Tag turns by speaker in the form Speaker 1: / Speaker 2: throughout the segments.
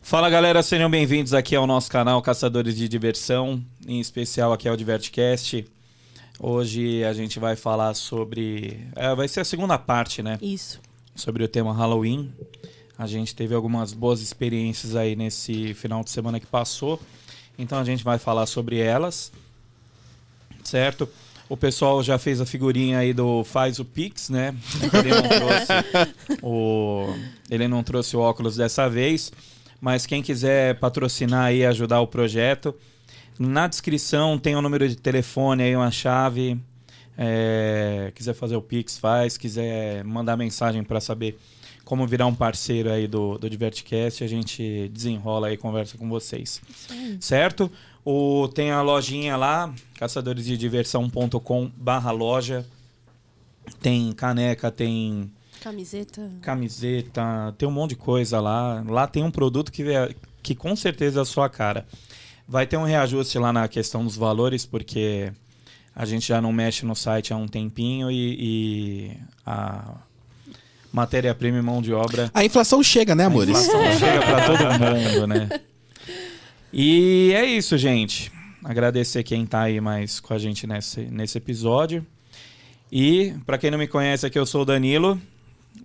Speaker 1: Fala galera, sejam bem-vindos aqui ao nosso canal Caçadores de Diversão, em especial aqui ao Divertcast. Hoje a gente vai falar sobre. é, vai ser a segunda parte, né?
Speaker 2: Isso.
Speaker 1: Sobre o tema Halloween. A gente teve algumas boas experiências aí nesse final de semana que passou. Então a gente vai falar sobre elas. Certo? O pessoal já fez a figurinha aí do Faz o Pix, né? Ele não trouxe o, ele não trouxe o óculos dessa vez. Mas quem quiser patrocinar aí, ajudar o projeto, na descrição tem o número de telefone aí, uma chave. É, quiser fazer o Pix, faz. Quiser mandar mensagem para saber como virar um parceiro aí do, do Divertcast, a gente desenrola aí, conversa com vocês. Certo? O, tem a lojinha lá, caçadoresdediversão.com barra loja. Tem caneca, tem
Speaker 2: Camiseta.
Speaker 1: camiseta, tem um monte de coisa lá. Lá tem um produto que, é- que com certeza é a sua cara. Vai ter um reajuste lá na questão dos valores, porque a gente já não mexe no site há um tempinho e, e a matéria-prima e mão de obra
Speaker 3: A inflação chega, né, amores?
Speaker 1: inflação chega pra todo mundo, né? E é isso, gente. Agradecer quem tá aí mais com a gente nesse, nesse episódio. E, pra quem não me conhece, aqui eu sou o Danilo.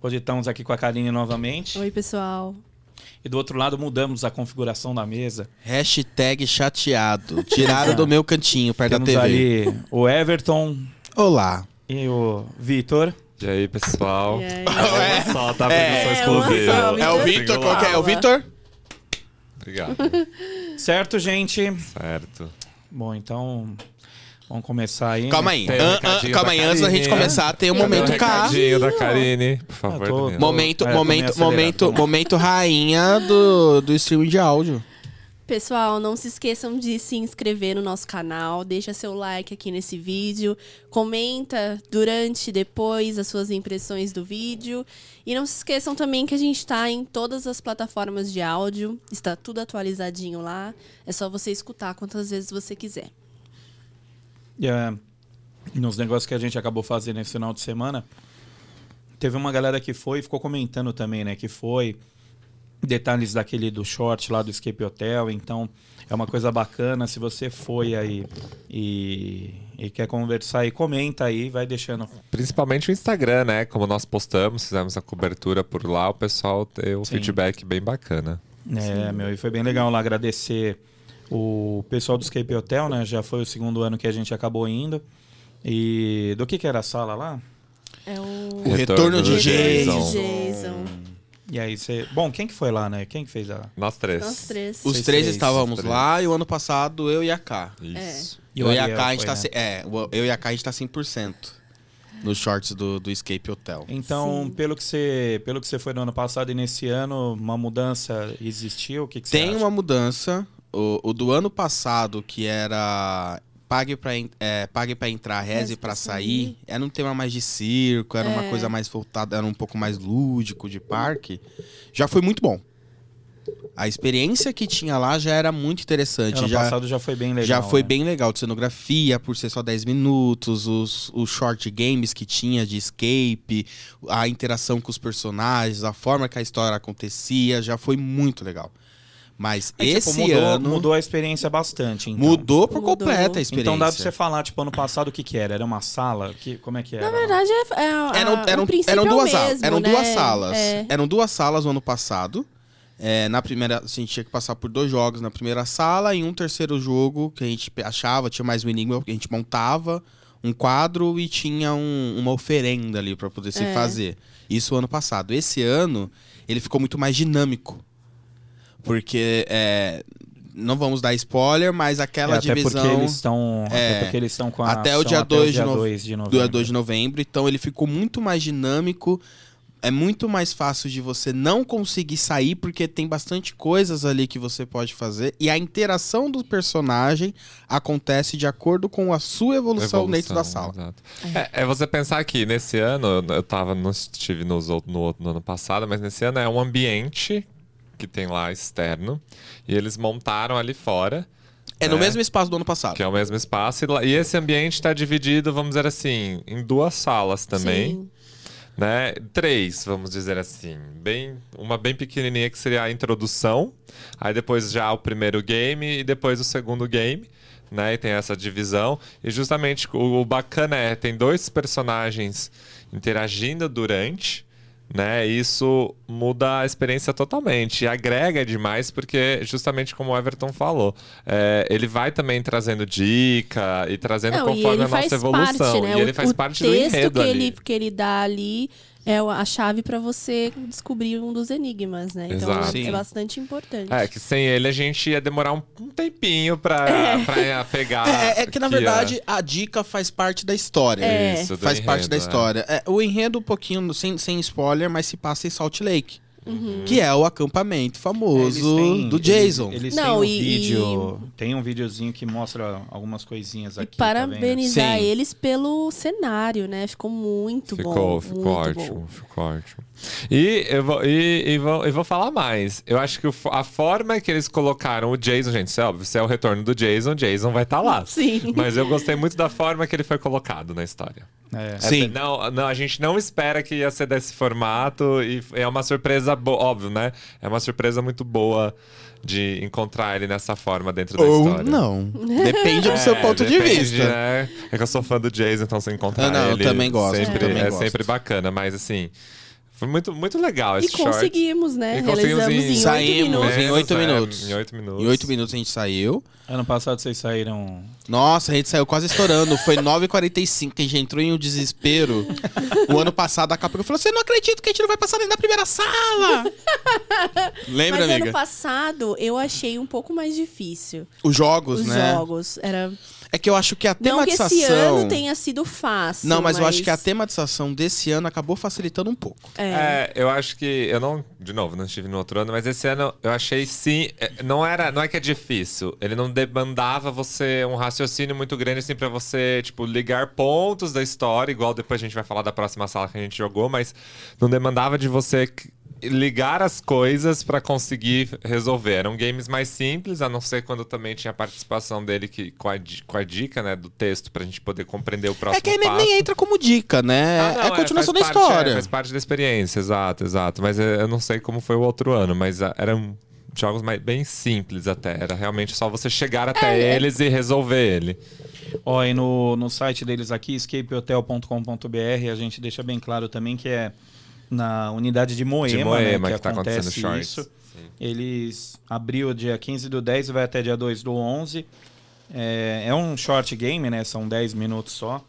Speaker 1: Hoje estamos aqui com a Karine novamente.
Speaker 2: Oi, pessoal.
Speaker 1: E do outro lado mudamos a configuração da mesa.
Speaker 3: Hashtag chateado. Tiraram do meu cantinho, perto
Speaker 1: Temos
Speaker 3: da TV.
Speaker 1: ali o Everton
Speaker 3: Olá.
Speaker 1: e o Vitor.
Speaker 4: E aí, pessoal?
Speaker 2: E aí?
Speaker 4: É uma só, tá? Porque
Speaker 3: É,
Speaker 4: eu sou
Speaker 2: é
Speaker 4: exclusivo.
Speaker 2: uma só, me É o Victor,
Speaker 4: Singular.
Speaker 2: qual que é? O
Speaker 3: Vitor?
Speaker 4: Obrigado.
Speaker 1: Certo, gente?
Speaker 4: Certo.
Speaker 1: Bom, então vamos começar aí.
Speaker 3: Calma aí.
Speaker 4: Tem um
Speaker 3: An- an-
Speaker 4: recadinho
Speaker 3: calma
Speaker 4: da
Speaker 3: aí, antes da gente
Speaker 4: Karine.
Speaker 3: começar, tem um
Speaker 2: Cadê o
Speaker 3: momento K.
Speaker 4: recadinho da Karine, por favor.
Speaker 1: Eu tô-
Speaker 4: Daniel.
Speaker 3: Momento,
Speaker 1: É, tô meio
Speaker 3: momento,
Speaker 1: acelerado,
Speaker 3: momento,
Speaker 1: vamos lá.
Speaker 3: momento rainha do, do streaming de áudio.
Speaker 2: Pessoal, não se esqueçam de se inscrever no nosso canal, deixa seu like aqui nesse vídeo, comenta durante e depois as suas impressões do vídeo. E não se esqueçam também que a gente está em todas as plataformas de áudio, está tudo atualizadinho lá. É só você escutar quantas vezes você quiser.
Speaker 1: E, é, nos negócios que a gente acabou fazendo esse final de semana, teve uma galera que foi e ficou comentando também, né? Que foi. Detalhes daquele do short lá do Escape Hotel. Então, é uma coisa bacana. Se você foi aí e, e quer conversar aí, comenta aí, vai deixando.
Speaker 4: Principalmente o Instagram, né? Como nós postamos, fizemos a cobertura por lá, o pessoal deu um
Speaker 1: Sim.
Speaker 4: feedback bem bacana.
Speaker 1: É, meu, e foi bem legal lá agradecer o pessoal do Escape Hotel, né? Já foi o segundo ano que a gente acabou indo. E do que, que era a sala lá?
Speaker 2: É
Speaker 3: O
Speaker 2: o
Speaker 3: retorno de
Speaker 4: do
Speaker 3: Jason.
Speaker 2: de Jason.
Speaker 1: E aí você. Bom, quem que foi lá, né? Quem que fez a.
Speaker 4: Nós três.
Speaker 2: Nós três.
Speaker 3: Os
Speaker 1: Vocês
Speaker 3: três
Speaker 1: três,
Speaker 3: estávamos
Speaker 4: os três.
Speaker 3: lá e o ano passado eu e a K.
Speaker 2: É.
Speaker 4: Isso.
Speaker 1: E
Speaker 3: eu
Speaker 1: o
Speaker 3: e a
Speaker 1: Ariel
Speaker 3: K, a gente
Speaker 1: foi,
Speaker 3: tá.
Speaker 1: né?
Speaker 3: se- É, o- eu e a K a gente tá 100% nos shorts do, do Escape Hotel.
Speaker 1: Então, pelo que você, pelo que você foi no ano passado e nesse ano, uma mudança existiu? O que, que você
Speaker 3: Tem
Speaker 1: acha?
Speaker 3: uma mudança. O, o do ano passado, que era pague pra, en- é, pague pra entrar, reze
Speaker 2: Reze
Speaker 3: pra
Speaker 2: pra
Speaker 3: sair,
Speaker 2: sair. É.
Speaker 3: era um tema mais de circo, era uma coisa mais voltada, era um pouco mais lúdico, de parque. Já foi muito bom. A experiência que tinha lá já era muito interessante.
Speaker 1: Ano
Speaker 3: Já,
Speaker 1: passado já foi bem legal.
Speaker 3: já foi
Speaker 1: né?
Speaker 3: bem legal de cenografia, por ser só 10 minutos, os, os short games que tinha de escape, a interação com os personagens, a forma que a história acontecia, já foi muito legal. Mas
Speaker 1: Aí, tipo,
Speaker 3: esse
Speaker 1: mudou,
Speaker 3: ano mudou,
Speaker 1: mudou a experiência bastante. Então.
Speaker 3: por
Speaker 2: Mudou.
Speaker 3: completo a experiência.
Speaker 1: Então dá pra você falar, tipo, ano passado o que, que era? Era uma sala? Que, como é que era?
Speaker 2: Na verdade, é, é, a-
Speaker 3: eram,
Speaker 2: o
Speaker 3: um- eram,
Speaker 2: princípio
Speaker 3: eram
Speaker 2: é o
Speaker 3: duas salas.
Speaker 2: mesmo,
Speaker 3: Eram
Speaker 2: né?
Speaker 3: duas salas.
Speaker 2: É.
Speaker 3: Eram duas salas no ano passado. É, na primeira, a gente tinha que passar por dois jogos na primeira sala e um terceiro jogo que a gente pe- achava, tinha mais um enigma que a gente montava, um quadro e tinha um- uma oferenda ali pra poder se
Speaker 2: É.
Speaker 3: fazer. Isso ano passado. Esse ano, ele ficou muito mais dinâmico. Porque, é, não vamos dar spoiler, mas
Speaker 1: É,
Speaker 3: aquela
Speaker 1: até,
Speaker 3: divisão...
Speaker 1: porque eles estão, até
Speaker 3: é,
Speaker 1: porque eles estão com a
Speaker 3: até o
Speaker 1: ação
Speaker 3: dia
Speaker 1: até o
Speaker 3: 2 de
Speaker 1: dia
Speaker 3: nove-
Speaker 1: 2 de novembro.
Speaker 3: do 2 de novembro, então ele ficou muito mais dinâmico. É muito mais fácil de você não conseguir sair, porque tem bastante coisas ali que você pode fazer. E a interação do personagem acontece de acordo com a sua evolução, dentro da sala.
Speaker 4: exato. É, é você pensar que nesse ano, eu- eu tava, não estive nos outro- no, outro- no ano passado, mas nesse ano é um ambiente que tem lá externo. E eles montaram ali fora,
Speaker 3: É, no
Speaker 4: É.
Speaker 3: mesmo espaço do ano passado.
Speaker 4: que é o mesmo tá espaço. E, lá- e esse ambiente está dividido, vamos dizer assim, em duas salas também.
Speaker 2: Sim.
Speaker 4: né? Três, vamos dizer assim. Bem, uma bem pequenininha que seria a introdução, aí depois já o primeiro game e depois o segundo game. Né, e tem essa divisão. E justamente o, o bacana é, tem dois personagens interagindo durante, né? Isso muda a experiência totalmente e agrega demais, porque justamente como o Everton falou, é, ele vai também trazendo dica e trazendo
Speaker 2: Não, e
Speaker 4: conforme
Speaker 2: ele
Speaker 4: a nossa
Speaker 2: faz
Speaker 4: evolução.
Speaker 2: parte, né?
Speaker 4: E ele
Speaker 2: O-
Speaker 4: faz
Speaker 2: o
Speaker 4: parte do
Speaker 2: texto que
Speaker 4: enredo ali.
Speaker 2: Ele, que ele dá ali é a chave pra você descobrir um dos enigmas, né? Então
Speaker 4: Exato.
Speaker 2: é
Speaker 3: Sim.
Speaker 2: bastante importante.
Speaker 4: É, que sem ele a gente ia demorar um, um tempinho pra, pra pegar.
Speaker 3: É, é que, na
Speaker 4: a-
Speaker 3: verdade, a dica faz parte da história.
Speaker 2: É.
Speaker 4: Isso, do
Speaker 3: Faz parte
Speaker 4: enredo,
Speaker 3: da
Speaker 4: é.
Speaker 3: história. É, o enredo, um pouquinho, sem, sem spoiler, mas se passa em Salt Lake.
Speaker 2: Uhum.
Speaker 3: Que é o acampamento famoso
Speaker 1: Eles têm-
Speaker 3: do Jason.
Speaker 1: Eles, eles
Speaker 2: Não,
Speaker 1: têm um
Speaker 2: e-
Speaker 1: vídeo. Tem um videozinho que mostra algumas coisinhas
Speaker 2: E
Speaker 1: aqui. tá vendo?
Speaker 2: parabenizar
Speaker 3: Sim.
Speaker 2: eles pelo cenário, né? Ficou muito
Speaker 4: Ficou,
Speaker 2: bom.
Speaker 4: ficou
Speaker 2: muito
Speaker 4: ótimo,
Speaker 2: bom.
Speaker 4: ficou ótimo. E eu vou, e, e vou, eu vou falar mais. Eu acho que o fo- a forma que eles colocaram o Jason, gente, isso é óbvio, se é o retorno do Jason, Jason vai estar lá.
Speaker 2: Sim.
Speaker 4: Mas eu gostei muito da forma que ele foi colocado na história.
Speaker 1: É.
Speaker 3: Sim.
Speaker 4: É, não, não, a gente não espera que ia ser desse formato e é uma surpresa boa, óbvio, né? É uma surpresa muito boa de encontrar ele nessa forma dentro da
Speaker 3: Ou
Speaker 4: história.
Speaker 3: não. Depende do seu
Speaker 4: É,
Speaker 3: ponto de
Speaker 4: depende,
Speaker 3: vista.
Speaker 4: né? É que eu sou fã do Jason, então se encontrar
Speaker 3: Ah, não, eu
Speaker 4: ele
Speaker 3: também gosto, eu
Speaker 4: sempre,
Speaker 3: também
Speaker 4: é
Speaker 3: gosto.
Speaker 4: sempre bacana, mas assim, foi muito, muito legal
Speaker 2: E
Speaker 4: esse short.
Speaker 2: conseguimos, né?
Speaker 4: E conseguimos
Speaker 2: Realizamos em
Speaker 4: em-
Speaker 2: oito
Speaker 3: Saímos,
Speaker 2: minutos.
Speaker 3: em oito
Speaker 4: é,
Speaker 3: minutos.
Speaker 4: Em oito minutos.
Speaker 3: Em oito minutos a gente saiu.
Speaker 1: Ano passado vocês saíram.
Speaker 3: Nossa, a gente saiu quase estourando. Foi 9h45 que a gente entrou em um desespero. o ano passado a Capri falou: Você não acredita que a gente não vai passar nem na primeira sala! Lembra,
Speaker 2: Mas ano
Speaker 3: amiga?
Speaker 2: passado eu achei um pouco mais difícil
Speaker 3: Os jogos,
Speaker 2: os
Speaker 3: né?
Speaker 2: jogos. Era...
Speaker 3: É que eu acho que a
Speaker 2: Não que
Speaker 3: tematização.
Speaker 2: esse ano tenha sido fácil.
Speaker 3: Não, mas, eu acho que a tematização desse ano acabou facilitando um pouco.
Speaker 2: É.
Speaker 4: É, eu acho que. Eu não. De novo, não estive no outro ano, mas esse ano eu achei sim. é, Não era. Não é que é difícil. Ele não demandava você um raciocínio muito grande, assim, pra você, tipo, ligar pontos da história, igual depois a gente vai falar da próxima sala que a gente jogou, mas não demandava de você. c- Ligar as coisas pra conseguir resolver. Eram games mais simples, a não ser quando também tinha a participação dele que, com, a, di- com a dica né, do texto pra gente poder compreender o próximo
Speaker 3: É que aí nem,
Speaker 4: passo.
Speaker 3: nem entra como dica, né?
Speaker 4: Ah, não,
Speaker 3: é a continuação da
Speaker 4: faz parte,
Speaker 3: história.
Speaker 4: é, faz parte da experiência, exato, exato. Mas é, eu não sei como foi o outro ano, mas ah, eram jogos mais, bem simples até. Era realmente só você chegar até
Speaker 3: É,
Speaker 4: eles e resolver ele.
Speaker 1: Ó, e no, no site deles aqui, escapehotel.com.br, a gente deixa bem claro também que é na unidade de Moema,
Speaker 4: de Moema,
Speaker 1: né,
Speaker 4: que, tá acontecendo
Speaker 1: acontece
Speaker 4: shorts.
Speaker 1: isso. Eles abriu dia 15 do 10 e vai até dia 2 do 11. É, é um short game, né? São 10 minutos só.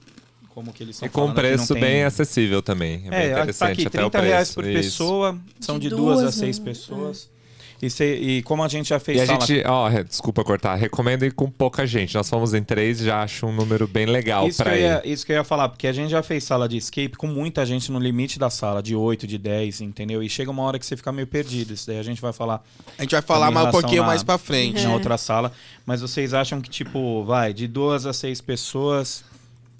Speaker 1: Como que eles estão
Speaker 4: E com um
Speaker 1: falando que não
Speaker 4: preço
Speaker 1: tem-
Speaker 4: bem acessível também. É, bem
Speaker 1: É,
Speaker 4: interessante
Speaker 1: tá aqui,
Speaker 4: até
Speaker 1: 30
Speaker 4: o preço.
Speaker 1: reais por
Speaker 4: isso.
Speaker 1: pessoa. São
Speaker 2: De
Speaker 1: de, duas, a
Speaker 2: duas,
Speaker 1: seis
Speaker 2: né?
Speaker 1: pessoas. E, se- e como a gente já fez
Speaker 4: E a
Speaker 1: sala
Speaker 4: gente, ó, re- desculpa cortar, recomendo ir com pouca gente. Nós fomos em três, já acho um número bem legal
Speaker 1: Isso que,
Speaker 4: pra
Speaker 1: eu
Speaker 4: ir.
Speaker 1: ia, isso que eu ia falar, porque a gente já fez sala de escape com muita gente no limite da sala, de 8, de 10, entendeu? E chega uma hora que você fica meio perdido. Isso daí a gente vai falar
Speaker 3: A gente vai falar
Speaker 1: Também em
Speaker 3: mais um
Speaker 1: relação
Speaker 3: pouquinho
Speaker 1: na-
Speaker 3: mais pra
Speaker 4: Uhum.
Speaker 3: frente.
Speaker 1: na outra sala. Mas vocês acham que, tipo, vai, de duas a seis pessoas,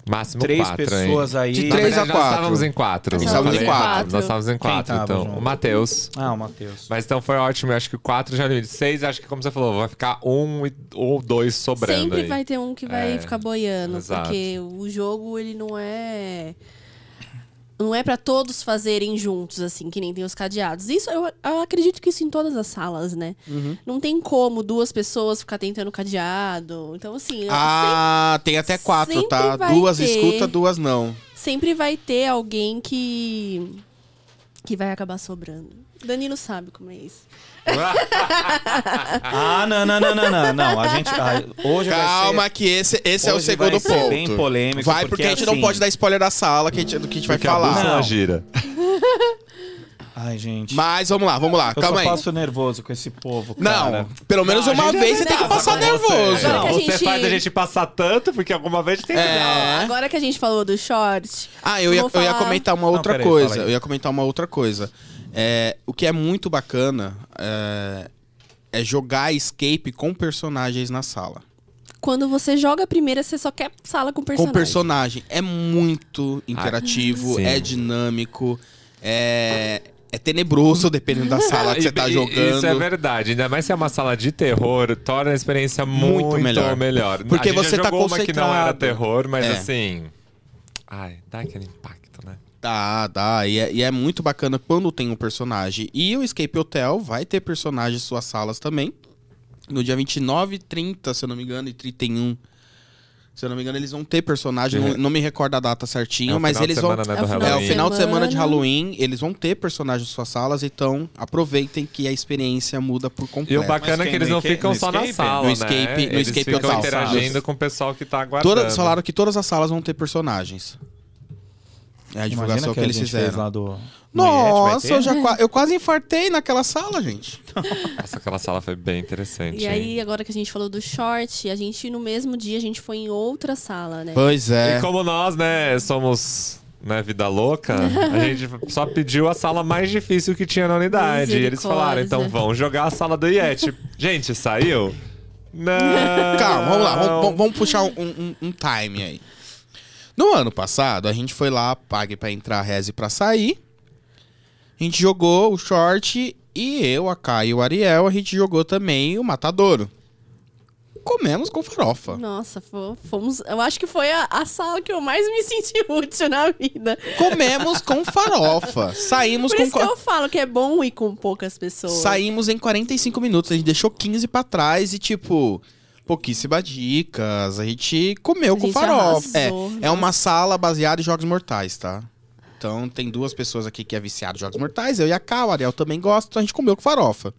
Speaker 4: Máximo
Speaker 1: três
Speaker 4: quatro, hein?
Speaker 1: pessoas aí.
Speaker 3: De
Speaker 4: Na
Speaker 3: três
Speaker 4: verdade,
Speaker 3: a
Speaker 4: Nós
Speaker 3: quatro.
Speaker 4: estávamos em quatro.
Speaker 2: Nós
Speaker 4: eu
Speaker 3: estávamos em
Speaker 4: falei.
Speaker 2: quatro.
Speaker 4: Nós estávamos em quatro,
Speaker 1: tava
Speaker 4: então.
Speaker 1: junto?
Speaker 4: O Matheus.
Speaker 1: Ah, o Matheus.
Speaker 4: Mas então foi ótimo. Eu acho que 4 já é limite. 6, acho que como você falou, vai ficar um e- ou dois sobrando.
Speaker 2: Sempre
Speaker 4: aí.
Speaker 2: vai ter um que vai
Speaker 4: É,
Speaker 2: ficar boiando,
Speaker 4: exato.
Speaker 2: porque o jogo ele não é não é pra todos fazerem juntos assim, que nem tem os cadeados. Isso eu, eu acredito que isso em todas as salas, né?
Speaker 4: Uhum.
Speaker 2: Não tem como duas pessoas ficar tentando cadeado. Então assim,
Speaker 3: Ah, tem até quatro,
Speaker 2: sempre
Speaker 3: tá?
Speaker 2: vai
Speaker 3: Duas
Speaker 2: ter.
Speaker 3: escuta, duas não.
Speaker 2: sem- sempre vai ter alguém que que vai acabar sobrando. Danilo sabe como é isso.
Speaker 1: Ah, não, não, não, não, não. não. A gente. ah, hoje
Speaker 3: Calma,
Speaker 1: vai
Speaker 3: que esse, esse
Speaker 1: ser,
Speaker 3: é o
Speaker 1: hoje
Speaker 3: segundo
Speaker 1: vai
Speaker 3: ponto.
Speaker 1: Ser bem polêmico.
Speaker 3: vai, porque, a gente não
Speaker 1: assim-
Speaker 3: pode dar spoiler da sala que a gente- do que a é gente vai
Speaker 4: Porque a bússola
Speaker 3: falar.
Speaker 1: Não.
Speaker 4: gira.
Speaker 1: Ai, gente.
Speaker 3: Mas vamos lá, vamos lá,
Speaker 1: eu
Speaker 3: calma
Speaker 1: só
Speaker 3: aí.
Speaker 1: passo nervoso com esse povo.
Speaker 3: Não,
Speaker 1: cara.
Speaker 3: pelo menos
Speaker 4: Não, a
Speaker 3: uma
Speaker 4: gente
Speaker 3: vez
Speaker 4: não
Speaker 3: você tem que
Speaker 4: brava
Speaker 3: passar
Speaker 4: com você.
Speaker 3: nervoso.
Speaker 2: Agora que a
Speaker 4: É. Não, você
Speaker 2: gente-
Speaker 4: faz a gente passar tanto, porque alguma vez tem que dar.
Speaker 3: É.
Speaker 2: Agora que a gente falou do short,
Speaker 3: Ah, eu ia,
Speaker 2: Vou
Speaker 3: eu ia
Speaker 2: falar-
Speaker 3: comentar uma outra
Speaker 1: peraí,
Speaker 3: coisa.
Speaker 1: fala aí.
Speaker 3: Eu ia comentar uma outra coisa. É, o que é muito bacana é, é jogar escape com personagens na sala.
Speaker 2: quando você joga a primeira, você só quer sala com personagem.
Speaker 3: Com personagem. É muito interativo,
Speaker 4: Ah, sim.
Speaker 3: é dinâmico, é, é tenebroso, dependendo da sala que você tá
Speaker 4: E- e-
Speaker 3: jogando.
Speaker 4: Isso é verdade. Ainda mais se é uma sala de terror, torna a experiência
Speaker 3: Muito
Speaker 4: muito,
Speaker 3: melhor.
Speaker 4: melhor.
Speaker 3: Porque
Speaker 4: a gente
Speaker 3: você
Speaker 4: já
Speaker 3: tá É.
Speaker 4: jogou uma que não era
Speaker 3: concentrado.
Speaker 4: terror, mas
Speaker 3: É.
Speaker 4: assim. Ai, dá aquele impacto, né?
Speaker 3: Dá, dá. E é, e é muito bacana quando tem um personagem. E o Escape Hotel vai ter personagens em suas salas também. No dia 29, 30, se eu não me engano, e 31. Se eu não me engano, eles vão ter personagem.
Speaker 4: É.
Speaker 3: Não, não me recordo a data certinho,
Speaker 4: É o
Speaker 3: mas
Speaker 4: final de
Speaker 3: eles vão.
Speaker 4: semana, né,
Speaker 2: É o
Speaker 4: do
Speaker 2: final de
Speaker 3: É o
Speaker 4: Halloween.
Speaker 3: final de semana de
Speaker 2: semana.
Speaker 3: Halloween, eles vão ter personagens em suas salas, então aproveitem que a experiência muda por
Speaker 4: E
Speaker 3: completo.
Speaker 4: o bacana
Speaker 1: Mas quem
Speaker 4: é que eles
Speaker 1: no
Speaker 4: não
Speaker 1: escape-
Speaker 4: ficam
Speaker 1: no
Speaker 4: só na
Speaker 1: escape?
Speaker 4: sala,
Speaker 3: No
Speaker 4: né?
Speaker 3: escape- no
Speaker 4: eles
Speaker 3: escape é
Speaker 4: ficam
Speaker 3: total.
Speaker 4: interagindo com o pessoal que tá aguardando.
Speaker 2: né?
Speaker 3: Todas, falaram que todas as salas vão ter personagens. É a divulgação
Speaker 1: Imagina
Speaker 3: que,
Speaker 1: a
Speaker 3: eles
Speaker 1: gente
Speaker 3: fizeram.
Speaker 1: fez lá do... no Yeti, vai
Speaker 3: Nossa,
Speaker 1: ter?
Speaker 3: eu, já, qua- eu quase infartei naquela sala, gente.
Speaker 4: Nossa, aquela sala foi bem interessante.
Speaker 2: E
Speaker 4: hein?
Speaker 2: aí, agora que a gente falou do short, a gente, no mesmo dia, a gente foi em outra sala, né?
Speaker 3: Pois
Speaker 1: é.
Speaker 4: E como nós, né, somos né, vida louca, a gente só pediu a sala mais difícil que tinha na unidade. E eles falaram, então
Speaker 2: Misericórdia.
Speaker 4: vão jogar a sala do Yeti. gente, saiu? Não!
Speaker 3: Calma, vamos lá, vamos, vamos- vamos puxar um, um- um time aí. No ano passado, a gente foi lá, pague pra entrar, reze pra sair. A gente jogou o short e eu, a Kai e o Ariel, a gente jogou também o Matadouro. Comemos com farofa.
Speaker 2: Nossa, fo- fomos. Eu acho que foi a, a sala que eu mais me senti útil na vida.
Speaker 3: Comemos com farofa. Saímos
Speaker 2: Por
Speaker 3: com
Speaker 2: isso que
Speaker 3: co-
Speaker 2: eu falo que é bom ir com poucas pessoas.
Speaker 3: Saímos em 45 minutos, a gente deixou 15 pra trás e tipo, pouquíssimas dicas. A gente comeu
Speaker 2: A
Speaker 3: com
Speaker 2: gente
Speaker 3: farofa. É,
Speaker 2: arrasou,
Speaker 3: é uma sala baseada em jogos mortais, tá? Então tem duas pessoas aqui que é viciado em jogos mortais, eu e a Ká, o Ariel também gosta, então a gente comeu com farofa.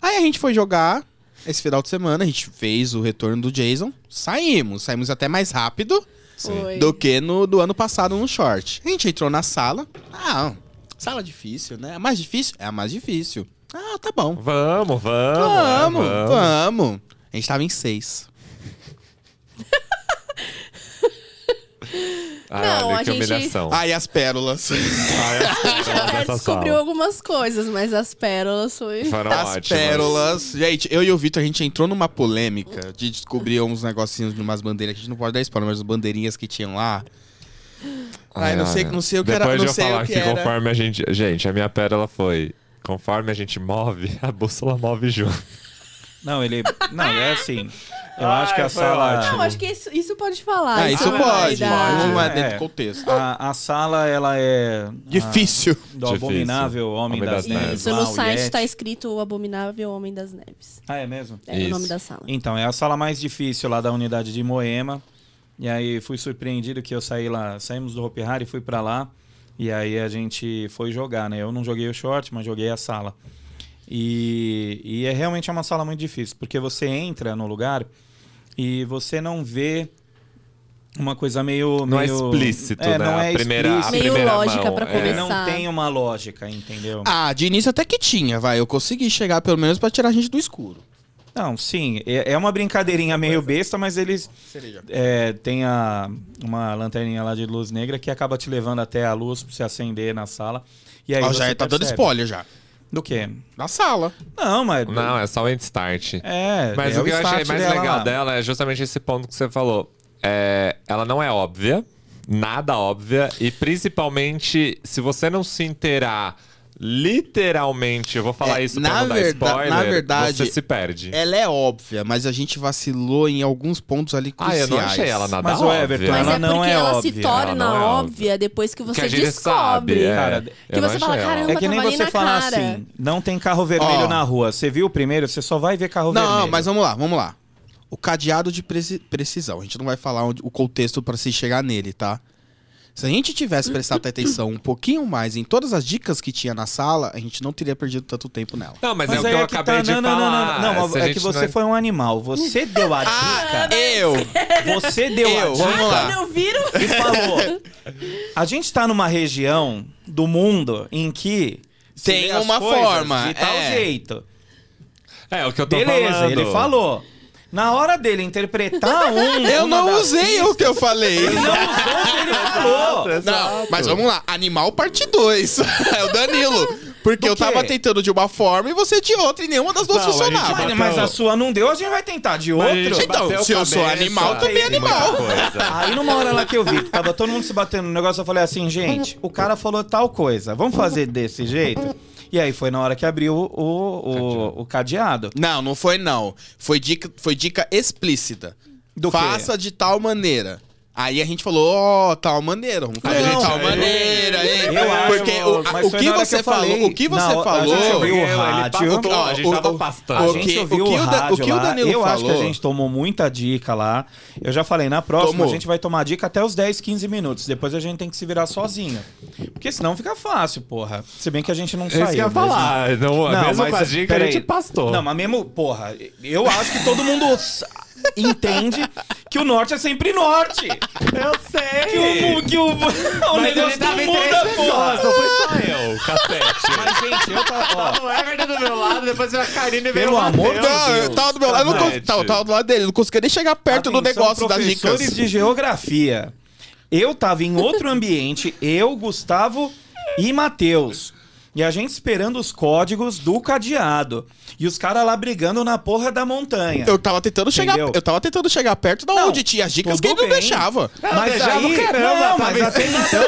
Speaker 3: Aí a gente foi jogar esse final de semana, a gente fez o retorno do Jason, saímos, saímos até mais rápido
Speaker 2: Foi.
Speaker 3: do que no do ano passado no short. A gente entrou na sala. Ah, sala difícil, né? A mais difícil? É a mais difícil. Ah, tá bom.
Speaker 4: Vamos, vamos.
Speaker 3: Vamos,
Speaker 4: né,
Speaker 3: vamos.
Speaker 4: vamos.
Speaker 3: A gente tava em seis.
Speaker 4: Ai,
Speaker 2: Não,
Speaker 4: olha
Speaker 2: a
Speaker 4: que
Speaker 2: gente-
Speaker 4: humilhação.
Speaker 3: Ah, e as pérolas.
Speaker 2: A gente até
Speaker 4: Essa
Speaker 2: É, descobriu
Speaker 4: sala.
Speaker 2: algumas coisas, mas as pérolas foi.
Speaker 4: Foram
Speaker 3: As
Speaker 4: ótimas.
Speaker 3: pérolas. Gente, eu e o Vitor, a gente entrou numa polêmica de descobrir uns negocinhos de umas bandeiras. que A gente não pode dar spoiler, mas as bandeirinhas que tinham lá. Ai, não sei- não sei o que era-
Speaker 4: Depois
Speaker 3: não
Speaker 4: de eu
Speaker 3: sei o
Speaker 4: falar
Speaker 3: que
Speaker 4: que,
Speaker 3: era.
Speaker 4: conforme a gente... Gente, a minha pérola foi... Conforme a gente move, a bússola move junto.
Speaker 1: Não, ele... Não, é assim... Eu
Speaker 4: Ai,
Speaker 1: acho que a
Speaker 4: foi
Speaker 1: sala...
Speaker 4: ótimo.
Speaker 2: Não, acho que isso, isso é pode falar.
Speaker 3: Ah, isso
Speaker 4: Ah,
Speaker 2: vai
Speaker 3: pode.
Speaker 2: dar.
Speaker 3: Não é
Speaker 1: É.
Speaker 3: dentro do contexto.
Speaker 1: A, a sala, ela é...
Speaker 4: Ah.
Speaker 1: a-
Speaker 3: Difícil.
Speaker 1: do
Speaker 4: Difícil.
Speaker 1: abominável Homem,
Speaker 4: Homem
Speaker 1: das,
Speaker 4: das
Speaker 1: Neves.
Speaker 2: Isso,
Speaker 1: lá,
Speaker 2: no
Speaker 1: o
Speaker 2: site
Speaker 1: Yeti.
Speaker 2: tá escrito O Abominável Homem das Neves.
Speaker 1: Ah, é mesmo?
Speaker 2: É o
Speaker 4: Isso.
Speaker 2: nome da sala.
Speaker 1: Então, é a sala mais difícil lá da unidade de Moema. E aí fui surpreendido que eu saí lá, saímos do Hopi Hari e fui pra lá. E aí a gente foi jogar, né? Eu não joguei o short, mas joguei a sala. E, e é realmente uma sala muito difícil, porque você entra no lugar e você não vê uma coisa meio.
Speaker 4: Não é
Speaker 1: meio...
Speaker 4: explícito, né?
Speaker 1: Não
Speaker 4: A
Speaker 1: é
Speaker 4: primeira, a
Speaker 1: explícito.
Speaker 2: Meio
Speaker 4: primeira
Speaker 2: lógica
Speaker 4: mão,
Speaker 2: pra
Speaker 4: é.
Speaker 1: Ele
Speaker 2: começar.
Speaker 1: não tem uma lógica, entendeu?
Speaker 3: Ah, de início até que tinha, vai. Eu consegui chegar pelo menos pra tirar a gente do escuro.
Speaker 1: Não, sim. É é uma brincadeirinha meio besta, mas eles
Speaker 3: Seria.
Speaker 1: É, tem a, uma lanterninha lá de luz negra que acaba te levando até a luz pra você acender na sala. E aí
Speaker 3: Ó,
Speaker 1: você
Speaker 3: já tá dando
Speaker 1: percebe.
Speaker 3: spoiler já.
Speaker 1: Do quê?
Speaker 3: Na sala.
Speaker 1: Não, mas.
Speaker 4: Não, é só o start.
Speaker 1: É,
Speaker 4: Mas
Speaker 1: é
Speaker 4: o que eu achei
Speaker 1: start
Speaker 4: mais
Speaker 1: dela
Speaker 4: legal
Speaker 1: lá.
Speaker 4: dela é justamente esse ponto que você falou. É, ela não é óbvia, nada óbvia, e principalmente se você não se inteirar literalmente, eu vou falar
Speaker 3: É,
Speaker 4: isso
Speaker 3: na
Speaker 4: pra não dar
Speaker 3: verda-
Speaker 4: spoiler,
Speaker 3: na verdade,
Speaker 4: você se perde.
Speaker 3: Ela é óbvia, mas a gente vacilou em alguns pontos ali
Speaker 4: ah,
Speaker 3: cruciais.
Speaker 4: eu não achei ela nada
Speaker 1: Mas, ô,
Speaker 4: óbvia.
Speaker 1: Everton,
Speaker 2: Mas
Speaker 1: Ela
Speaker 2: é
Speaker 1: não
Speaker 2: porque
Speaker 1: é
Speaker 2: ela se
Speaker 1: óbvia,
Speaker 4: ela
Speaker 2: torna
Speaker 4: não é
Speaker 2: óbvia depois que
Speaker 4: Que
Speaker 2: você
Speaker 4: a gente
Speaker 2: descobre.
Speaker 4: sabe. é.
Speaker 1: Cara,
Speaker 4: Eu
Speaker 2: você
Speaker 4: não achei
Speaker 2: fala,
Speaker 4: ela.
Speaker 2: caramba,
Speaker 1: É que nem
Speaker 2: tava ali
Speaker 1: você
Speaker 2: na
Speaker 1: falar
Speaker 2: cara.
Speaker 1: assim: não tem carro vermelho
Speaker 3: Ó.
Speaker 1: na rua. Você viu o primeiro, você só vai ver carro
Speaker 3: Não,
Speaker 1: vermelho.
Speaker 3: mas vamos lá, vamos lá. O cadeado de preci- precisão. A gente não vai falar onde- o contexto pra se chegar nele, tá? Se a gente tivesse prestado atenção um pouquinho mais em todas as dicas que tinha na sala, a gente não teria perdido tanto tempo nela.
Speaker 4: Não, mas, é
Speaker 1: Mas
Speaker 4: o
Speaker 1: aí
Speaker 4: que eu
Speaker 1: é que
Speaker 4: acabei
Speaker 1: tá-
Speaker 4: de
Speaker 1: não, não, não,
Speaker 4: falar.
Speaker 1: Não, não,
Speaker 4: Se a
Speaker 1: é
Speaker 4: gente
Speaker 1: que você foi um animal. Você deu
Speaker 4: Ah,
Speaker 1: a dica.
Speaker 3: Eu!
Speaker 1: você deu a
Speaker 3: Eu,
Speaker 1: dica.
Speaker 3: vamos lá.
Speaker 2: Ah, não viram?
Speaker 1: e falou: A gente tá numa região do mundo em que se
Speaker 3: Tem
Speaker 1: vê as
Speaker 3: uma
Speaker 1: coisas
Speaker 3: forma,
Speaker 1: de tal
Speaker 3: é.
Speaker 1: jeito.
Speaker 4: É, o que eu tô
Speaker 1: Beleza,
Speaker 4: falando.
Speaker 1: ele falou. Na hora dele interpretar um,
Speaker 4: é
Speaker 3: Eu
Speaker 1: uma
Speaker 3: não
Speaker 1: das
Speaker 3: usei o que eu Ah, falei.
Speaker 1: pistas, ele falou.
Speaker 3: Não, mas vamos lá. Animal parte 2. é o Danilo. Porque
Speaker 1: Do
Speaker 3: eu tava
Speaker 1: quê?
Speaker 3: tentando de uma forma e você de outra e nenhuma das duas
Speaker 4: Não, a gente
Speaker 3: funcionava.
Speaker 1: Mas, mas a sua não deu, a gente vai tentar de
Speaker 4: Mas a gente
Speaker 1: outro.
Speaker 3: Então,
Speaker 4: bateu
Speaker 3: se eu sou
Speaker 4: cabeça,
Speaker 3: animal, também é
Speaker 4: tem muita
Speaker 3: animal.
Speaker 4: coisa.
Speaker 1: Aí numa hora lá que eu vi que tava todo mundo se batendo no negócio, eu falei assim, gente, o cara falou tal coisa, vamos fazer desse jeito? E aí foi na hora que abriu o, o, o cadeado.
Speaker 3: Não, não foi não. Foi dica, foi dica explícita.
Speaker 1: Do quê?
Speaker 3: Faça de tal maneira. Aí a gente falou, ó, tal maneira, vamos fazer de
Speaker 1: Não,
Speaker 3: tal
Speaker 1: eu-
Speaker 3: maneira, hein? Porque o, a-
Speaker 1: mas
Speaker 3: o
Speaker 1: foi
Speaker 3: que
Speaker 1: na hora
Speaker 3: você
Speaker 1: eu
Speaker 3: falou,
Speaker 1: falei.
Speaker 3: o que você
Speaker 1: Não, a-
Speaker 3: falou,
Speaker 1: A gente ouviu
Speaker 4: Ele
Speaker 1: o rádio.
Speaker 4: passou, a gente
Speaker 3: Ó,
Speaker 4: tava
Speaker 3: o-
Speaker 1: um A
Speaker 4: pastando.
Speaker 3: o-
Speaker 1: gente
Speaker 3: que-
Speaker 1: ouviu
Speaker 3: o
Speaker 1: o,
Speaker 3: que o da-
Speaker 1: rádio
Speaker 3: o que o
Speaker 1: lá.
Speaker 3: Danilo
Speaker 1: Eu acho que a
Speaker 3: falou-
Speaker 1: gente tomou muita dica lá. Eu já falei, na próxima
Speaker 3: Tomou.
Speaker 1: a gente vai tomar dica até os 10, 15 minutos. Depois a gente tem que se virar sozinho. Porque senão fica fácil, porra. Se bem que a gente não
Speaker 4: É
Speaker 1: saiu.
Speaker 4: isso que eu ia
Speaker 1: mesmo.
Speaker 4: falar.
Speaker 1: Não,
Speaker 4: Não, mesmo
Speaker 1: mas
Speaker 4: com a dica, a
Speaker 1: peraí.
Speaker 4: gente pastou.
Speaker 1: Não, mas mesmo, porra, eu acho que todo mundo s- entende que o norte é sempre norte.
Speaker 4: eu sei.
Speaker 1: Que o, que o, o
Speaker 4: Mas
Speaker 1: negócio
Speaker 4: ele
Speaker 1: não
Speaker 4: tava em três
Speaker 1: muda, porra.
Speaker 4: pessoas, não foi só eu, cacete.
Speaker 1: Mas, gente, eu tava, ó,
Speaker 4: Tava o Everton do meu lado, depois veio a Karine e veio
Speaker 1: Pelo
Speaker 4: o Matheus.
Speaker 1: amor de Deus.
Speaker 3: Não, eu tava do meu lado, eu não
Speaker 4: Cacete.
Speaker 3: cons- tava, tava do lado dele, não conseguia nem chegar perto do
Speaker 1: Atenção,
Speaker 3: negócio das
Speaker 1: assim, professores
Speaker 3: dicas.
Speaker 1: de geografia. Eu tava em outro ambiente, eu, Gustavo e Matheus. E a gente esperando os códigos do cadeado. E os caras lá brigando na porra da montanha.
Speaker 3: Eu tava tentando chegar,
Speaker 1: Entendeu?
Speaker 3: eu tava tentando chegar perto da
Speaker 1: Não,
Speaker 3: onde tinha as dicas
Speaker 1: tudo
Speaker 3: que ele não
Speaker 1: bem.
Speaker 3: deixava.
Speaker 1: Mas
Speaker 4: deixava
Speaker 1: aí,
Speaker 4: o caramba,
Speaker 1: não,
Speaker 4: tava
Speaker 1: mas
Speaker 4: em
Speaker 1: até
Speaker 4: cima
Speaker 1: então,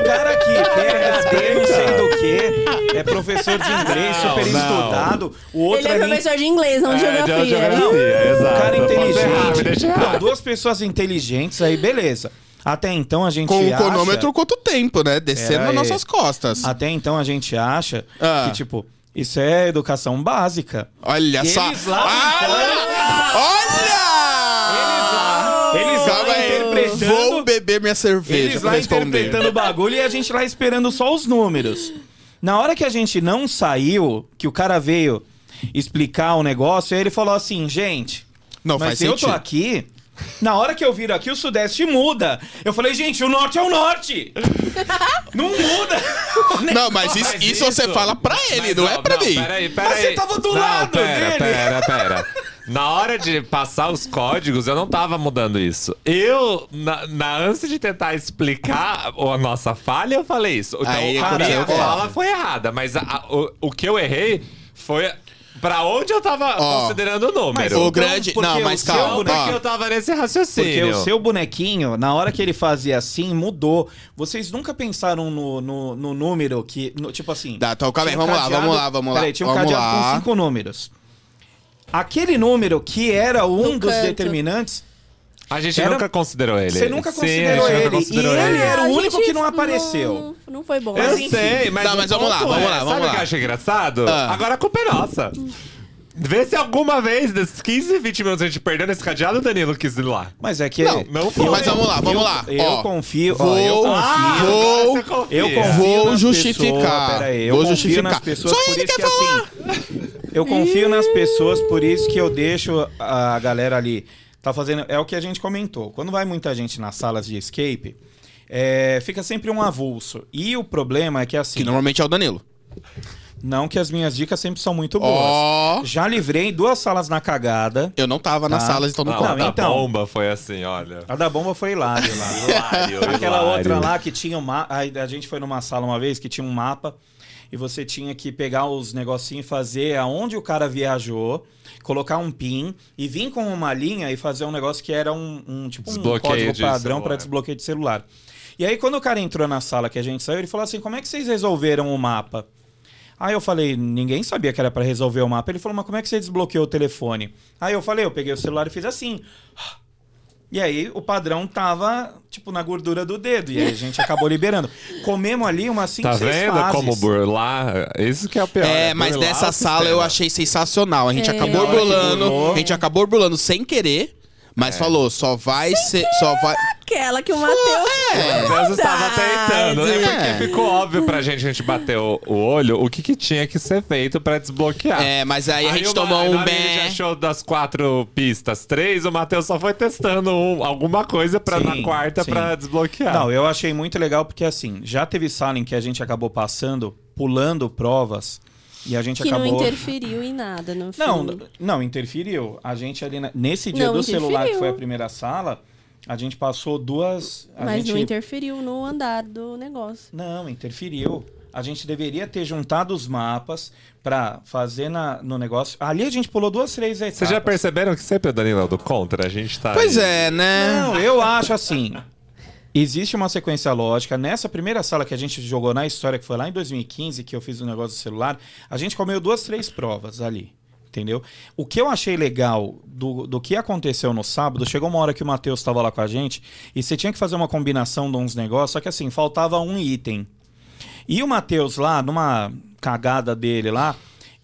Speaker 1: o cara aqui, PHD, não sei do que, é professor de inglês,
Speaker 4: Não,
Speaker 1: super
Speaker 4: não.
Speaker 1: estudado, o
Speaker 2: Ele
Speaker 1: outro
Speaker 2: é
Speaker 1: é lim-
Speaker 2: professor de inglês, não de
Speaker 4: É, de
Speaker 2: geografia.
Speaker 4: geografia.
Speaker 3: Ah,
Speaker 1: um
Speaker 4: exato.
Speaker 3: tá
Speaker 1: cara
Speaker 4: Eu posso errar, me
Speaker 1: inteligente.
Speaker 4: deixa errar.
Speaker 1: Não, duas pessoas inteligentes aí, beleza. Até então a gente
Speaker 3: Com o
Speaker 1: acha...
Speaker 3: cronômetro quanto tempo, né? Descendo
Speaker 1: Pera
Speaker 3: nas
Speaker 1: aí.
Speaker 3: nossas costas.
Speaker 1: Até então a gente acha
Speaker 3: Ah.
Speaker 1: que, tipo, isso é educação básica.
Speaker 3: Olha
Speaker 1: Eles
Speaker 3: só.
Speaker 1: lá
Speaker 3: Ah, olha!
Speaker 1: Eles lá
Speaker 3: Calma aí,
Speaker 1: interpretando-
Speaker 3: Vou beber minha cerveja
Speaker 1: Eles
Speaker 3: pra
Speaker 1: lá
Speaker 3: responder.
Speaker 1: interpretando o bagulho e a gente lá esperando só os números. Na hora que a gente não saiu, que o cara veio explicar o negócio, aí ele falou assim, gente,
Speaker 3: Não
Speaker 1: mas
Speaker 3: faz
Speaker 1: eu
Speaker 3: sentido.
Speaker 1: tô aqui. Na hora que eu viro aqui, o Sudeste muda. Eu falei, gente, o norte é o norte! não muda!
Speaker 3: Não, mas isso,
Speaker 4: Mas
Speaker 3: isso você
Speaker 4: isso-
Speaker 3: fala pra ele,
Speaker 4: Mas,
Speaker 3: não
Speaker 4: ó,
Speaker 3: é pra mim.
Speaker 4: Peraí, peraí.
Speaker 1: Mas você tava do
Speaker 4: Não,
Speaker 1: lado
Speaker 4: pera,
Speaker 1: dele.
Speaker 4: Pera, pera. Na hora de passar os códigos, eu não tava mudando isso. Eu, na, na ânsia de tentar explicar a nossa falha, eu falei isso. Então,
Speaker 3: Aí,
Speaker 4: a
Speaker 3: cara,
Speaker 4: minha
Speaker 3: eu-
Speaker 4: fala foi errada, mas a- a- o, o que eu errei foi pra onde eu tava
Speaker 3: Ó,
Speaker 4: considerando o
Speaker 1: Mas
Speaker 4: número.
Speaker 3: o
Speaker 1: então,
Speaker 3: grande-
Speaker 1: porque
Speaker 3: não,
Speaker 1: o
Speaker 3: mas
Speaker 1: seu
Speaker 3: calma,
Speaker 1: boneco-
Speaker 3: ó.
Speaker 4: Porque eu tava nesse
Speaker 1: Porque
Speaker 4: raciocínio.
Speaker 1: o seu bonequinho, na hora que ele fazia assim, mudou. Vocês nunca pensaram no, no, no número que. no- tipo assim.
Speaker 3: Tá, então, calma aí,
Speaker 1: tinha um
Speaker 3: vamos lá, vamos lá,
Speaker 1: cadeado-
Speaker 3: vamos lá.
Speaker 1: Peraí, tinha um
Speaker 3: vamos
Speaker 1: cadeado
Speaker 3: lá.
Speaker 1: com cinco números. Aquele número que era um
Speaker 2: No
Speaker 1: dos
Speaker 2: canto.
Speaker 1: determinantes,
Speaker 4: A gente
Speaker 1: Era-
Speaker 4: nunca considerou ele.
Speaker 1: você nunca
Speaker 4: Sim,
Speaker 1: considerou
Speaker 4: a gente
Speaker 1: ele.
Speaker 4: nunca considerou
Speaker 1: E ele
Speaker 4: ele.
Speaker 1: era o
Speaker 2: a
Speaker 1: único
Speaker 2: gente
Speaker 1: que não apareceu.
Speaker 2: Não, não foi bom.
Speaker 1: Mas
Speaker 4: Eu
Speaker 1: enfim.
Speaker 4: sei, mas.
Speaker 3: Tá,
Speaker 4: o
Speaker 3: mas vamos lá,
Speaker 4: ponto
Speaker 3: vamos
Speaker 4: é,
Speaker 3: lá, vamos
Speaker 4: sabe
Speaker 3: lá.
Speaker 4: o que eu acho engraçado?
Speaker 3: Ah.
Speaker 4: Agora a culpa é nossa. Vê se alguma vez, desses 15, 20 minutos a gente perdeu nesse cadeado, o Danilo quis ir lá.
Speaker 1: Mas é que.
Speaker 3: Não,
Speaker 4: não foi. Ah,
Speaker 3: Mas vamos lá, vamos lá.
Speaker 1: Eu
Speaker 3: Ó,
Speaker 1: confio. ó,
Speaker 3: Vou,
Speaker 1: eu confio.
Speaker 4: agora
Speaker 3: vou,
Speaker 4: você confia.
Speaker 1: Eu confio
Speaker 3: Vou
Speaker 1: nas
Speaker 3: justificar.
Speaker 1: Pessoas, peraí, eu
Speaker 3: Vou
Speaker 1: confio
Speaker 3: justificar.
Speaker 1: nas pessoas
Speaker 3: Só
Speaker 1: por
Speaker 3: ele
Speaker 1: isso que
Speaker 3: quer
Speaker 1: é assim. Eu confio nas pessoas, por isso que eu deixo a galera ali. Tá fazendo. É o que a gente comentou. Quando vai muita gente nas salas de escape, é, fica sempre um avulso. E o problema é que assim.
Speaker 3: Que normalmente é o Danilo.
Speaker 1: Não que as minhas dicas sempre são muito boas.
Speaker 3: Ó,
Speaker 1: Já livrei duas salas na cagada.
Speaker 3: eu não tava nas
Speaker 1: Ah.
Speaker 3: salas, então não
Speaker 4: Não,
Speaker 1: Não,
Speaker 3: conta.
Speaker 4: a
Speaker 1: então.
Speaker 4: bomba foi assim, olha.
Speaker 1: A da bomba foi hilário lá.
Speaker 4: Hilário,
Speaker 1: Aquela
Speaker 4: hilário.
Speaker 1: outra lá que tinha um mapa. A gente foi numa sala uma vez que tinha um mapa e você tinha que pegar os negocinhos e fazer aonde o cara viajou, colocar um PIN e vir com uma linha e fazer um negócio que era um, um tipo um
Speaker 4: Desbloqueio
Speaker 1: código
Speaker 4: de
Speaker 1: padrão
Speaker 4: celular.
Speaker 1: para desbloqueio de celular. E aí, quando o cara entrou na sala que a gente saiu, ele falou assim: como é que vocês resolveram o mapa? Aí eu falei, ninguém sabia que era pra resolver o mapa. Ele falou, mas como é que você desbloqueou o telefone? Aí eu falei, eu peguei o celular e fiz assim. E aí o padrão tava, tipo, na gordura do dedo. E aí a gente acabou liberando. Comemos ali umas 5,
Speaker 4: Tá
Speaker 1: 6
Speaker 4: vendo
Speaker 1: fases.
Speaker 4: como burlar? Isso que é o pior.
Speaker 3: É,
Speaker 4: né?
Speaker 3: mas
Speaker 4: Burlar
Speaker 3: nessa
Speaker 4: o
Speaker 3: sala eu
Speaker 4: sistema.
Speaker 3: achei sensacional. A gente
Speaker 2: É. Na
Speaker 3: acabou
Speaker 1: hora que
Speaker 3: burlando,
Speaker 1: burlou.
Speaker 3: a gente acabou burlando sem querer, mas falou, só vai ser, só vai
Speaker 2: Aquela que o Matheus.
Speaker 1: É.
Speaker 4: Mas eu estava tentando, né?
Speaker 3: É.
Speaker 4: Porque ficou óbvio pra gente, a gente bateu o olho, o que, que tinha que ser feito pra desbloquear.
Speaker 3: É, mas aí, a gente
Speaker 4: o
Speaker 3: tomou
Speaker 4: Ma- na
Speaker 3: um
Speaker 4: hora que A gente
Speaker 3: bem.
Speaker 4: achou das quatro pistas três, o Matheus só foi testando um- alguma coisa pra,
Speaker 1: Sim,
Speaker 4: na quarta
Speaker 1: sim.
Speaker 4: pra desbloquear.
Speaker 1: Não, eu achei muito legal porque, assim, já teve sala em que a gente acabou passando, pulando provas. E a gente
Speaker 2: Que não
Speaker 1: acabou...
Speaker 2: interferiu em nada no filme.
Speaker 1: Não, não, interferiu. A gente ali, na- nesse dia
Speaker 2: Não,
Speaker 1: do celular, que
Speaker 2: interferiu.
Speaker 1: foi a primeira sala, a gente passou duas... A
Speaker 2: Mas
Speaker 1: gente...
Speaker 2: não interferiu no andar do negócio.
Speaker 1: Não, interferiu. A gente deveria ter juntado os mapas pra fazer na, no negócio. Ali a gente pulou duas, três etapas.
Speaker 4: Vocês já perceberam que sempre o Danilo é o do contra? A gente tá.
Speaker 3: Pois é, né?
Speaker 1: Não, eu acho assim. Existe uma sequência lógica. Nessa primeira sala que a gente jogou um na história, que foi lá em 2015, que eu fiz o negócio do celular, a gente comeu duas, três provas ali. entendeu? O que eu achei legal do, do que aconteceu no sábado, chegou uma hora que o Matheus estava lá com a gente e você tinha que fazer uma combinação de uns negócios, só que assim, faltava um item. E o Matheus lá, numa cagada dele lá,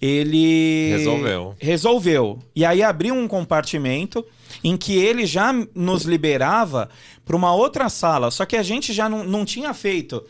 Speaker 1: ele.
Speaker 4: Resolveu.
Speaker 1: Resolveu. E aí abriu um compartimento em que ele já nos liberava para uma outra sala, só que a gente já não, não tinha feito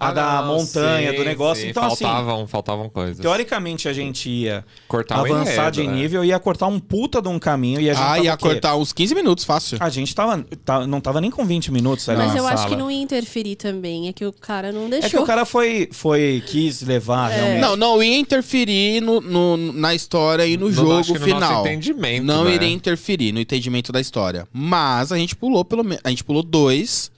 Speaker 1: a
Speaker 4: Ah,
Speaker 1: da
Speaker 4: não,
Speaker 1: montanha,
Speaker 4: sim,
Speaker 1: do negócio.
Speaker 4: sim,
Speaker 1: então, assim,
Speaker 4: faltavam, faltavam coisas.
Speaker 1: teoricamente a gente ia
Speaker 4: Cortar o
Speaker 1: avançar
Speaker 4: enredo,
Speaker 1: de
Speaker 4: né?
Speaker 1: nível, ia cortar um puta de um caminho e a gente
Speaker 3: Ah,
Speaker 1: tava
Speaker 3: ia
Speaker 1: o quê?
Speaker 3: cortar uns 15 minutos, fácil.
Speaker 1: A gente tava, tá- não tava nem com 20 minutos ali
Speaker 2: Mas
Speaker 1: Tá na
Speaker 2: eu
Speaker 1: sala.
Speaker 2: acho que não ia interferir também. É que o cara não
Speaker 1: É que o
Speaker 2: deixou. É.
Speaker 1: cara foi, foi quis levar realmente.
Speaker 3: Não, não ia interferir no, no- na história e no,
Speaker 4: No-
Speaker 3: jogo
Speaker 4: acho que no nosso
Speaker 3: final.
Speaker 4: entendimento,
Speaker 3: não
Speaker 4: né?
Speaker 3: iria interferir no entendimento da história. Mas a gente pulou pelo menos. A gente pulou dois.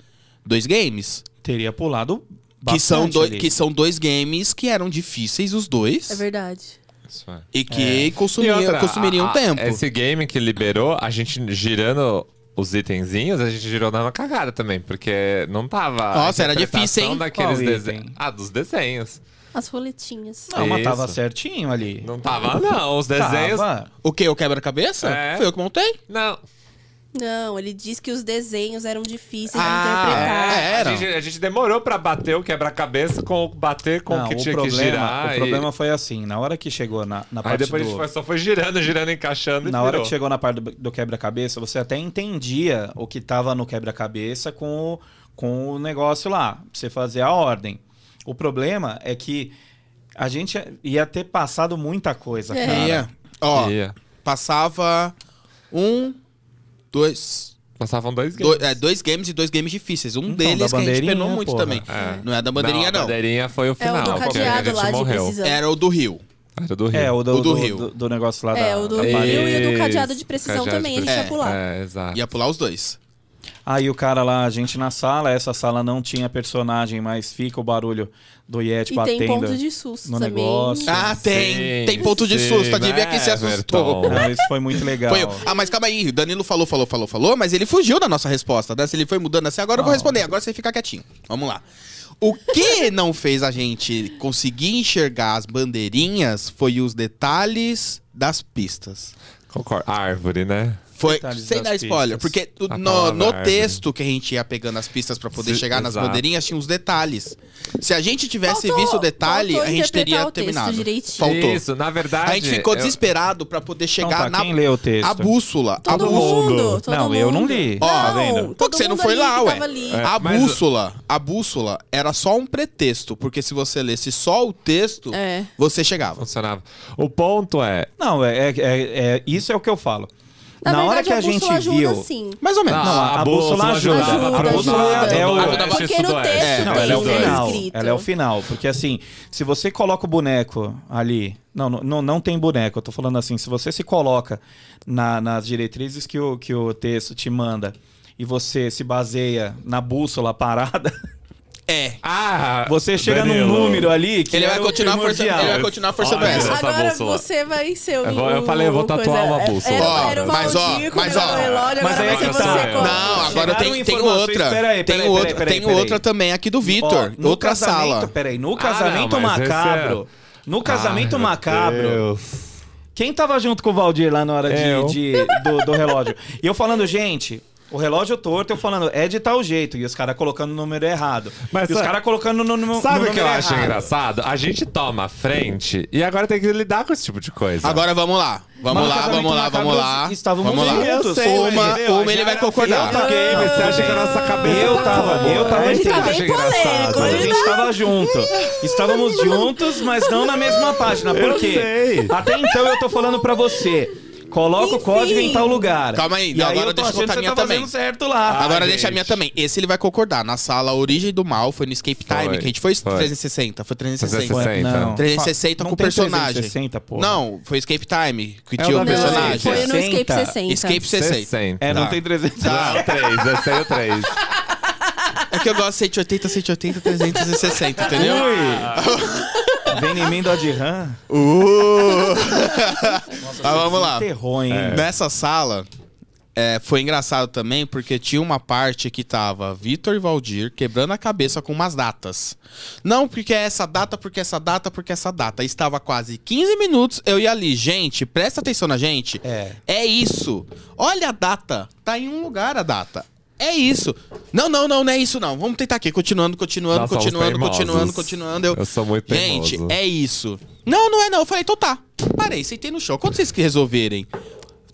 Speaker 3: Dois games.
Speaker 1: Teria pulado
Speaker 3: Que são,
Speaker 1: bastante
Speaker 3: dois,
Speaker 1: ali.
Speaker 3: que são dois games que eram difíceis, os dois.
Speaker 2: É verdade.
Speaker 4: Isso é.
Speaker 3: e que consumia-
Speaker 4: E outra,
Speaker 3: consumiriam
Speaker 4: a- a-
Speaker 3: um tempo.
Speaker 4: Esse game que liberou, a gente girando os itenzinhos, a gente girou na cagada também, porque não tava. a
Speaker 3: Nossa, era
Speaker 4: interpretação
Speaker 3: difícil, hein?
Speaker 4: Daqueles
Speaker 1: Qual
Speaker 4: desenhos.
Speaker 1: item?
Speaker 4: Ah, dos desenhos.
Speaker 2: As roletinhas.
Speaker 1: Não, mas tava
Speaker 4: Isso.
Speaker 1: certinho ali.
Speaker 4: Não tava, não. Os desenhos.
Speaker 1: Tava.
Speaker 3: O que? O quebra-cabeça?
Speaker 4: É.
Speaker 3: Foi eu que montei.
Speaker 4: Não.
Speaker 2: Não, ele diz que os desenhos eram difíceis
Speaker 3: Ah,
Speaker 2: de interpretar.
Speaker 3: é. era.
Speaker 4: A, gente, a gente demorou pra bater o quebra-cabeça com o bater com
Speaker 1: Não,
Speaker 4: o que
Speaker 1: o
Speaker 4: tinha
Speaker 1: problema,
Speaker 4: que girar.
Speaker 1: o
Speaker 4: e-
Speaker 1: problema foi assim, na hora que chegou na, na
Speaker 4: Aí
Speaker 1: parte
Speaker 4: depois a
Speaker 1: do...
Speaker 4: gente foi- só foi girando, girando, encaixando e
Speaker 1: Na hora
Speaker 4: virou.
Speaker 1: que chegou na parte do, do quebra-cabeça, você até entendia o que estava no quebra-cabeça com o, com o negócio lá, pra você fazer a ordem. O problema é que a gente ia ter passado muita coisa,
Speaker 2: É.
Speaker 1: cara.
Speaker 3: Ia. Ó,
Speaker 4: Ia.
Speaker 3: passava um, dois,
Speaker 4: Passavam dois games.
Speaker 3: dois, é, dois games e dois games difíceis. Um
Speaker 1: Então, da
Speaker 3: deles que a gente
Speaker 1: bandeirinha,
Speaker 3: penou muito
Speaker 1: porra.
Speaker 3: também.
Speaker 4: É.
Speaker 3: Não é da bandeirinha, não.
Speaker 4: A bandeirinha foi o
Speaker 2: É
Speaker 4: final.
Speaker 2: o do
Speaker 4: porque a
Speaker 2: cadeado
Speaker 4: gente
Speaker 2: lá de
Speaker 4: morreu.
Speaker 2: precisão.
Speaker 3: Era o do Rio.
Speaker 4: Era do Rio.
Speaker 1: É, o do,
Speaker 3: O do
Speaker 1: do,
Speaker 3: Rio.
Speaker 1: do- do negócio lá da...
Speaker 2: É, o do
Speaker 1: da
Speaker 2: Rio
Speaker 1: parede.
Speaker 2: e o do
Speaker 4: Isso.
Speaker 2: cadeado de precisão
Speaker 4: Cadeado
Speaker 2: também,
Speaker 4: de
Speaker 2: ele
Speaker 4: precisão.
Speaker 2: tinha pulado.
Speaker 4: É, exato.
Speaker 3: Ia pular os dois.
Speaker 1: Aí o cara lá, a gente na sala, essa sala não tinha personagem, mas fica o barulho do Yeti
Speaker 2: E tem
Speaker 1: batendo.
Speaker 2: ponto de susto
Speaker 1: no
Speaker 2: também.
Speaker 1: negócio.
Speaker 3: Ah, tem.
Speaker 4: Sim,
Speaker 3: Tem ponto de
Speaker 4: sim,
Speaker 3: susto. Adivinha
Speaker 4: né,
Speaker 3: quem se assustou.
Speaker 4: Everton?
Speaker 1: Não, isso foi muito legal.
Speaker 3: Foi eu. Ah, mas calma aí. O Danilo falou, falou, falou, falou, mas ele fugiu da nossa resposta. Né? Se ele foi mudando assim, agora eu vou
Speaker 1: Não.
Speaker 3: responder. Agora você fica quietinho. Vamos lá. O que não fez a gente conseguir enxergar as bandeirinhas foi os detalhes das pistas.
Speaker 4: Concordo. Árvore, né?
Speaker 3: Foi,
Speaker 1: Detalhes
Speaker 3: sem
Speaker 1: das
Speaker 3: dar spoiler,
Speaker 1: pistas.
Speaker 3: porque o-
Speaker 4: A
Speaker 3: no,
Speaker 4: palavra
Speaker 3: no
Speaker 4: árvore.
Speaker 3: texto que a gente ia pegando as pistas pra poder
Speaker 4: Se-
Speaker 3: chegar nas
Speaker 4: exato.
Speaker 3: bandeirinhas, tinha os detalhes. Se a gente tivesse
Speaker 2: Faltou-
Speaker 3: visto o detalhe, a
Speaker 2: faltou
Speaker 3: gente teria
Speaker 2: interpretar o texto
Speaker 3: terminado.
Speaker 2: direitinho.
Speaker 3: Faltou.
Speaker 4: Isso, na verdade.
Speaker 3: A gente ficou
Speaker 4: eu-
Speaker 3: desesperado pra poder
Speaker 1: Então
Speaker 3: chegar
Speaker 1: tá, quem
Speaker 3: na
Speaker 1: leu o texto?
Speaker 3: a bússola. a
Speaker 2: Todo
Speaker 3: bússola.
Speaker 2: mundo. Todo
Speaker 1: Não,
Speaker 2: mundo.
Speaker 1: eu não li,
Speaker 3: Ó, tá
Speaker 1: vendo?
Speaker 2: Não,
Speaker 3: Pô,
Speaker 2: todo
Speaker 3: que você não
Speaker 2: mundo
Speaker 3: foi
Speaker 2: ali
Speaker 3: lá,
Speaker 2: que
Speaker 3: ué.
Speaker 2: tava ali.
Speaker 4: É.
Speaker 3: A
Speaker 4: mas-
Speaker 3: bússola, a bússola era só um pretexto, porque se você lesse só o texto,
Speaker 2: É.
Speaker 3: você chegava.
Speaker 4: Funcionava. O ponto é.
Speaker 1: Não, é, é- é- é- isso é o que eu falo.
Speaker 2: Na,
Speaker 1: Na, hora
Speaker 2: verdade,
Speaker 1: que a
Speaker 2: bússola
Speaker 1: gente
Speaker 2: ajuda,
Speaker 1: viu.
Speaker 2: Sim.
Speaker 3: Mais ou menos.
Speaker 1: Não, a-
Speaker 2: Ah,
Speaker 1: a bússola ajuda.
Speaker 2: A bússola é- é o- Porque no
Speaker 4: sudoeste.
Speaker 2: texto
Speaker 3: É,
Speaker 1: Não,
Speaker 2: tem
Speaker 1: ela é o
Speaker 2: Sim,
Speaker 1: final.
Speaker 2: escrito.
Speaker 1: Ela é o final. Porque assim, se você coloca o boneco ali. Não, não- não, não tem boneco. Eu tô falando assim, se você se coloca na- nas diretrizes que o, que o texto te manda e você se baseia na bússola parada,
Speaker 3: É.
Speaker 4: Ah,
Speaker 1: você chega num
Speaker 4: Danilo.
Speaker 1: número ali que
Speaker 3: Ele
Speaker 1: era
Speaker 3: vai
Speaker 1: o
Speaker 3: continuar forçando,
Speaker 1: primordial.
Speaker 3: ele vai continuar forçando
Speaker 4: Olha.
Speaker 3: essa.
Speaker 4: essa
Speaker 2: Agora
Speaker 4: bússola.
Speaker 2: você vai ser o.
Speaker 4: Eu vou- eu falei, eu vou tatuar
Speaker 2: coisa-
Speaker 4: uma bússola.
Speaker 2: Era,
Speaker 3: Ó,
Speaker 2: era o
Speaker 3: mas, ó,
Speaker 2: Valdir,
Speaker 3: mas,
Speaker 2: agora
Speaker 3: ó,
Speaker 2: é o Elório,
Speaker 1: mas
Speaker 2: agora
Speaker 1: aí
Speaker 2: vai
Speaker 1: que
Speaker 2: ser
Speaker 1: tá.
Speaker 2: você.
Speaker 1: Não,
Speaker 2: Cosmo.
Speaker 3: Não, agora
Speaker 1: Chegaram
Speaker 3: tem, tem
Speaker 1: informações-
Speaker 3: outra.
Speaker 1: peraí, peraí,
Speaker 3: tem
Speaker 1: peraí,
Speaker 3: outra,
Speaker 1: peraí,
Speaker 3: tem
Speaker 1: peraí.
Speaker 3: outra também aqui do
Speaker 1: Ó,
Speaker 3: Vitor.
Speaker 1: no
Speaker 3: Outra
Speaker 1: casamento-
Speaker 3: sala.
Speaker 1: Peraí, no
Speaker 4: Ah, não,
Speaker 1: casamento
Speaker 4: mas esse é-
Speaker 1: macabro. No casamento
Speaker 4: Ai, meu
Speaker 1: macabro,
Speaker 4: Deus.
Speaker 1: Quem tava junto com o Valdir lá na hora
Speaker 4: Eu.
Speaker 1: de, de- do, do relógio? E eu falando, gente, o relógio torto, eu falando, é de tal jeito. E os caras colocando o número errado.
Speaker 4: Mas
Speaker 1: e os
Speaker 4: sabe-
Speaker 1: caras colocando no, no,
Speaker 4: Sabe
Speaker 1: no
Speaker 4: o que eu
Speaker 1: número
Speaker 4: acho
Speaker 1: errado.
Speaker 4: engraçado? A gente toma a frente e agora tem que lidar com esse tipo de coisa.
Speaker 3: Agora vamos lá. Vamos
Speaker 1: Mas
Speaker 3: lá,
Speaker 1: casamento
Speaker 3: vamos lá,
Speaker 1: macabro,
Speaker 3: vamos lá.
Speaker 1: eles estavam
Speaker 3: Vamos lá.
Speaker 1: juntos. Eu sei, mas,
Speaker 3: Uma,
Speaker 4: entendeu?
Speaker 3: uma
Speaker 4: Já
Speaker 3: ele vai
Speaker 4: era
Speaker 3: concordar.
Speaker 4: final da game, você acha que a nossa cabeça
Speaker 1: Eu
Speaker 4: tá né?
Speaker 1: tava- eu
Speaker 4: voando?
Speaker 1: tava
Speaker 4: É isso que
Speaker 1: Ele tá
Speaker 4: eu acho
Speaker 2: bem
Speaker 4: engraçado.
Speaker 2: polêmico,
Speaker 1: Mas a gente tava junto. Estávamos juntos, mas não na mesma página. Por
Speaker 4: Eu
Speaker 1: quê?
Speaker 4: sei.
Speaker 1: Até então eu tô falando pra você. Coloca o
Speaker 2: Enfim.
Speaker 1: código em tal lugar.
Speaker 3: Calma aí,
Speaker 1: e aí
Speaker 3: agora
Speaker 1: eu tô
Speaker 3: deixa
Speaker 1: achando
Speaker 3: eu contar
Speaker 1: que você
Speaker 3: a minha
Speaker 1: tá
Speaker 3: também.
Speaker 1: fazendo certo lá.
Speaker 3: Agora
Speaker 4: Ai,
Speaker 3: deixa a minha
Speaker 4: gente.
Speaker 3: também. Esse ele vai concordar. Na sala Origem do Mal, foi no Escape Time,
Speaker 4: Foi,
Speaker 3: que a gente foi,
Speaker 4: foi.
Speaker 3: 360. Foi 360.
Speaker 4: 360.
Speaker 3: 360
Speaker 1: Não
Speaker 3: com o
Speaker 1: tem
Speaker 3: personagem.
Speaker 1: 360, porra.
Speaker 3: Não, foi Escape Time, que
Speaker 4: É o
Speaker 3: tinha o
Speaker 4: da
Speaker 2: Não,
Speaker 3: personagem.
Speaker 4: Versace.
Speaker 2: Foi no Escape
Speaker 1: 60.
Speaker 2: 60.
Speaker 3: Escape 60.
Speaker 4: 60.
Speaker 1: É, não
Speaker 3: Tá.
Speaker 1: tem 360.
Speaker 4: Não, o 3, eu sei o 3.
Speaker 3: É que eu gosto de 180, 180, 360, entendeu? Tá.
Speaker 1: Vem em mim do Adihan.
Speaker 3: Uh! Mas vamos lá.
Speaker 4: É.
Speaker 3: Né?
Speaker 1: Terror, hein?
Speaker 3: Nessa sala, É, foi engraçado também, porque tinha uma parte que tava Vitor e Valdir quebrando a cabeça com umas datas. Não, porque é essa data, porque é essa data, porque é essa data. Estava quase 15 minutos, eu ia ali, gente, presta atenção na gente.
Speaker 1: É.
Speaker 3: É isso. Olha a data. Tá em um lugar a data. É isso. Não, não, não, não é isso não. Vamos tentar aqui. Continuando, continuando,
Speaker 4: Nós somos
Speaker 3: continuando,
Speaker 4: teimosos.
Speaker 3: continuando, continuando. Eu,
Speaker 4: Eu sou muito teimoso.
Speaker 3: gente, é isso. Não, não é não. Eu falei, então tá. Parei, sentei no chão. Quando vocês que resolverem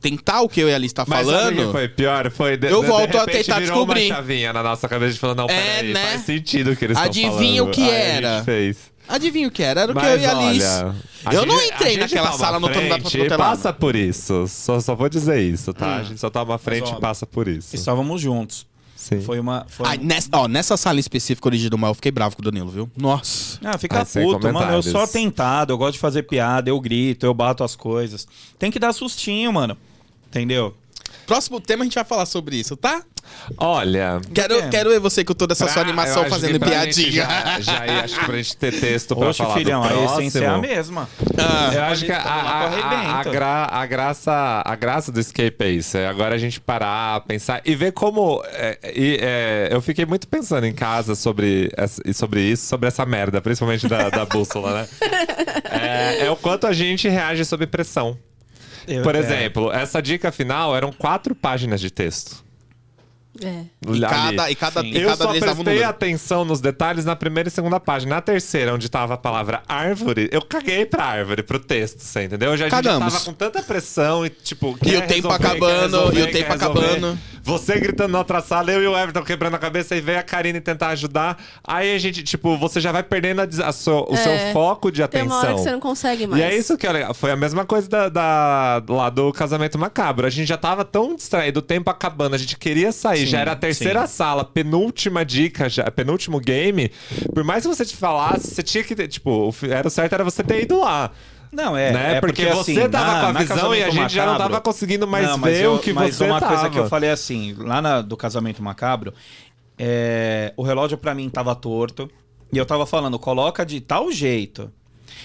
Speaker 3: tentar o que eu e a Alice tá
Speaker 4: Mas sabe o que
Speaker 3: falando...
Speaker 4: foi pior? Foi de,
Speaker 3: Eu
Speaker 4: de-
Speaker 3: volto
Speaker 4: de
Speaker 3: a
Speaker 4: repente
Speaker 3: tentar
Speaker 4: virou
Speaker 3: descobrir.
Speaker 4: uma chavinha na nossa cabeça de falar, não,
Speaker 3: É,
Speaker 4: peraí,
Speaker 3: né?
Speaker 4: faz sentido o que eles estão falando.
Speaker 3: Adivinha o que
Speaker 4: Aí A
Speaker 3: era.
Speaker 4: gente fez.
Speaker 3: Adivinha o que era? Era o que eu
Speaker 4: Mas
Speaker 3: e a Alice.
Speaker 4: olha, a
Speaker 3: Eu
Speaker 4: gente-
Speaker 3: não
Speaker 4: a
Speaker 3: entrei
Speaker 4: gente
Speaker 3: naquela
Speaker 4: toma
Speaker 3: sala anotando
Speaker 4: frente
Speaker 3: data pra
Speaker 4: e
Speaker 3: protelar.
Speaker 4: passa por isso. Só, só vou dizer isso, tá?
Speaker 3: Hum.
Speaker 4: A gente só toma a frente
Speaker 1: Mas, ó,
Speaker 4: e passa por isso.
Speaker 1: E estávamos juntos.
Speaker 4: Sim.
Speaker 1: Foi uma. Foi... um-
Speaker 3: Ah, nessa, ó, nessa sala em específico origem do mal, eu fiquei bravo com o Danilo, viu? Nossa.
Speaker 1: Ah, fica
Speaker 4: Ah, sem
Speaker 1: puto, mano. Eu
Speaker 4: comentários.
Speaker 1: sou atentado, eu gosto de fazer piada, eu grito, eu bato as coisas. Tem que dar sustinho, mano. Entendeu?
Speaker 3: Próximo tema a gente vai falar sobre isso, tá?
Speaker 4: Olha.
Speaker 3: Quero,
Speaker 1: quê?
Speaker 3: quero ver você com toda essa sua
Speaker 4: pra- Ah, eu
Speaker 3: animação
Speaker 4: acho
Speaker 3: fazendo
Speaker 4: que pra gente
Speaker 3: piadinha.
Speaker 4: Já, já acho que pra gente ter texto pra
Speaker 1: Oxe,
Speaker 4: falar
Speaker 1: filhão,
Speaker 4: do
Speaker 1: a
Speaker 4: próximo.
Speaker 1: essência é a mesma.
Speaker 3: Ah,
Speaker 4: Eu acho que a, a- a- a gra- a graça, a graça do escape é isso. É agora a gente parar, pensar e ver como. é, e, é, eu fiquei muito pensando em casa sobre, essa- e sobre isso, sobre essa merda, principalmente da, da bússola, né? É, é o quanto a gente reage sob pressão.
Speaker 1: Eu-
Speaker 4: Por
Speaker 1: é.
Speaker 4: exemplo, essa dica final eram quatro páginas de texto.
Speaker 2: É.
Speaker 3: e cada,
Speaker 4: Ali.
Speaker 3: e cada, e
Speaker 4: Eu
Speaker 3: cada
Speaker 4: só
Speaker 3: deles dava um
Speaker 4: prestei
Speaker 3: número.
Speaker 4: atenção nos detalhes na primeira e segunda página. Na terceira, onde tava a palavra árvore, eu caguei pra árvore, pro texto, você entendeu? Eu já, a gente já
Speaker 3: Cagamos.
Speaker 4: tava com tanta pressão e, tipo,
Speaker 3: E
Speaker 4: quer
Speaker 3: o tempo
Speaker 4: resolver, quer
Speaker 3: acabando,
Speaker 4: resolver,
Speaker 3: e o
Speaker 4: quer
Speaker 3: tempo
Speaker 4: resolver.
Speaker 3: acabando.
Speaker 4: Você gritando na outra sala, eu e o Everton quebrando a cabeça, e veio a Karine tentar ajudar. Aí a gente, tipo, você já vai perdendo a des- a sua- o
Speaker 2: É.
Speaker 4: seu foco de
Speaker 2: Tem
Speaker 4: atenção.
Speaker 2: uma hora que você não consegue mais.
Speaker 4: E é isso que é legal. Foi a mesma coisa da, da- lá do casamento macabro. A gente já tava tão distraído, o tempo acabando, a gente queria
Speaker 1: Sim,
Speaker 4: sair. já era a terceira sala, penúltima dica, já, penúltimo game. Por mais que você te falasse, você tinha que ter. Tipo, o fi- era o certo era você ter ido lá.
Speaker 1: Não, é.
Speaker 4: né?
Speaker 1: é
Speaker 4: porque, você
Speaker 1: assim,
Speaker 4: tava
Speaker 1: na-
Speaker 4: com a
Speaker 1: na
Speaker 4: visão e a
Speaker 1: Casamento
Speaker 4: gente já não
Speaker 1: Macabro-
Speaker 4: tava conseguindo mais
Speaker 1: Não, mas
Speaker 4: ver
Speaker 1: eu-
Speaker 4: o que
Speaker 1: mas
Speaker 4: você
Speaker 1: uma
Speaker 4: tava.
Speaker 1: coisa que eu falei assim, lá na- do casamento macabro, é, o relógio pra mim tava torto e eu tava falando, coloca de tal jeito.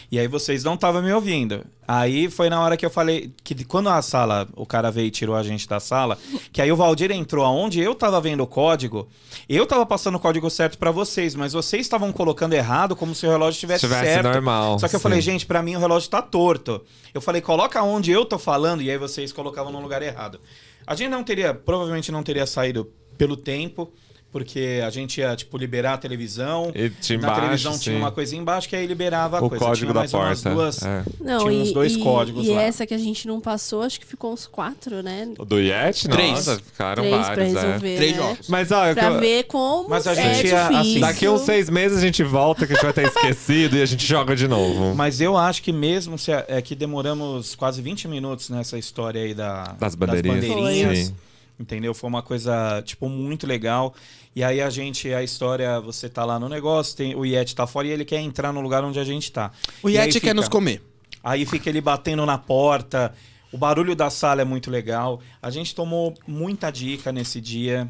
Speaker 1: E aí vocês não estavam me ouvindo. Aí foi na hora que eu falei que de- quando a sala, o cara veio e tirou a gente da sala, que aí o Valdir entrou aonde eu tava vendo o código, eu tava passando o código certo pra vocês, mas vocês estavam colocando errado como se o relógio estivesse
Speaker 4: Tivesse
Speaker 1: certo.
Speaker 4: normal,
Speaker 1: Só que eu
Speaker 4: sim.
Speaker 1: falei, gente, pra mim o relógio tá torto. Eu falei, coloca onde eu tô falando, e aí vocês colocavam no lugar errado. A gente não teria, provavelmente não teria saído pelo tempo, porque a gente ia, tipo, liberar a televisão.
Speaker 4: E tinha
Speaker 1: Na
Speaker 4: embaixo,
Speaker 1: televisão tinha
Speaker 4: sim.
Speaker 1: uma coisa embaixo que aí liberava a
Speaker 4: O
Speaker 1: coisa.
Speaker 4: código
Speaker 1: tinha
Speaker 4: da
Speaker 1: mais umas
Speaker 4: porta.
Speaker 1: duas.
Speaker 4: é.
Speaker 2: Não,
Speaker 1: Tinha
Speaker 2: e,
Speaker 1: uns dois
Speaker 2: e-
Speaker 1: códigos
Speaker 2: E
Speaker 1: lá.
Speaker 2: essa que a gente não passou, acho que ficou uns quatro, né?
Speaker 4: O do Yeti?
Speaker 3: Três.
Speaker 4: Nossa, ficaram
Speaker 2: Três pra
Speaker 4: vários, é.
Speaker 2: resolver.
Speaker 3: Três
Speaker 2: né?
Speaker 3: jogos.
Speaker 4: Mas é olha,
Speaker 2: Pra ver como.
Speaker 1: Mas a
Speaker 2: é
Speaker 1: gente ia, assim,
Speaker 2: difícil.
Speaker 4: daqui uns seis meses a gente volta, que a gente vai ter esquecido e a gente joga de novo.
Speaker 1: Mas eu acho que mesmo se a- é que demoramos quase 20 minutos nessa história aí da,
Speaker 4: Das bandeirinhas.
Speaker 1: bandeirinhas.
Speaker 4: Sim.
Speaker 1: Entendeu? Foi uma coisa, tipo, muito legal. E aí a gente, a história, você tá lá no negócio, tem, o Yeti tá fora e ele quer entrar no lugar onde a gente tá.
Speaker 3: O
Speaker 1: E aí
Speaker 3: Yeti quer
Speaker 1: fica-
Speaker 3: nos comer.
Speaker 1: Aí fica ele batendo na porta. O barulho da sala é muito legal. A gente tomou muita dica nesse dia.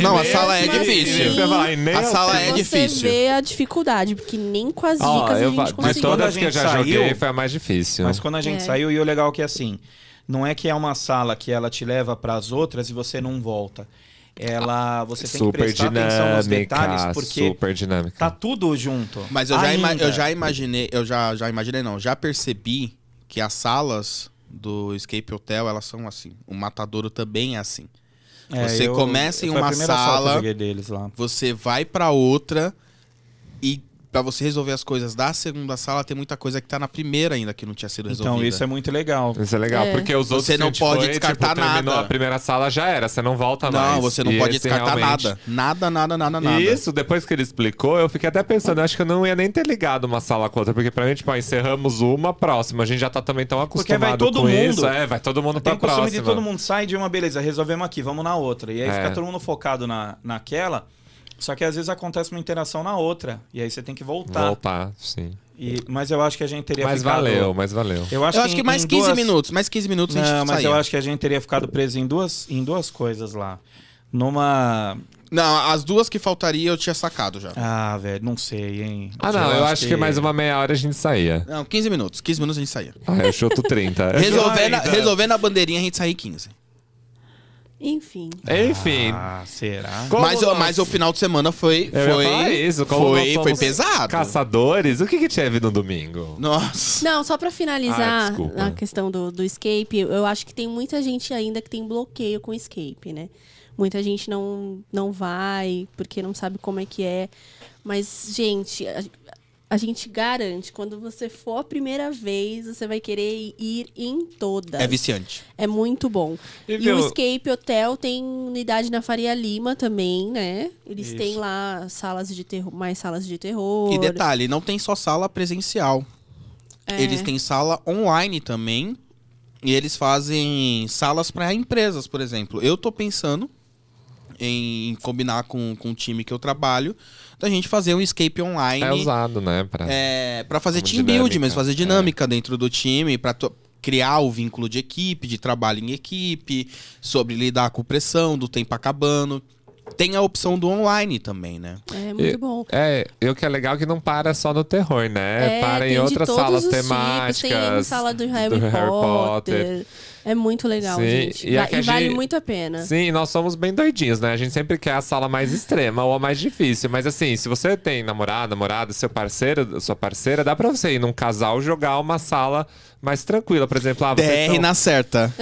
Speaker 3: Não, a
Speaker 4: nem
Speaker 3: sala é
Speaker 4: assim,
Speaker 3: difícil.
Speaker 4: e você vai, nem
Speaker 3: A sala
Speaker 4: assim.
Speaker 3: é
Speaker 2: você
Speaker 3: difícil.
Speaker 2: vê a dificuldade, porque nem com as dicas
Speaker 4: Ó,
Speaker 2: a
Speaker 4: eu
Speaker 2: gente
Speaker 4: va-
Speaker 2: conseguiu.
Speaker 4: de todas
Speaker 1: Quando a
Speaker 4: que eu já
Speaker 1: gente
Speaker 4: joguei,
Speaker 1: saiu-
Speaker 4: foi a mais difícil.
Speaker 1: Mas quando a gente
Speaker 2: É.
Speaker 1: saiu, e o legal é que assim, não é que é uma sala que ela te leva para as outras e você não volta. Ela, você tem que
Speaker 4: super
Speaker 1: prestar atenção nos detalhes
Speaker 4: dinâmica,
Speaker 1: porque
Speaker 4: super dinâmica.
Speaker 1: tá tudo junto.
Speaker 3: Mas eu já, ima-
Speaker 1: Ainda.
Speaker 3: eu já imaginei, eu já, já imaginei não, já percebi que as salas do Escape Hotel, elas são assim. O Matadouro também é assim.
Speaker 1: É,
Speaker 3: você
Speaker 1: eu-
Speaker 3: começa em
Speaker 1: foi a
Speaker 3: uma
Speaker 1: primeira que eu
Speaker 3: sala-
Speaker 1: joguei deles lá.
Speaker 3: Você vai pra outra e pra você resolver as coisas da segunda sala, tem muita coisa que tá na primeira ainda que não tinha sido resolvida.
Speaker 1: Então isso é muito legal.
Speaker 4: Isso é legal,
Speaker 2: É.
Speaker 4: porque os outros
Speaker 3: Você
Speaker 4: que a
Speaker 3: não
Speaker 4: gente
Speaker 3: pode
Speaker 4: foi,
Speaker 3: descartar
Speaker 4: tipo, terminou
Speaker 3: nada.
Speaker 4: a primeira sala, já era, você não volta mais.
Speaker 3: Não, você não
Speaker 4: E
Speaker 3: pode
Speaker 4: esse
Speaker 3: descartar
Speaker 4: realmente-
Speaker 3: nada. Nada, nada, nada, nada.
Speaker 4: Isso, depois que ele explicou, eu fiquei até pensando, eu acho que eu não ia nem ter ligado uma sala com outra, porque pra mim, tipo, ah, encerramos uma, próxima. A gente já tá também tão
Speaker 1: Porque
Speaker 4: acostumado
Speaker 1: vai todo
Speaker 4: com
Speaker 1: mundo.
Speaker 4: isso. É, vai todo mundo
Speaker 1: Tem
Speaker 4: pra
Speaker 1: o costume de
Speaker 4: próxima.
Speaker 1: todo mundo sai de uma, beleza, resolvemos aqui, vamos na outra. E aí
Speaker 4: É.
Speaker 1: fica todo mundo focado na, naquela. Só que às vezes acontece uma interação na outra. E aí você tem que voltar.
Speaker 4: Voltar, sim.
Speaker 1: E- mas eu acho que a gente tá? teria
Speaker 4: Mas
Speaker 1: ficado-
Speaker 4: valeu, mas valeu.
Speaker 1: Eu acho,
Speaker 3: eu acho que
Speaker 1: em-
Speaker 3: mais
Speaker 1: em
Speaker 3: 15
Speaker 1: duas-
Speaker 3: minutos, mais 15 minutos a
Speaker 1: Não,
Speaker 3: gente
Speaker 1: mas
Speaker 3: saía.
Speaker 1: eu acho que a gente teria ficado preso em duas, em duas coisas lá. Numa.
Speaker 3: Não, as duas que faltaria eu tinha sacado já.
Speaker 1: Ah, velho, não sei, hein?
Speaker 4: Ah, não, eu acho que mais uma meia hora a gente saía.
Speaker 3: Não, 15 minutos, 15 minutos a gente saía.
Speaker 1: É
Speaker 4: Ah, eu chuto 30. Eu chuto
Speaker 3: Resolvendo,
Speaker 4: 30.
Speaker 3: resolvendo a bandeirinha a gente saía em 15.
Speaker 2: Enfim.
Speaker 4: Enfim.
Speaker 1: Ah, será?
Speaker 4: como
Speaker 3: Mas, o-
Speaker 4: nós-
Speaker 3: mas o final de semana foi.
Speaker 4: Eu ia falar
Speaker 3: Foi,
Speaker 4: isso, como nós
Speaker 3: foi,
Speaker 4: somos
Speaker 3: foi pesado.
Speaker 4: Caçadores? O que, que teve no domingo?
Speaker 3: Nossa.
Speaker 2: Não, só pra
Speaker 4: Ah,
Speaker 2: finalizar
Speaker 4: desculpa.
Speaker 2: a questão do, do escape, eu acho que tem muita gente ainda que tem bloqueio com escape, né? Muita gente não, não vai porque não sabe como é que é. Mas, gente, a, a gente garante, quando você for a primeira vez, você vai querer ir em todas.
Speaker 3: É viciante.
Speaker 2: É muito bom.
Speaker 4: E,
Speaker 2: E
Speaker 4: viu,
Speaker 2: o Escape Hotel tem unidade na Faria Lima também, né? Eles
Speaker 1: Isso.
Speaker 2: têm lá salas de terror, mais salas de terror.
Speaker 3: E detalhe, não tem só sala presencial.
Speaker 2: É.
Speaker 3: Eles têm sala online também. E eles fazem salas para empresas, por exemplo. Eu tô pensando em combinar com, com o time que eu trabalho da gente fazer um escape online.
Speaker 4: é usado, né? Pra...
Speaker 3: É, para fazer
Speaker 4: Como
Speaker 3: team build,
Speaker 4: dinâmica, É.
Speaker 3: mas fazer dinâmica dentro do time, para criar o vínculo de equipe, de trabalho em equipe, sobre lidar com pressão, do tempo acabando. Tem a opção do online também, né?
Speaker 2: É muito bom.
Speaker 4: É, e o que é legal é que não para só no terror, né?
Speaker 2: É,
Speaker 4: para
Speaker 2: tem
Speaker 4: em
Speaker 2: de
Speaker 4: outras
Speaker 2: todos
Speaker 4: salas
Speaker 2: os
Speaker 4: temáticas.
Speaker 2: Tipos, tem sala do Harry,
Speaker 4: Harry
Speaker 2: Potter.
Speaker 4: Potter.
Speaker 2: É muito legal,
Speaker 4: Sim,
Speaker 2: gente.
Speaker 4: e a
Speaker 2: Va-
Speaker 4: que
Speaker 2: E,
Speaker 4: a
Speaker 2: vale
Speaker 4: gente-
Speaker 2: muito a pena.
Speaker 4: Sim, nós somos bem doidinhos, né? A gente sempre quer a sala mais extrema ou a mais difícil. Mas assim, se você tem namorado, namorado, seu parceiro, sua parceira, dá pra você ir num casal jogar uma sala mais tranquila. Por exemplo, ah, vocês
Speaker 3: DR
Speaker 4: são-
Speaker 3: na certa.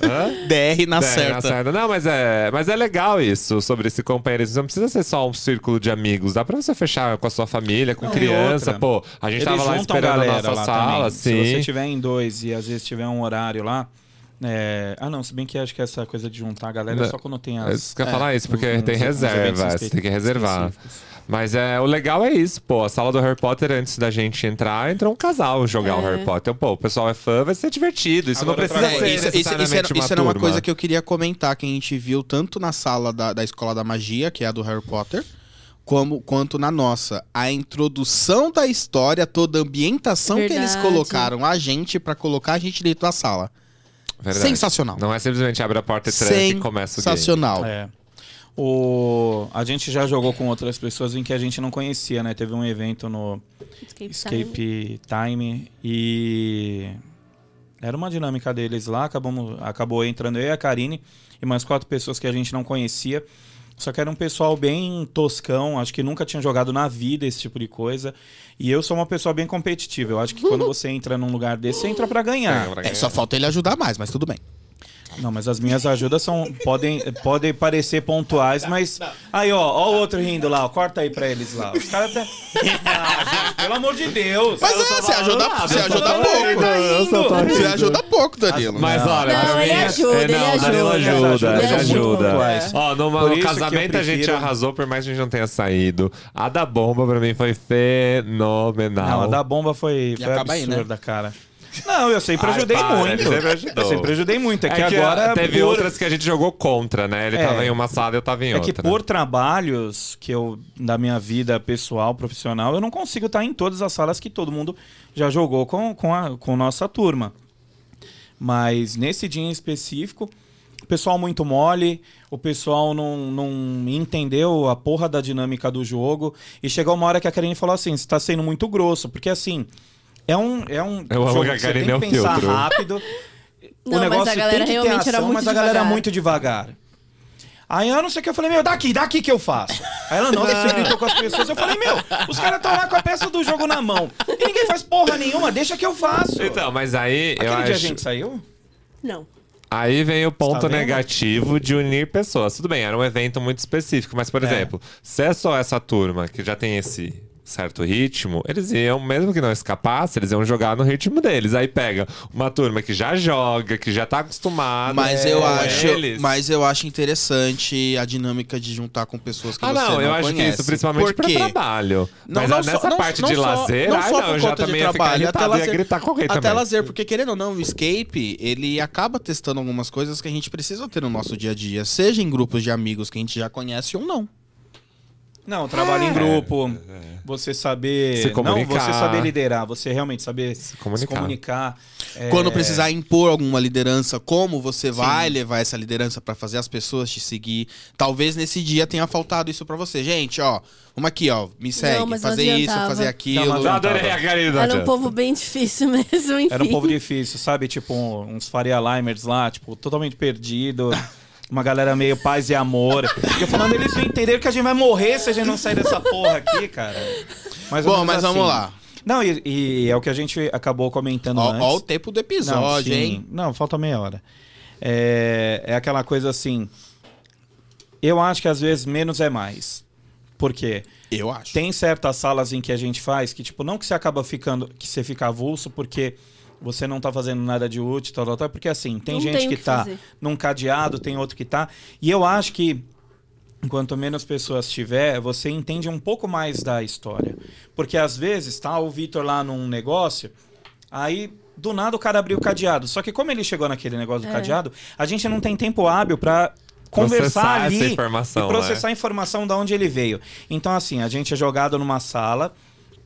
Speaker 4: Hã?
Speaker 3: DR na
Speaker 4: É,
Speaker 3: certa.
Speaker 4: certa. Não, mas é, mas é legal isso, sobre esse companheirismo. Não precisa ser só um círculo de amigos. Dá pra você fechar com a sua família, com
Speaker 1: Não, e
Speaker 4: criança.
Speaker 1: outra,
Speaker 4: Pô, a gente
Speaker 1: Eles
Speaker 4: tava lá
Speaker 1: juntam
Speaker 4: esperando a
Speaker 1: galera
Speaker 4: nossa
Speaker 1: lá
Speaker 4: sala,
Speaker 1: também. Se você
Speaker 4: sim.
Speaker 1: tiver em dois e às vezes tiver um horário lá. é, Ah, não, se bem que acho que essa coisa de juntar a galera é
Speaker 4: Não,
Speaker 1: só quando tem
Speaker 4: Eu
Speaker 1: as. é,
Speaker 4: quer falar isso, porque
Speaker 1: uns-
Speaker 4: tem
Speaker 1: uns eventos
Speaker 4: reserva, você tem que reservar.
Speaker 1: específicos.
Speaker 4: Mas é, o legal é isso, pô. A sala do Harry Potter, antes da gente entrar, entrou um casal jogar o
Speaker 2: É.
Speaker 4: Harry Potter. Então, pô, o pessoal é fã, vai ser divertido. Isso
Speaker 1: Agora
Speaker 4: não precisa
Speaker 1: outra
Speaker 4: ser
Speaker 1: coisa.
Speaker 3: É, isso, isso- isso era-
Speaker 4: necessariamente né?
Speaker 3: isso era uma
Speaker 4: turma.
Speaker 3: coisa que eu queria comentar, que a gente viu tanto na sala da, da Escola da Magia, que é a do Harry Potter, como, quanto na nossa. A introdução da história, toda a ambientação que eles
Speaker 2: Verdade.
Speaker 3: colocaram a gente pra colocar a gente dentro da sala.
Speaker 4: Verdade.
Speaker 3: Sensacional.
Speaker 4: Não é simplesmente abre a porta e tranca e começa o game.
Speaker 3: Sensacional.
Speaker 1: É. O... A gente já jogou com outras pessoas em que a gente não conhecia, né? Teve um evento no
Speaker 2: Escape, Time.
Speaker 1: Escape Time e. Era uma dinâmica deles lá, acabamos, acabou entrando eu e a Karine e mais quatro pessoas que a gente não conhecia. Só que era um pessoal bem toscão, acho que nunca tinha jogado na vida esse tipo de coisa. E eu sou uma pessoa bem competitiva. Eu acho que quando você entra num lugar desse, você entra pra ganhar.
Speaker 3: É, só falta ele ajudar mais, mas tudo bem.
Speaker 1: Não, mas as minhas ajudas são podem, podem parecer pontuais, mas aí ó, ó o outro rindo lá, ó, corta aí pra eles lá. Os caras tá... Ah, gente, pelo amor de Deus.
Speaker 3: Mas
Speaker 1: Eu
Speaker 3: é,
Speaker 1: tô
Speaker 3: você
Speaker 1: falando
Speaker 3: ajuda-
Speaker 1: nada,
Speaker 3: você
Speaker 1: eu tô
Speaker 3: ajuda
Speaker 1: falando,
Speaker 3: pouco.
Speaker 1: ele tá
Speaker 4: Eu só
Speaker 1: rindo.
Speaker 4: tô
Speaker 3: Você
Speaker 4: ajudando.
Speaker 3: ajuda pouco, Danilo.
Speaker 4: Mas
Speaker 1: Não.
Speaker 4: olha,
Speaker 2: Não,
Speaker 4: pra
Speaker 2: ele
Speaker 4: mim,
Speaker 2: ajuda,
Speaker 4: é,
Speaker 2: ele
Speaker 4: não,
Speaker 2: ajuda.
Speaker 4: Danilo
Speaker 1: Ele
Speaker 4: ajuda,
Speaker 1: ajuda,
Speaker 4: ele
Speaker 2: ele
Speaker 4: ajuda.
Speaker 1: ajuda.
Speaker 4: Ó,
Speaker 1: Por
Speaker 4: no, no
Speaker 1: isso que eu
Speaker 4: casamento a gente
Speaker 1: prefiro-
Speaker 4: arrasou, por mais que a gente não tenha saído. A da bomba pra mim foi fenomenal.
Speaker 1: Não, a da bomba foi,
Speaker 3: E
Speaker 1: foi
Speaker 3: acaba aí, né?
Speaker 1: absurda, cara. Não, eu sempre
Speaker 4: Ai,
Speaker 1: ajudei
Speaker 4: para,
Speaker 1: muito.
Speaker 4: ele sempre ajudou.
Speaker 1: Eu sempre ajudei muito. É,
Speaker 4: É
Speaker 1: que, agora.
Speaker 4: a- teve
Speaker 1: por-
Speaker 4: outras que a gente jogou contra, né? Ele
Speaker 1: É.
Speaker 4: tava em uma sala e eu tava em
Speaker 1: É
Speaker 4: outra. né?
Speaker 1: que por trabalhos que eu da minha vida pessoal, profissional, eu não consigo estar em todas as salas que todo mundo já jogou com com a com nossa turma. Mas nesse dia em específico, o pessoal muito mole, o pessoal não, não entendeu a porra da dinâmica do jogo. E chegou uma hora que a Karine falou assim: você tá sendo muito grosso, porque assim. É um. É um
Speaker 4: Eu amo
Speaker 1: jogo
Speaker 4: que a
Speaker 1: você
Speaker 4: Karine
Speaker 1: tem
Speaker 4: é um
Speaker 1: que pensar
Speaker 4: filtro.
Speaker 1: rápido.
Speaker 2: Não, mas a galera
Speaker 1: tem que ter
Speaker 2: realmente era muito
Speaker 1: mas a galera é
Speaker 2: devagar.
Speaker 1: muito devagar. Aí eu não sei o que, eu falei, meu, daqui, daqui que eu faço. Aí ela, não, você gritou com as pessoas. Eu falei, meu, os caras estão lá com a peça do jogo na mão. E ninguém faz porra nenhuma, deixa que eu faço.
Speaker 4: Então, mas aí
Speaker 1: Aquele
Speaker 4: eu
Speaker 1: dia
Speaker 4: acho...
Speaker 1: a gente saiu?
Speaker 2: Não.
Speaker 4: Aí vem o ponto
Speaker 1: Tá vendo?
Speaker 4: negativo de unir pessoas. Tudo bem, era um evento muito específico, mas, por
Speaker 1: É.
Speaker 4: exemplo, se é só essa turma que já tem esse certo ritmo, eles iam, mesmo que não escapasse, eles iam jogar no ritmo deles. Aí pega uma turma que já joga, que já tá acostumada.
Speaker 3: Mas
Speaker 4: é,
Speaker 3: eu
Speaker 4: com
Speaker 3: acho,
Speaker 4: eles.
Speaker 3: mas eu acho interessante a dinâmica de juntar com pessoas que
Speaker 4: Ah,
Speaker 3: você não
Speaker 4: não, eu acho
Speaker 3: conhece.
Speaker 4: que isso, principalmente
Speaker 3: Por
Speaker 4: pra
Speaker 3: quê?
Speaker 4: trabalho.
Speaker 3: Não,
Speaker 4: mas
Speaker 3: não
Speaker 4: ah,
Speaker 3: só-
Speaker 4: nessa
Speaker 3: não-
Speaker 4: parte
Speaker 3: não
Speaker 4: de
Speaker 3: só-
Speaker 4: lazer,
Speaker 3: não
Speaker 4: ai
Speaker 3: só
Speaker 4: não,
Speaker 3: por
Speaker 4: eu já
Speaker 3: conta de
Speaker 4: também ia ficar
Speaker 3: trabalho, até
Speaker 4: irritado, ia
Speaker 3: lazer-
Speaker 4: gritar com alguém
Speaker 3: Até
Speaker 4: também.
Speaker 3: lazer, porque querendo ou não, o escape, ele acaba testando algumas coisas que a gente precisa ter no nosso dia a dia, seja em grupos de amigos que a gente já conhece ou não.
Speaker 4: É.
Speaker 1: Não, trabalho em grupo, você saber...
Speaker 4: Se
Speaker 1: não,
Speaker 4: comunicar.
Speaker 1: você saber liderar, você realmente saber se
Speaker 4: comunicar.
Speaker 1: comunicar, é,
Speaker 3: Quando precisar impor alguma liderança, como você vai levar essa liderança pra fazer as pessoas te seguir. Talvez nesse dia tenha faltado isso pra você. Gente, ó, vamos aqui, ó, me segue,
Speaker 2: mas não
Speaker 3: fazer isso,
Speaker 2: adiantava.
Speaker 3: fazer
Speaker 1: Não,
Speaker 3: aquilo.
Speaker 1: mas não
Speaker 4: Eu adorei a Karina.
Speaker 2: Era um povo bem difícil mesmo,
Speaker 1: um
Speaker 2: enfim.
Speaker 1: Era um povo difícil, sabe? Tipo, uns Faria Limers lá, tipo, totalmente perdido. Uma galera meio paz e amor. E eu falando, eles não entenderam que a gente vai morrer se a gente não sair dessa porra aqui, cara. Mais ou
Speaker 3: Bom,
Speaker 1: menos
Speaker 3: mas vamos
Speaker 1: assim.
Speaker 3: lá.
Speaker 1: Não, e, e é o que a gente acabou comentando
Speaker 3: Ó,
Speaker 1: antes.
Speaker 3: ó o tempo do episódio,
Speaker 1: sim.
Speaker 3: hein?
Speaker 1: Não, falta meia hora. É, é aquela coisa assim. Eu acho que às vezes menos é mais. Por quê?
Speaker 3: Eu acho.
Speaker 1: Tem certas salas em que a gente faz que, tipo, não que você acaba ficando. que você fica avulso porque você não tá fazendo nada de útil, tal, tal, tal. Porque assim, tem
Speaker 2: Não
Speaker 1: gente
Speaker 2: tem o
Speaker 1: que,
Speaker 2: que
Speaker 1: tá
Speaker 2: fazer.
Speaker 1: num cadeado, tem outro que tá. E eu acho que. Quanto menos pessoas tiver, você entende um pouco mais da história. Porque às vezes tá o Vitor lá num negócio, aí do nada o cara abriu o cadeado. Só que como ele chegou naquele negócio do
Speaker 2: É.
Speaker 1: cadeado, a gente não tem tempo hábil pra conversar
Speaker 4: Processar
Speaker 1: ali
Speaker 4: essa informação,
Speaker 1: e
Speaker 4: né?
Speaker 1: processar a informação de onde ele veio. Então, assim, a gente é jogado numa sala,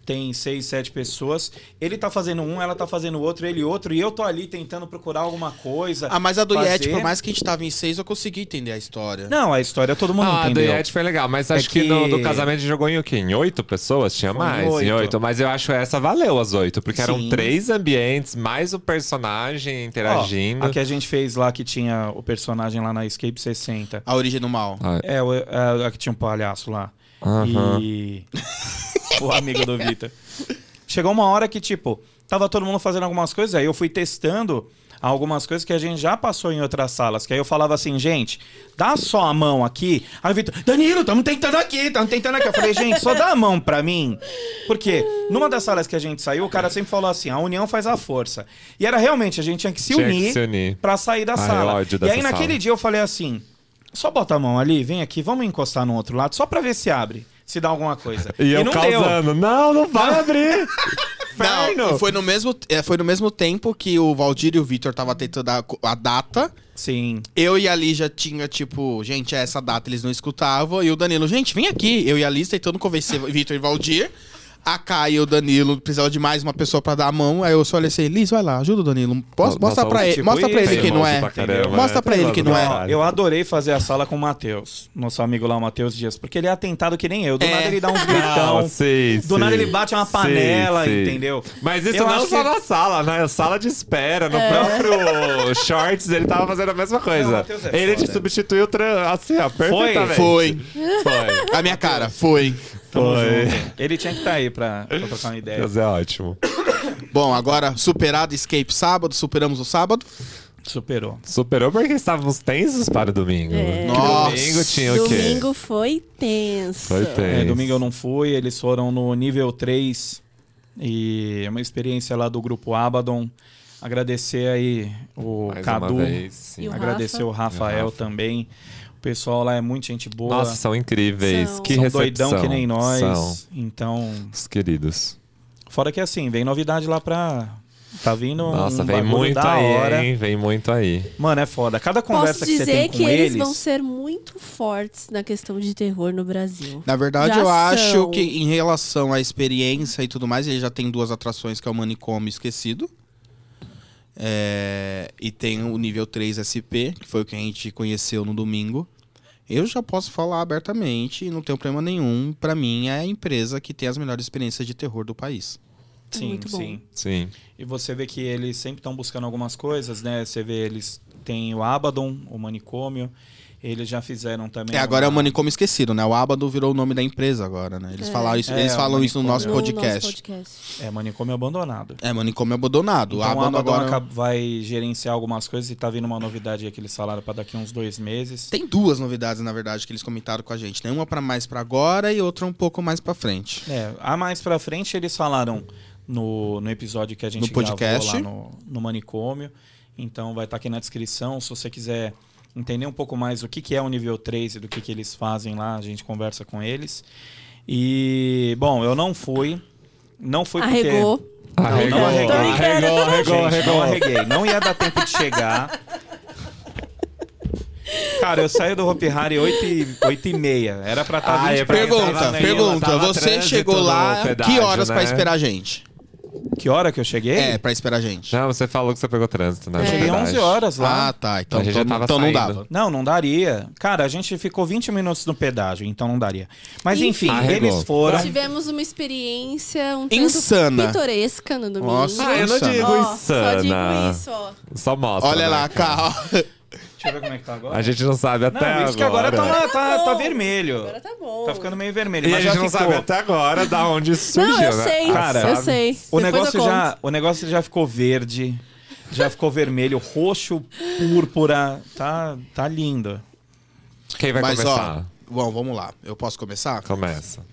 Speaker 1: tem seis, sete pessoas, ele tá fazendo um, ela tá fazendo outro, ele outro, e eu tô ali tentando procurar alguma coisa.
Speaker 3: Ah, mas a do
Speaker 1: fazer-
Speaker 3: Yeti, por mais que a gente tava em seis, eu consegui entender a história.
Speaker 1: Não, a história todo mundo
Speaker 4: Ah, a do
Speaker 1: entendeu.
Speaker 4: Yeti foi legal, mas acho
Speaker 1: É
Speaker 4: que,
Speaker 1: que
Speaker 4: no, no casamento jogou em o quê? Em oito pessoas? Tinha
Speaker 1: Foi
Speaker 4: mais,
Speaker 1: em
Speaker 4: em
Speaker 1: oito.
Speaker 4: oito. Mas eu acho essa valeu as oito, porque
Speaker 1: Sim.
Speaker 4: eram três ambientes, mais o personagem interagindo.
Speaker 1: Ó, a que a gente fez lá que tinha o personagem lá na Escape 60.
Speaker 3: A origem do mal.
Speaker 4: Ah,
Speaker 1: É, o- a, a que tinha um palhaço lá.
Speaker 4: Aham.
Speaker 1: E. o amigo do Vitor. Chegou uma hora que, tipo, tava todo mundo fazendo algumas coisas, aí eu fui testando algumas coisas que a gente já passou em outras salas. Que aí eu falava assim, gente, dá só a mão aqui. Aí o Vitor, Danilo, tamo tentando aqui, tamo tentando aqui. Eu falei, gente, só dá a mão pra mim. Porque numa das salas que a gente saiu, o cara sempre falou assim: a união faz a força. E era realmente, a gente tinha que se
Speaker 4: Tinha que
Speaker 1: unir
Speaker 4: se unir.
Speaker 1: pra sair da
Speaker 4: Ai,
Speaker 1: sala.
Speaker 4: ódio
Speaker 1: E
Speaker 4: dessa
Speaker 1: aí naquele
Speaker 4: sala.
Speaker 1: dia eu falei assim: só bota a mão ali, vem aqui, vamos encostar no outro lado, só pra ver se abre, se dá alguma coisa.
Speaker 4: E eu
Speaker 1: é- não
Speaker 4: causando. Não, não vai
Speaker 1: Não.
Speaker 4: abrir.
Speaker 3: Não,
Speaker 4: Inferno.
Speaker 3: e foi no mesmo, é, foi no mesmo tempo que o Valdir e o Vitor tava tentando a, a data.
Speaker 1: Sim.
Speaker 3: Eu e a Liz já tinha, tipo, gente, é essa data, eles não escutavam. E o Danilo, gente, vem aqui. Eu e a Liz tentando convencer Vitor e Valdir. A Kai e o Danilo precisavam de mais uma pessoa pra dar a mão. Aí eu só olhei assim, Liz, vai lá, ajuda o Danilo. Posso,
Speaker 4: Nós
Speaker 3: mostra
Speaker 4: somos
Speaker 3: pra ele,
Speaker 1: tipo
Speaker 3: mostra pra
Speaker 1: isso.
Speaker 3: ele que não é.
Speaker 4: Teimoso pra caramba,
Speaker 3: Mostra
Speaker 4: né?
Speaker 3: pra ele que não é.
Speaker 1: Não, eu adorei fazer a sala com o Matheus, nosso amigo lá, o Matheus Dias, porque ele é atentado que nem eu. Do
Speaker 3: É.
Speaker 1: nada ele dá
Speaker 4: Ah,
Speaker 1: um
Speaker 4: Não,
Speaker 1: gritão.
Speaker 4: sim,
Speaker 1: do nada
Speaker 4: sim.
Speaker 1: ele bate uma
Speaker 4: Sim,
Speaker 1: panela,
Speaker 4: sim.
Speaker 1: entendeu?
Speaker 4: Mas isso
Speaker 1: Eu
Speaker 4: não
Speaker 1: acho
Speaker 4: só
Speaker 1: que- É.
Speaker 4: na sala, na sala de espera, no próprio shorts, ele tava fazendo a mesma
Speaker 1: Não, o
Speaker 4: coisa.
Speaker 1: Matheus é
Speaker 4: ele te
Speaker 1: foda.
Speaker 4: substituiu tra- assim, ó, perfeitamente.
Speaker 3: Foi.
Speaker 4: Foi.
Speaker 3: A minha cara, foi.
Speaker 1: Tamo
Speaker 4: Foi.
Speaker 1: junto. Ele tinha que estar aí pra, pra trocar uma ideia.
Speaker 4: Mas é ótimo.
Speaker 3: Bom, agora superado Escape sábado, superamos o sábado.
Speaker 1: Superou.
Speaker 4: Superou porque estávamos tensos para o domingo.
Speaker 2: É.
Speaker 4: Que
Speaker 3: Nossa.
Speaker 4: Domingo tinha o quê?
Speaker 2: Domingo foi tenso.
Speaker 4: Foi
Speaker 1: É,
Speaker 4: tenso.
Speaker 1: domingo eu não fui, eles foram no nível 3 e é uma experiência lá do grupo Abaddon. Agradecer aí o
Speaker 4: Mais
Speaker 1: Cadu,
Speaker 4: uma vez, sim.
Speaker 2: E o Rafa.
Speaker 1: agradecer o Rafael
Speaker 4: E o Rafa.
Speaker 1: também. O pessoal lá é muito gente boa.
Speaker 4: Nossa, são incríveis.
Speaker 2: São.
Speaker 4: Que
Speaker 1: são
Speaker 4: recepção.
Speaker 1: doidão que nem nós.
Speaker 4: São
Speaker 1: Então,
Speaker 4: os queridos.
Speaker 1: fora que assim, vem novidade lá pra tá vindo
Speaker 4: Nossa,
Speaker 1: um
Speaker 4: vem
Speaker 1: bagulho
Speaker 4: muito
Speaker 1: da
Speaker 4: aí,
Speaker 1: hora.
Speaker 4: hein? Vem muito aí.
Speaker 1: Mano, é foda. Cada conversa
Speaker 2: Posso
Speaker 1: que você tem
Speaker 2: dizer
Speaker 1: com
Speaker 2: que eles,
Speaker 1: eles
Speaker 2: vão ser muito fortes na questão de terror no Brasil.
Speaker 3: Na verdade,
Speaker 2: Já
Speaker 3: eu acho
Speaker 2: são.
Speaker 3: que em relação à experiência e tudo mais, ele já tem duas atrações, que é o Manicômio Esquecido. É, E tem o nível 3 SP, que foi o que a gente conheceu no domingo. Eu já posso falar abertamente, não tenho problema nenhum. Pra mim, é a empresa que tem as melhores experiências de terror do país.
Speaker 1: Sim,
Speaker 2: Muito bom.
Speaker 1: sim.
Speaker 4: Sim.
Speaker 1: E você vê que eles sempre estão buscando algumas coisas, né? Você vê eles têm o Abaddon, o manicômio. Eles já fizeram também. um-
Speaker 3: É, agora é o
Speaker 1: uma-
Speaker 3: Manicômio Esquecido, né? O Abado virou o nome da empresa agora, né? Eles,
Speaker 2: É.
Speaker 3: falaram isso,
Speaker 1: É,
Speaker 3: eles
Speaker 1: o
Speaker 3: falam isso no
Speaker 1: Manicômio.
Speaker 3: nosso
Speaker 2: No
Speaker 3: podcast.
Speaker 2: nosso podcast.
Speaker 1: É, manicômio abandonado.
Speaker 3: É, Manicômio Abandonado.
Speaker 1: Então,
Speaker 3: O
Speaker 1: o Abaddon
Speaker 3: Abado agora... é um
Speaker 1: acaba- vai gerenciar algumas coisas e tá vindo uma novidade aí que eles falaram pra daqui uns dois meses.
Speaker 3: Tem duas novidades, na verdade, que eles comentaram com a gente, né? Uma pra mais pra agora e outra um pouco mais pra frente.
Speaker 1: É, a mais pra frente eles falaram no, no episódio que a gente
Speaker 3: No podcast.
Speaker 1: gravou lá no, no manicômio. Então vai estar aqui na descrição. Se você quiser entender um pouco mais o que, que é o nível 3 e do que, que eles fazem lá, a gente conversa com eles. E, bom, eu não fui. Não fui porque.
Speaker 2: Arregou.
Speaker 1: Não, não
Speaker 2: Tô
Speaker 1: arregou.
Speaker 2: brincando.
Speaker 4: arregou, arregou,
Speaker 1: tá, Gente, não
Speaker 4: arregou.
Speaker 1: arreguei. Não ia dar tempo de chegar. Cara, eu saí do Hopi Hari 8 e, 8 e meia. Era pra tá estar
Speaker 4: Ah,
Speaker 1: 20
Speaker 4: é
Speaker 1: pra
Speaker 4: pra-
Speaker 1: eu
Speaker 3: Pergunta,
Speaker 1: tava na-
Speaker 3: pergunta.
Speaker 4: tava
Speaker 3: Você
Speaker 4: trânsito
Speaker 3: chegou
Speaker 4: no
Speaker 3: lá, que
Speaker 4: pedágio,
Speaker 3: horas pra
Speaker 4: né?
Speaker 3: esperar a gente?
Speaker 1: Que hora que eu cheguei?
Speaker 3: É, pra esperar a gente.
Speaker 4: Não, você falou que você pegou trânsito, né?
Speaker 2: Eu
Speaker 1: eu cheguei
Speaker 4: Verdade.
Speaker 1: 11 horas lá.
Speaker 3: Ah, tá. Então,
Speaker 4: A gente já
Speaker 3: então-
Speaker 4: tava
Speaker 3: então não
Speaker 4: saindo.
Speaker 3: dava.
Speaker 1: Não, não daria. Cara, a gente ficou 20 minutos no pedágio, então não daria. Mas enfim,
Speaker 4: Enfim.
Speaker 1: eles
Speaker 4: Arregou.
Speaker 1: foram.
Speaker 2: Tivemos uma experiência um tanto
Speaker 3: Insana.
Speaker 2: pitoresca no domingo.
Speaker 3: Nossa,
Speaker 4: Ah, eu não
Speaker 3: Insana.
Speaker 4: digo
Speaker 2: Ó, Só
Speaker 4: insana.
Speaker 2: digo isso, ó.
Speaker 4: Só mostra.
Speaker 3: Olha
Speaker 4: né,
Speaker 3: lá,
Speaker 4: cara?
Speaker 3: Carl.
Speaker 1: Deixa eu ver como é que tá agora.
Speaker 4: A gente não sabe até
Speaker 1: não,
Speaker 4: agora.
Speaker 1: isso que agora tá, lá, tá,
Speaker 2: Tá
Speaker 1: tá
Speaker 2: bom.
Speaker 1: vermelho.
Speaker 2: Agora tá bom.
Speaker 1: Tá ficando meio vermelho,
Speaker 4: E a
Speaker 1: mas já
Speaker 4: gente não
Speaker 1: ficou.
Speaker 4: sabe até agora da onde isso surgiu,
Speaker 2: Não, eu
Speaker 4: né?
Speaker 2: sei.
Speaker 1: Cara,
Speaker 2: eu
Speaker 1: sabe?
Speaker 2: sei.
Speaker 1: O
Speaker 2: Depois
Speaker 1: negócio,
Speaker 2: eu conto.
Speaker 1: já, o negócio já ficou verde, já ficou vermelho, roxo, púrpura. Tá, tá lindo.
Speaker 4: Quem vai
Speaker 3: Mas,
Speaker 4: começar?
Speaker 3: ó, bom, vamos lá. Eu posso começar?
Speaker 4: Começa.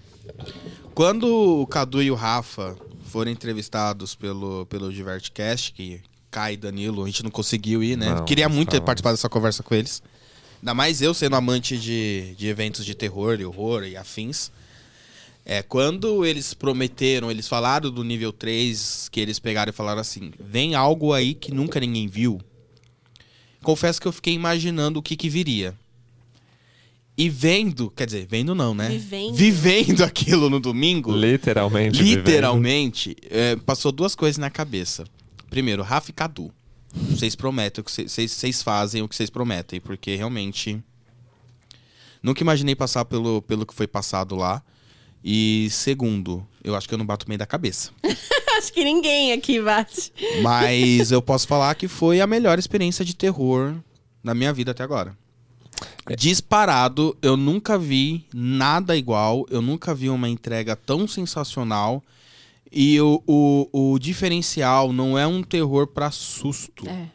Speaker 3: Quando o Cadu e o Rafa foram entrevistados pelo, pelo Divertcast, que Kai e Danilo, a gente não conseguiu ir, né?
Speaker 4: Não,
Speaker 3: Queria
Speaker 4: não
Speaker 3: muito ter
Speaker 4: fala.
Speaker 3: participado dessa conversa com eles. Ainda mais eu sendo amante de, de eventos de terror e horror e afins. É, quando eles prometeram, eles falaram do nível 3, que eles pegaram e falaram assim: vem algo aí que nunca ninguém viu. Confesso que eu fiquei imaginando o que, que viria. E vendo, quer dizer, vendo não, né?
Speaker 2: Vivendo.
Speaker 3: Vivendo aquilo no domingo.
Speaker 4: Literalmente.
Speaker 3: Literalmente, é, passou duas coisas na cabeça. Primeiro, Rafa e Cadu. Vocês prometem o que vocês- vocês vocês fazem o que vocês prometem, porque realmente. Nunca imaginei passar pelo, pelo que foi passado lá. E segundo, eu acho que eu não bato bem da cabeça.
Speaker 2: Acho que ninguém aqui bate.
Speaker 3: Mas eu posso falar que foi a melhor experiência de terror na minha vida até agora.
Speaker 4: É.
Speaker 3: Disparado, eu nunca vi nada igual, eu nunca vi uma entrega tão sensacional. E o, o, o diferencial não é um terror pra susto, é,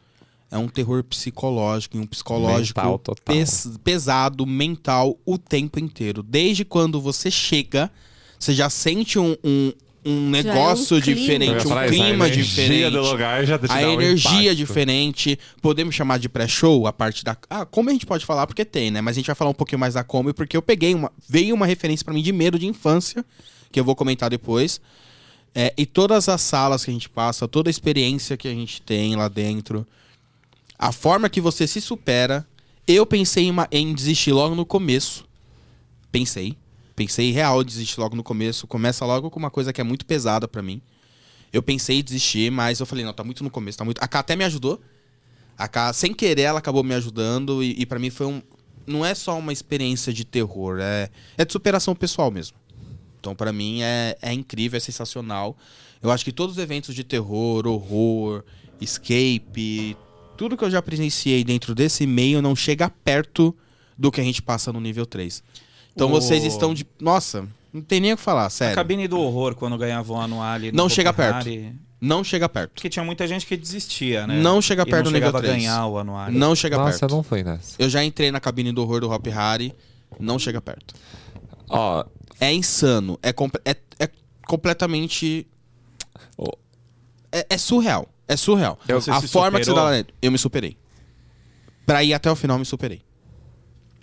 Speaker 2: É.
Speaker 3: um terror psicológico, e um psicológico
Speaker 4: Mental total.
Speaker 3: pes- pesado, mental, o tempo inteiro. Desde quando você chega, você já sente um, um,
Speaker 2: Já é
Speaker 3: um
Speaker 2: um
Speaker 3: negócio
Speaker 2: clima.
Speaker 4: Eu ia
Speaker 3: diferente, um
Speaker 4: falar isso,
Speaker 3: clima
Speaker 4: a energia
Speaker 3: diferente
Speaker 4: do lugar já te
Speaker 3: a
Speaker 4: dá um
Speaker 3: energia é
Speaker 4: impacto.
Speaker 3: diferente. Podemos chamar de pré-show a parte da. Ah, como a gente pode falar, porque tem, né? Mas a gente vai falar um pouquinho mais da Kombi, porque eu peguei uma. Veio uma referência pra mim de medo de infância, que eu vou comentar depois. É, e todas as salas que a gente passa, toda a experiência que a gente tem lá dentro, a forma que você se supera. Eu pensei em, uma- em desistir logo no começo. Pensei. Pensei real, em desistir logo no começo. Começa logo com uma coisa que é muito pesada pra mim. Eu pensei em desistir, mas eu falei, não, tá muito no começo, tá muito. A K até me ajudou. A K, sem querer, ela acabou me ajudando. E, e para mim foi um. Não é só uma experiência de terror, é, é de superação pessoal mesmo. Então, pra mim, é, é incrível, é sensacional. Eu acho que todos os eventos de terror, horror, escape, tudo que eu já presenciei dentro desse meio não chega perto do que a gente passa no nível 3. Então,
Speaker 1: O-
Speaker 3: vocês estão de. Nossa, não tem nem o que falar, sério.
Speaker 1: A cabine do horror, quando ganhavam a no Ali. no
Speaker 3: Não chega
Speaker 1: Popularari,
Speaker 3: Não chega perto.
Speaker 1: Porque tinha muita gente que desistia, né?
Speaker 3: Não chega
Speaker 1: E
Speaker 3: perto do
Speaker 1: não
Speaker 3: nível
Speaker 1: chegava a
Speaker 3: 3.
Speaker 1: ganhar o anuário.
Speaker 3: Não chega
Speaker 4: Nossa,
Speaker 3: perto.
Speaker 4: eu
Speaker 3: Eu,
Speaker 4: não fui nessa.
Speaker 3: já entrei na cabine do horror do Hop Harry, não chega perto.
Speaker 4: Ó,
Speaker 3: É insano, é, comple- é, é completamente.
Speaker 4: Ó.
Speaker 3: É, é surreal, é surreal.
Speaker 1: Eu-
Speaker 3: a
Speaker 1: Você se
Speaker 3: forma que você dá
Speaker 1: superou?
Speaker 3: lá dentro, eu me superei. Pra ir até o final, eu me superei.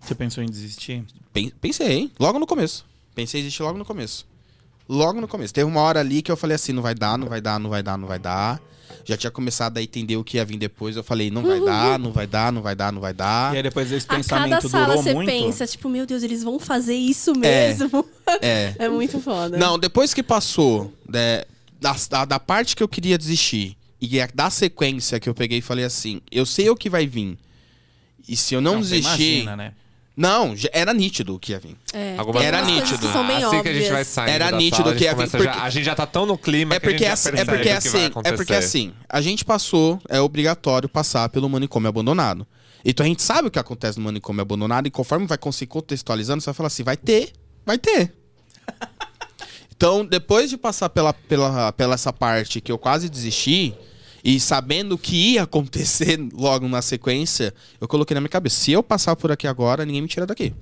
Speaker 1: Você pensou em desistir?
Speaker 3: Pen- Pensei, hein? Logo no começo. Pensei em existir logo no começo. Logo no começo. Teve uma hora ali que eu falei assim: não vai dar, não vai dar, não vai dar, não vai dar. Já tinha começado a entender o que ia vir depois. Eu falei: não vai dar, não vai dar, não vai dar, não vai dar.
Speaker 1: E aí depois esse
Speaker 2: A cada
Speaker 1: pensamento
Speaker 2: sala
Speaker 1: durou
Speaker 2: você
Speaker 1: muito.
Speaker 2: pensa, tipo, meu Deus, eles vão fazer isso mesmo.
Speaker 3: É.
Speaker 2: É, muito
Speaker 1: né?
Speaker 2: foda.
Speaker 3: Não, depois que passou né, da, da, da parte que eu queria desistir e a- da sequência que eu peguei e falei assim, eu sei o que vai vir. E se eu não,
Speaker 1: você
Speaker 3: desistir.
Speaker 1: Imagina, né?
Speaker 3: Não, já era nítido o que ia vir.
Speaker 2: É,
Speaker 4: Algumas
Speaker 2: tem
Speaker 3: Era
Speaker 2: algumas coisas
Speaker 3: nítido. Ah,
Speaker 2: Que são bem
Speaker 4: assim que a gente
Speaker 2: óbvias.
Speaker 4: vai sair
Speaker 3: Era
Speaker 4: da
Speaker 3: nítido
Speaker 4: sala, a gente
Speaker 3: que ia vir,
Speaker 4: começa
Speaker 3: porque-
Speaker 4: já- a gente já tá tão no clima
Speaker 3: É
Speaker 4: que a
Speaker 3: porque,
Speaker 4: gente já
Speaker 3: assim, é
Speaker 4: percebe
Speaker 3: porque
Speaker 4: o
Speaker 3: é
Speaker 4: que vai
Speaker 3: assim, é porque
Speaker 4: acontecer.
Speaker 3: assim, a gente passou, é obrigatório passar pelo manicômio abandonado. Então a gente sabe o que acontece no manicômio abandonado e conforme vai con- se contextualizando, você vai falar assim, vai ter, vai ter. então, depois de passar pela, pela, pela essa parte que eu quase desisti e sabendo o que ia acontecer logo na sequência, eu coloquei na minha cabeça, se eu passar por aqui agora, ninguém me tira daqui.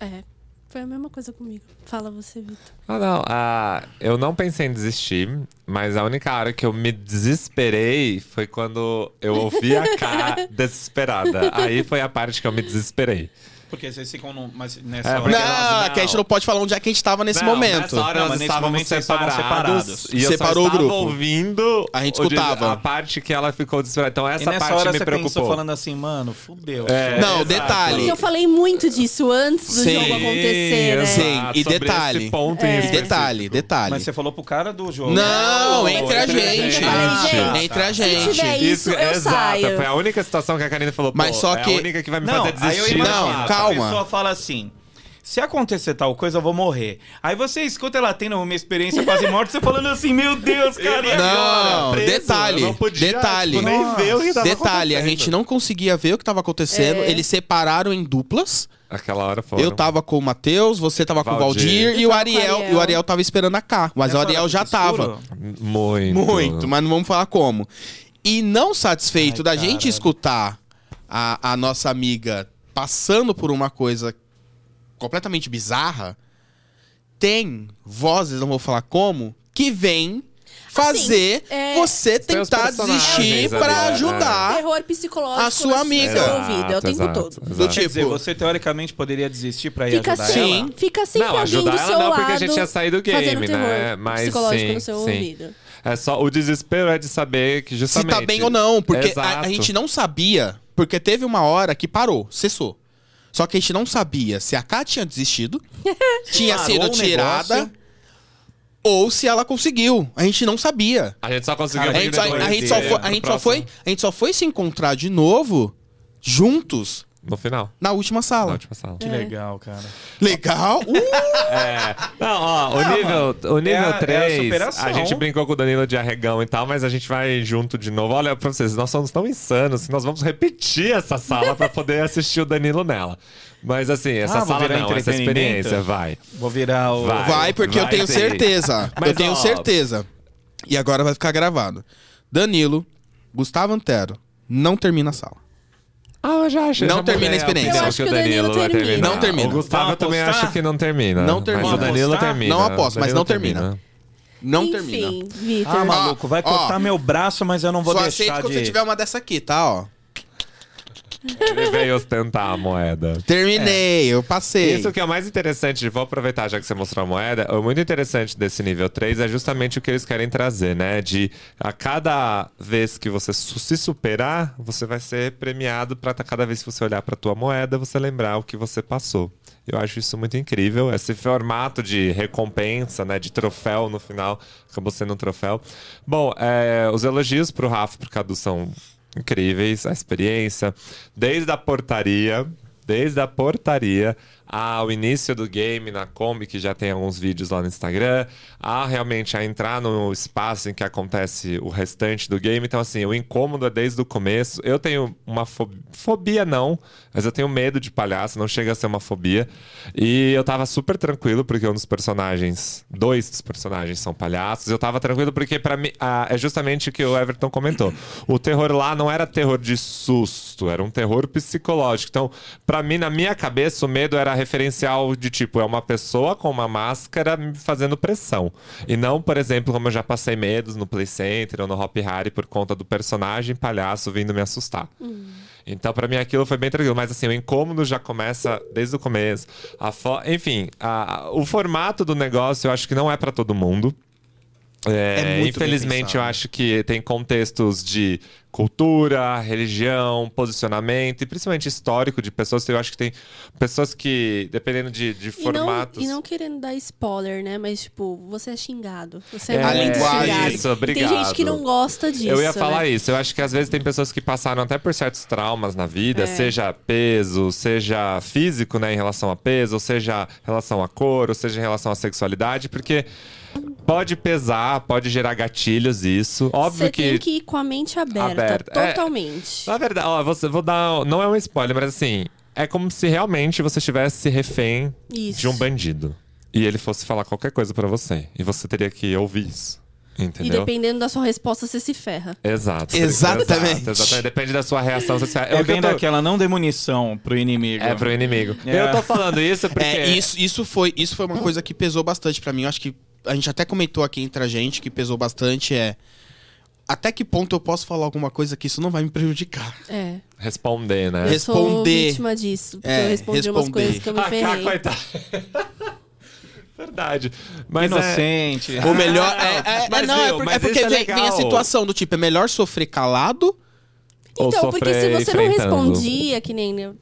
Speaker 2: É, foi a mesma coisa comigo. Fala você, Vitor.
Speaker 4: Ah, não. Ah, eu não pensei em desistir, mas a única hora que eu me desesperei foi quando eu ouvi a K desesperada. Aí foi a parte que eu me desesperei.
Speaker 1: Porque vocês ficam no, mas nessa
Speaker 4: É,
Speaker 1: hora.
Speaker 4: porque-
Speaker 3: Não,
Speaker 1: que elas-
Speaker 3: que a gente não pode falar onde é que a gente tava nesse
Speaker 4: Não,
Speaker 3: momento.
Speaker 4: Nessa hora
Speaker 1: Não,
Speaker 4: nós
Speaker 1: mas nesse
Speaker 4: estávamos
Speaker 1: momento vocês estavam
Speaker 4: separados,
Speaker 1: separados.
Speaker 4: E eu
Speaker 3: Separou o
Speaker 4: só estava
Speaker 3: grupo.
Speaker 4: ouvindo
Speaker 3: A gente
Speaker 4: o de-
Speaker 3: escutava.
Speaker 4: a parte que ela ficou desesperada. Então
Speaker 1: E
Speaker 4: essa
Speaker 1: nessa
Speaker 4: parte
Speaker 1: hora
Speaker 4: me
Speaker 1: você pensou
Speaker 4: preocupou.
Speaker 1: falando assim, mano, fudeu.
Speaker 4: É,
Speaker 3: Não,
Speaker 4: exato.
Speaker 3: detalhe.
Speaker 2: Porque eu falei muito disso antes do
Speaker 3: Sim,
Speaker 2: jogo acontecer, né?
Speaker 4: exato.
Speaker 3: Sim, e
Speaker 4: Sobre
Speaker 3: detalhe.
Speaker 4: esse ponto em específico.
Speaker 3: Detalhe, detalhe.
Speaker 1: É, Mas você falou pro cara do jogo.
Speaker 3: Não,
Speaker 2: Não,
Speaker 3: entre a
Speaker 2: entre a
Speaker 3: gente.
Speaker 2: gente. tá. Eu
Speaker 1: tá.
Speaker 2: falei,
Speaker 3: Ah,
Speaker 2: gente,
Speaker 3: Entre a
Speaker 2: Se tiver
Speaker 3: gente.
Speaker 2: isso, eu
Speaker 4: exato.
Speaker 2: saio.
Speaker 4: Foi a única situação que a Karina falou,
Speaker 3: Mas
Speaker 4: pô,
Speaker 3: só
Speaker 4: é
Speaker 3: que-
Speaker 4: a única que vai me
Speaker 1: Não,
Speaker 4: fazer
Speaker 1: aí eu
Speaker 4: desistir.
Speaker 1: imagino,
Speaker 3: Não,
Speaker 1: a
Speaker 3: calma.
Speaker 1: pessoa fala assim: se acontecer tal coisa, eu vou morrer. Aí você escuta ela tendo uma experiência quase morta, você falando assim, meu Deus, cara, e agora?
Speaker 3: Não,
Speaker 4: preso,
Speaker 3: detalhe,
Speaker 4: eu não podia,
Speaker 3: detalhe.
Speaker 4: tipo, nem ver o que tava
Speaker 3: Detalhe, a
Speaker 4: acontecendo.
Speaker 3: gente não conseguia ver o que tava acontecendo.
Speaker 2: É.
Speaker 3: Eles separaram em duplas.
Speaker 4: Aquela hora foram.
Speaker 3: Eu tava com o Matheus, você tava com o
Speaker 4: Valdir.
Speaker 3: Valdir e
Speaker 2: Eu tava com
Speaker 3: o
Speaker 2: o
Speaker 3: Ariel.
Speaker 2: Ariel.
Speaker 3: E o Ariel tava esperando a K. Mas o
Speaker 1: Essa
Speaker 3: Ariel
Speaker 1: hora
Speaker 3: já
Speaker 1: fica É, "Tá escuro.
Speaker 3: tava.
Speaker 4: Muito.
Speaker 3: Muito, mas não vamos falar como. E não satisfeito
Speaker 1: Ai,
Speaker 3: da
Speaker 1: caralho.
Speaker 3: gente escutar a, a nossa amiga passando por uma coisa completamente bizarra, tem vozes, não vou falar como, que vem fazer
Speaker 2: é-
Speaker 3: você
Speaker 4: Tem os
Speaker 3: tentar
Speaker 4: personagens
Speaker 3: desistir
Speaker 4: ali,
Speaker 3: pra
Speaker 4: né?
Speaker 3: ajudar.
Speaker 2: Terror psicológico
Speaker 3: a sua
Speaker 2: no
Speaker 3: amiga.
Speaker 2: seu
Speaker 4: Exato,
Speaker 2: ouvido, é o tempo
Speaker 4: exato,
Speaker 2: todo.
Speaker 4: exato.
Speaker 1: Quer dizer,
Speaker 3: Tipo-
Speaker 1: você teoricamente poderia desistir pra ir
Speaker 2: Fica assim,
Speaker 1: ajudar
Speaker 2: sempre,
Speaker 1: ela?
Speaker 2: fica sempre
Speaker 4: não,
Speaker 2: alguém do
Speaker 4: ajudar
Speaker 2: seu
Speaker 4: ela não,
Speaker 2: lado
Speaker 4: porque a gente ia sair do
Speaker 2: fazendo
Speaker 4: game,
Speaker 2: terror
Speaker 4: né? Mas
Speaker 2: psicológico
Speaker 4: sim,
Speaker 2: no seu
Speaker 4: sim.
Speaker 2: ouvido.
Speaker 4: É só o desespero é de saber que
Speaker 3: Se
Speaker 4: justamente.
Speaker 3: tá bem ou não, porque a,
Speaker 4: Exato.
Speaker 3: a gente não sabia, porque teve uma hora que parou, cessou. Só que a gente não sabia se a K tinha desistido, tinha
Speaker 1: Parou
Speaker 3: sido
Speaker 1: o
Speaker 3: tirada,
Speaker 1: negócio.
Speaker 3: ou se ela conseguiu. A gente não sabia.
Speaker 4: A gente só conseguiu.
Speaker 1: A
Speaker 3: A
Speaker 1: Vai
Speaker 3: gente,
Speaker 1: ver
Speaker 3: só,
Speaker 1: depois
Speaker 3: a gente
Speaker 1: de-
Speaker 3: só foi,
Speaker 1: no
Speaker 3: a gente
Speaker 1: próximo.
Speaker 3: só foi, a gente só foi se encontrar de novo juntos
Speaker 4: No final.
Speaker 3: na última
Speaker 4: Na
Speaker 3: sala.
Speaker 4: última sala.
Speaker 1: Que legal, cara.
Speaker 3: Legal. Uh,
Speaker 4: Não, ó, o nível, o
Speaker 1: É a-
Speaker 4: nível
Speaker 1: é a
Speaker 4: 3, a,
Speaker 1: superação.
Speaker 4: gente brincou com o Danilo de arregão e tal, mas a gente vai junto de novo. Olha pra vocês, nós somos tão insanos que nós vamos repetir essa sala pra poder assistir o Danilo nela. Mas assim, essa
Speaker 1: Ah, vou
Speaker 4: sala
Speaker 1: virar
Speaker 4: não, essa
Speaker 1: entretenimento?
Speaker 4: experiência vai.
Speaker 1: Vou virar o.
Speaker 4: Vai.
Speaker 3: vai porque eu
Speaker 4: vai
Speaker 3: tenho
Speaker 4: sim.
Speaker 3: certeza.
Speaker 4: Mas,
Speaker 3: eu tenho
Speaker 4: ó,
Speaker 3: certeza. E agora vai ficar gravado. Danilo, Gustavo Antero, não termina a sala.
Speaker 4: Ah, eu já achei.
Speaker 3: Não
Speaker 4: já
Speaker 3: termina a
Speaker 4: mudei
Speaker 3: experiência.
Speaker 4: opinião
Speaker 2: Eu acho que o Danilo
Speaker 4: vai
Speaker 2: termina.
Speaker 4: terminar.
Speaker 3: Não termina.
Speaker 4: O Gustavo eu
Speaker 1: Vamos
Speaker 4: também
Speaker 1: apostar?
Speaker 4: acho que não termina.
Speaker 3: Não termina.
Speaker 4: Mas o Danilo
Speaker 1: Vamos
Speaker 4: termina.
Speaker 3: apostar? Não aposto, mas
Speaker 4: Danilo
Speaker 3: não termina. Não termina.
Speaker 2: Enfim, Vitor.
Speaker 1: Ah, maluco, vai
Speaker 3: Ó,
Speaker 1: cortar meu braço, mas eu não vou
Speaker 3: Só aceito
Speaker 1: deixar
Speaker 3: quando
Speaker 1: de.
Speaker 3: você tiver uma dessa aqui, tá? Ó.
Speaker 4: Ele veio ostentar a moeda.
Speaker 3: Terminei, eu passei.
Speaker 4: Isso que é o mais interessante, vou aproveitar já que você mostrou a moeda, o muito interessante desse nível 3 é justamente o que eles querem trazer, né? De a cada vez que você su- se superar, você vai ser premiado para cada vez que você olhar para tua moeda, você lembrar o que você passou. Eu acho isso muito incrível, esse formato de recompensa, né, de troféu no final, acabou sendo um troféu. Bom, é, os elogios pro Rafa e pro Cadu são incríveis, a experiência, desde a portaria, desde a portaria ao início do game na Kombi, que já tem alguns vídeos lá no Instagram, a realmente a entrar no espaço em que acontece o restante do game. Então, assim, o incômodo é desde o começo. Eu tenho uma fo- fobia, não, mas eu tenho medo de palhaço, não chega a ser uma fobia. E eu tava super tranquilo, porque um dos personagens, dois dos personagens são palhaços. Eu tava tranquilo porque, para mim, ah, é justamente o que o Everton comentou. O terror lá não era terror de susto, era um terror psicológico. Então, pra mim, na minha cabeça, o medo era referencial de tipo, é uma pessoa com uma máscara me fazendo pressão. E não, por exemplo, como eu já passei medos no Play Center ou no Hop Harry por conta do personagem palhaço vindo me assustar. Então, pra mim, aquilo foi bem tranquilo. Mas, assim, o incômodo já começa desde o começo. A fo- Enfim, a- o formato do negócio eu acho que não é pra todo mundo. É,
Speaker 3: É muito bem
Speaker 4: infelizmente, eu
Speaker 3: pensado.
Speaker 4: acho que tem contextos de cultura, religião, posicionamento e principalmente histórico de pessoas. Eu acho que tem pessoas que, dependendo de, de
Speaker 2: E não,
Speaker 4: formatos.
Speaker 2: e não querendo dar spoiler, né? Mas, tipo, você é xingado. Você é,
Speaker 4: É,
Speaker 2: muito
Speaker 3: a linguagem,
Speaker 2: xingado.
Speaker 4: isso,
Speaker 2: E
Speaker 4: obrigado.
Speaker 2: Tem gente que não gosta disso.
Speaker 4: Eu ia falar
Speaker 2: né?
Speaker 4: isso. Eu acho que às vezes tem pessoas que passaram até por certos traumas na vida,
Speaker 2: É.
Speaker 4: seja peso, seja físico, né, em relação a peso, ou seja em relação a cor, ou seja em relação à sexualidade, porque pode pesar, pode gerar gatilhos isso. Óbvio
Speaker 2: Você
Speaker 4: que
Speaker 2: tem que ir com a mente aberta,
Speaker 4: Aberta, é.
Speaker 2: totalmente.
Speaker 4: na verdade, ó, você vou dar, não é um spoiler, mas assim, é como se realmente você estivesse refém
Speaker 2: Isso.
Speaker 4: de um bandido e ele fosse falar qualquer coisa pra você, e você teria que ouvir isso.
Speaker 2: E
Speaker 4: Entendeu?
Speaker 2: dependendo da sua resposta, você se ferra.
Speaker 4: Exato.
Speaker 3: Exatamente.
Speaker 4: Exato, exatamente. Depende da sua reação. Você...
Speaker 1: É
Speaker 4: que eu
Speaker 1: bem
Speaker 4: tô-
Speaker 1: daquela, não dê munição pro inimigo.
Speaker 4: É pro inimigo.
Speaker 1: É.
Speaker 4: Eu tô falando isso porque.
Speaker 3: É, isso, isso, foi, isso foi uma coisa que pesou bastante pra mim. Eu acho que a gente até comentou aqui entre a gente que pesou bastante é até que ponto eu posso falar alguma coisa que isso não vai me prejudicar.
Speaker 2: É.
Speaker 4: Responder, né?
Speaker 3: Res-
Speaker 2: Sou
Speaker 3: Responder.
Speaker 2: vítima disso. Porque
Speaker 3: É,
Speaker 2: eu respondi umas
Speaker 3: responder.
Speaker 2: coisas que eu me
Speaker 4: Ah, cá,
Speaker 2: ferrei.
Speaker 4: coitado. Verdade. Mas é...
Speaker 1: Inocente.
Speaker 3: Ou melhor,
Speaker 4: Ah,
Speaker 3: é, é- é-
Speaker 4: mas
Speaker 3: não, é,
Speaker 4: viu,
Speaker 3: por-
Speaker 4: mas
Speaker 3: é porque
Speaker 4: isso é
Speaker 3: vem, vem a
Speaker 4: legal.
Speaker 3: situação do tipo, é melhor sofrer calado
Speaker 4: Ou
Speaker 2: Então, porque se
Speaker 4: sofrer
Speaker 2: você não
Speaker 4: enfrentando.
Speaker 2: respondia, que nem eu,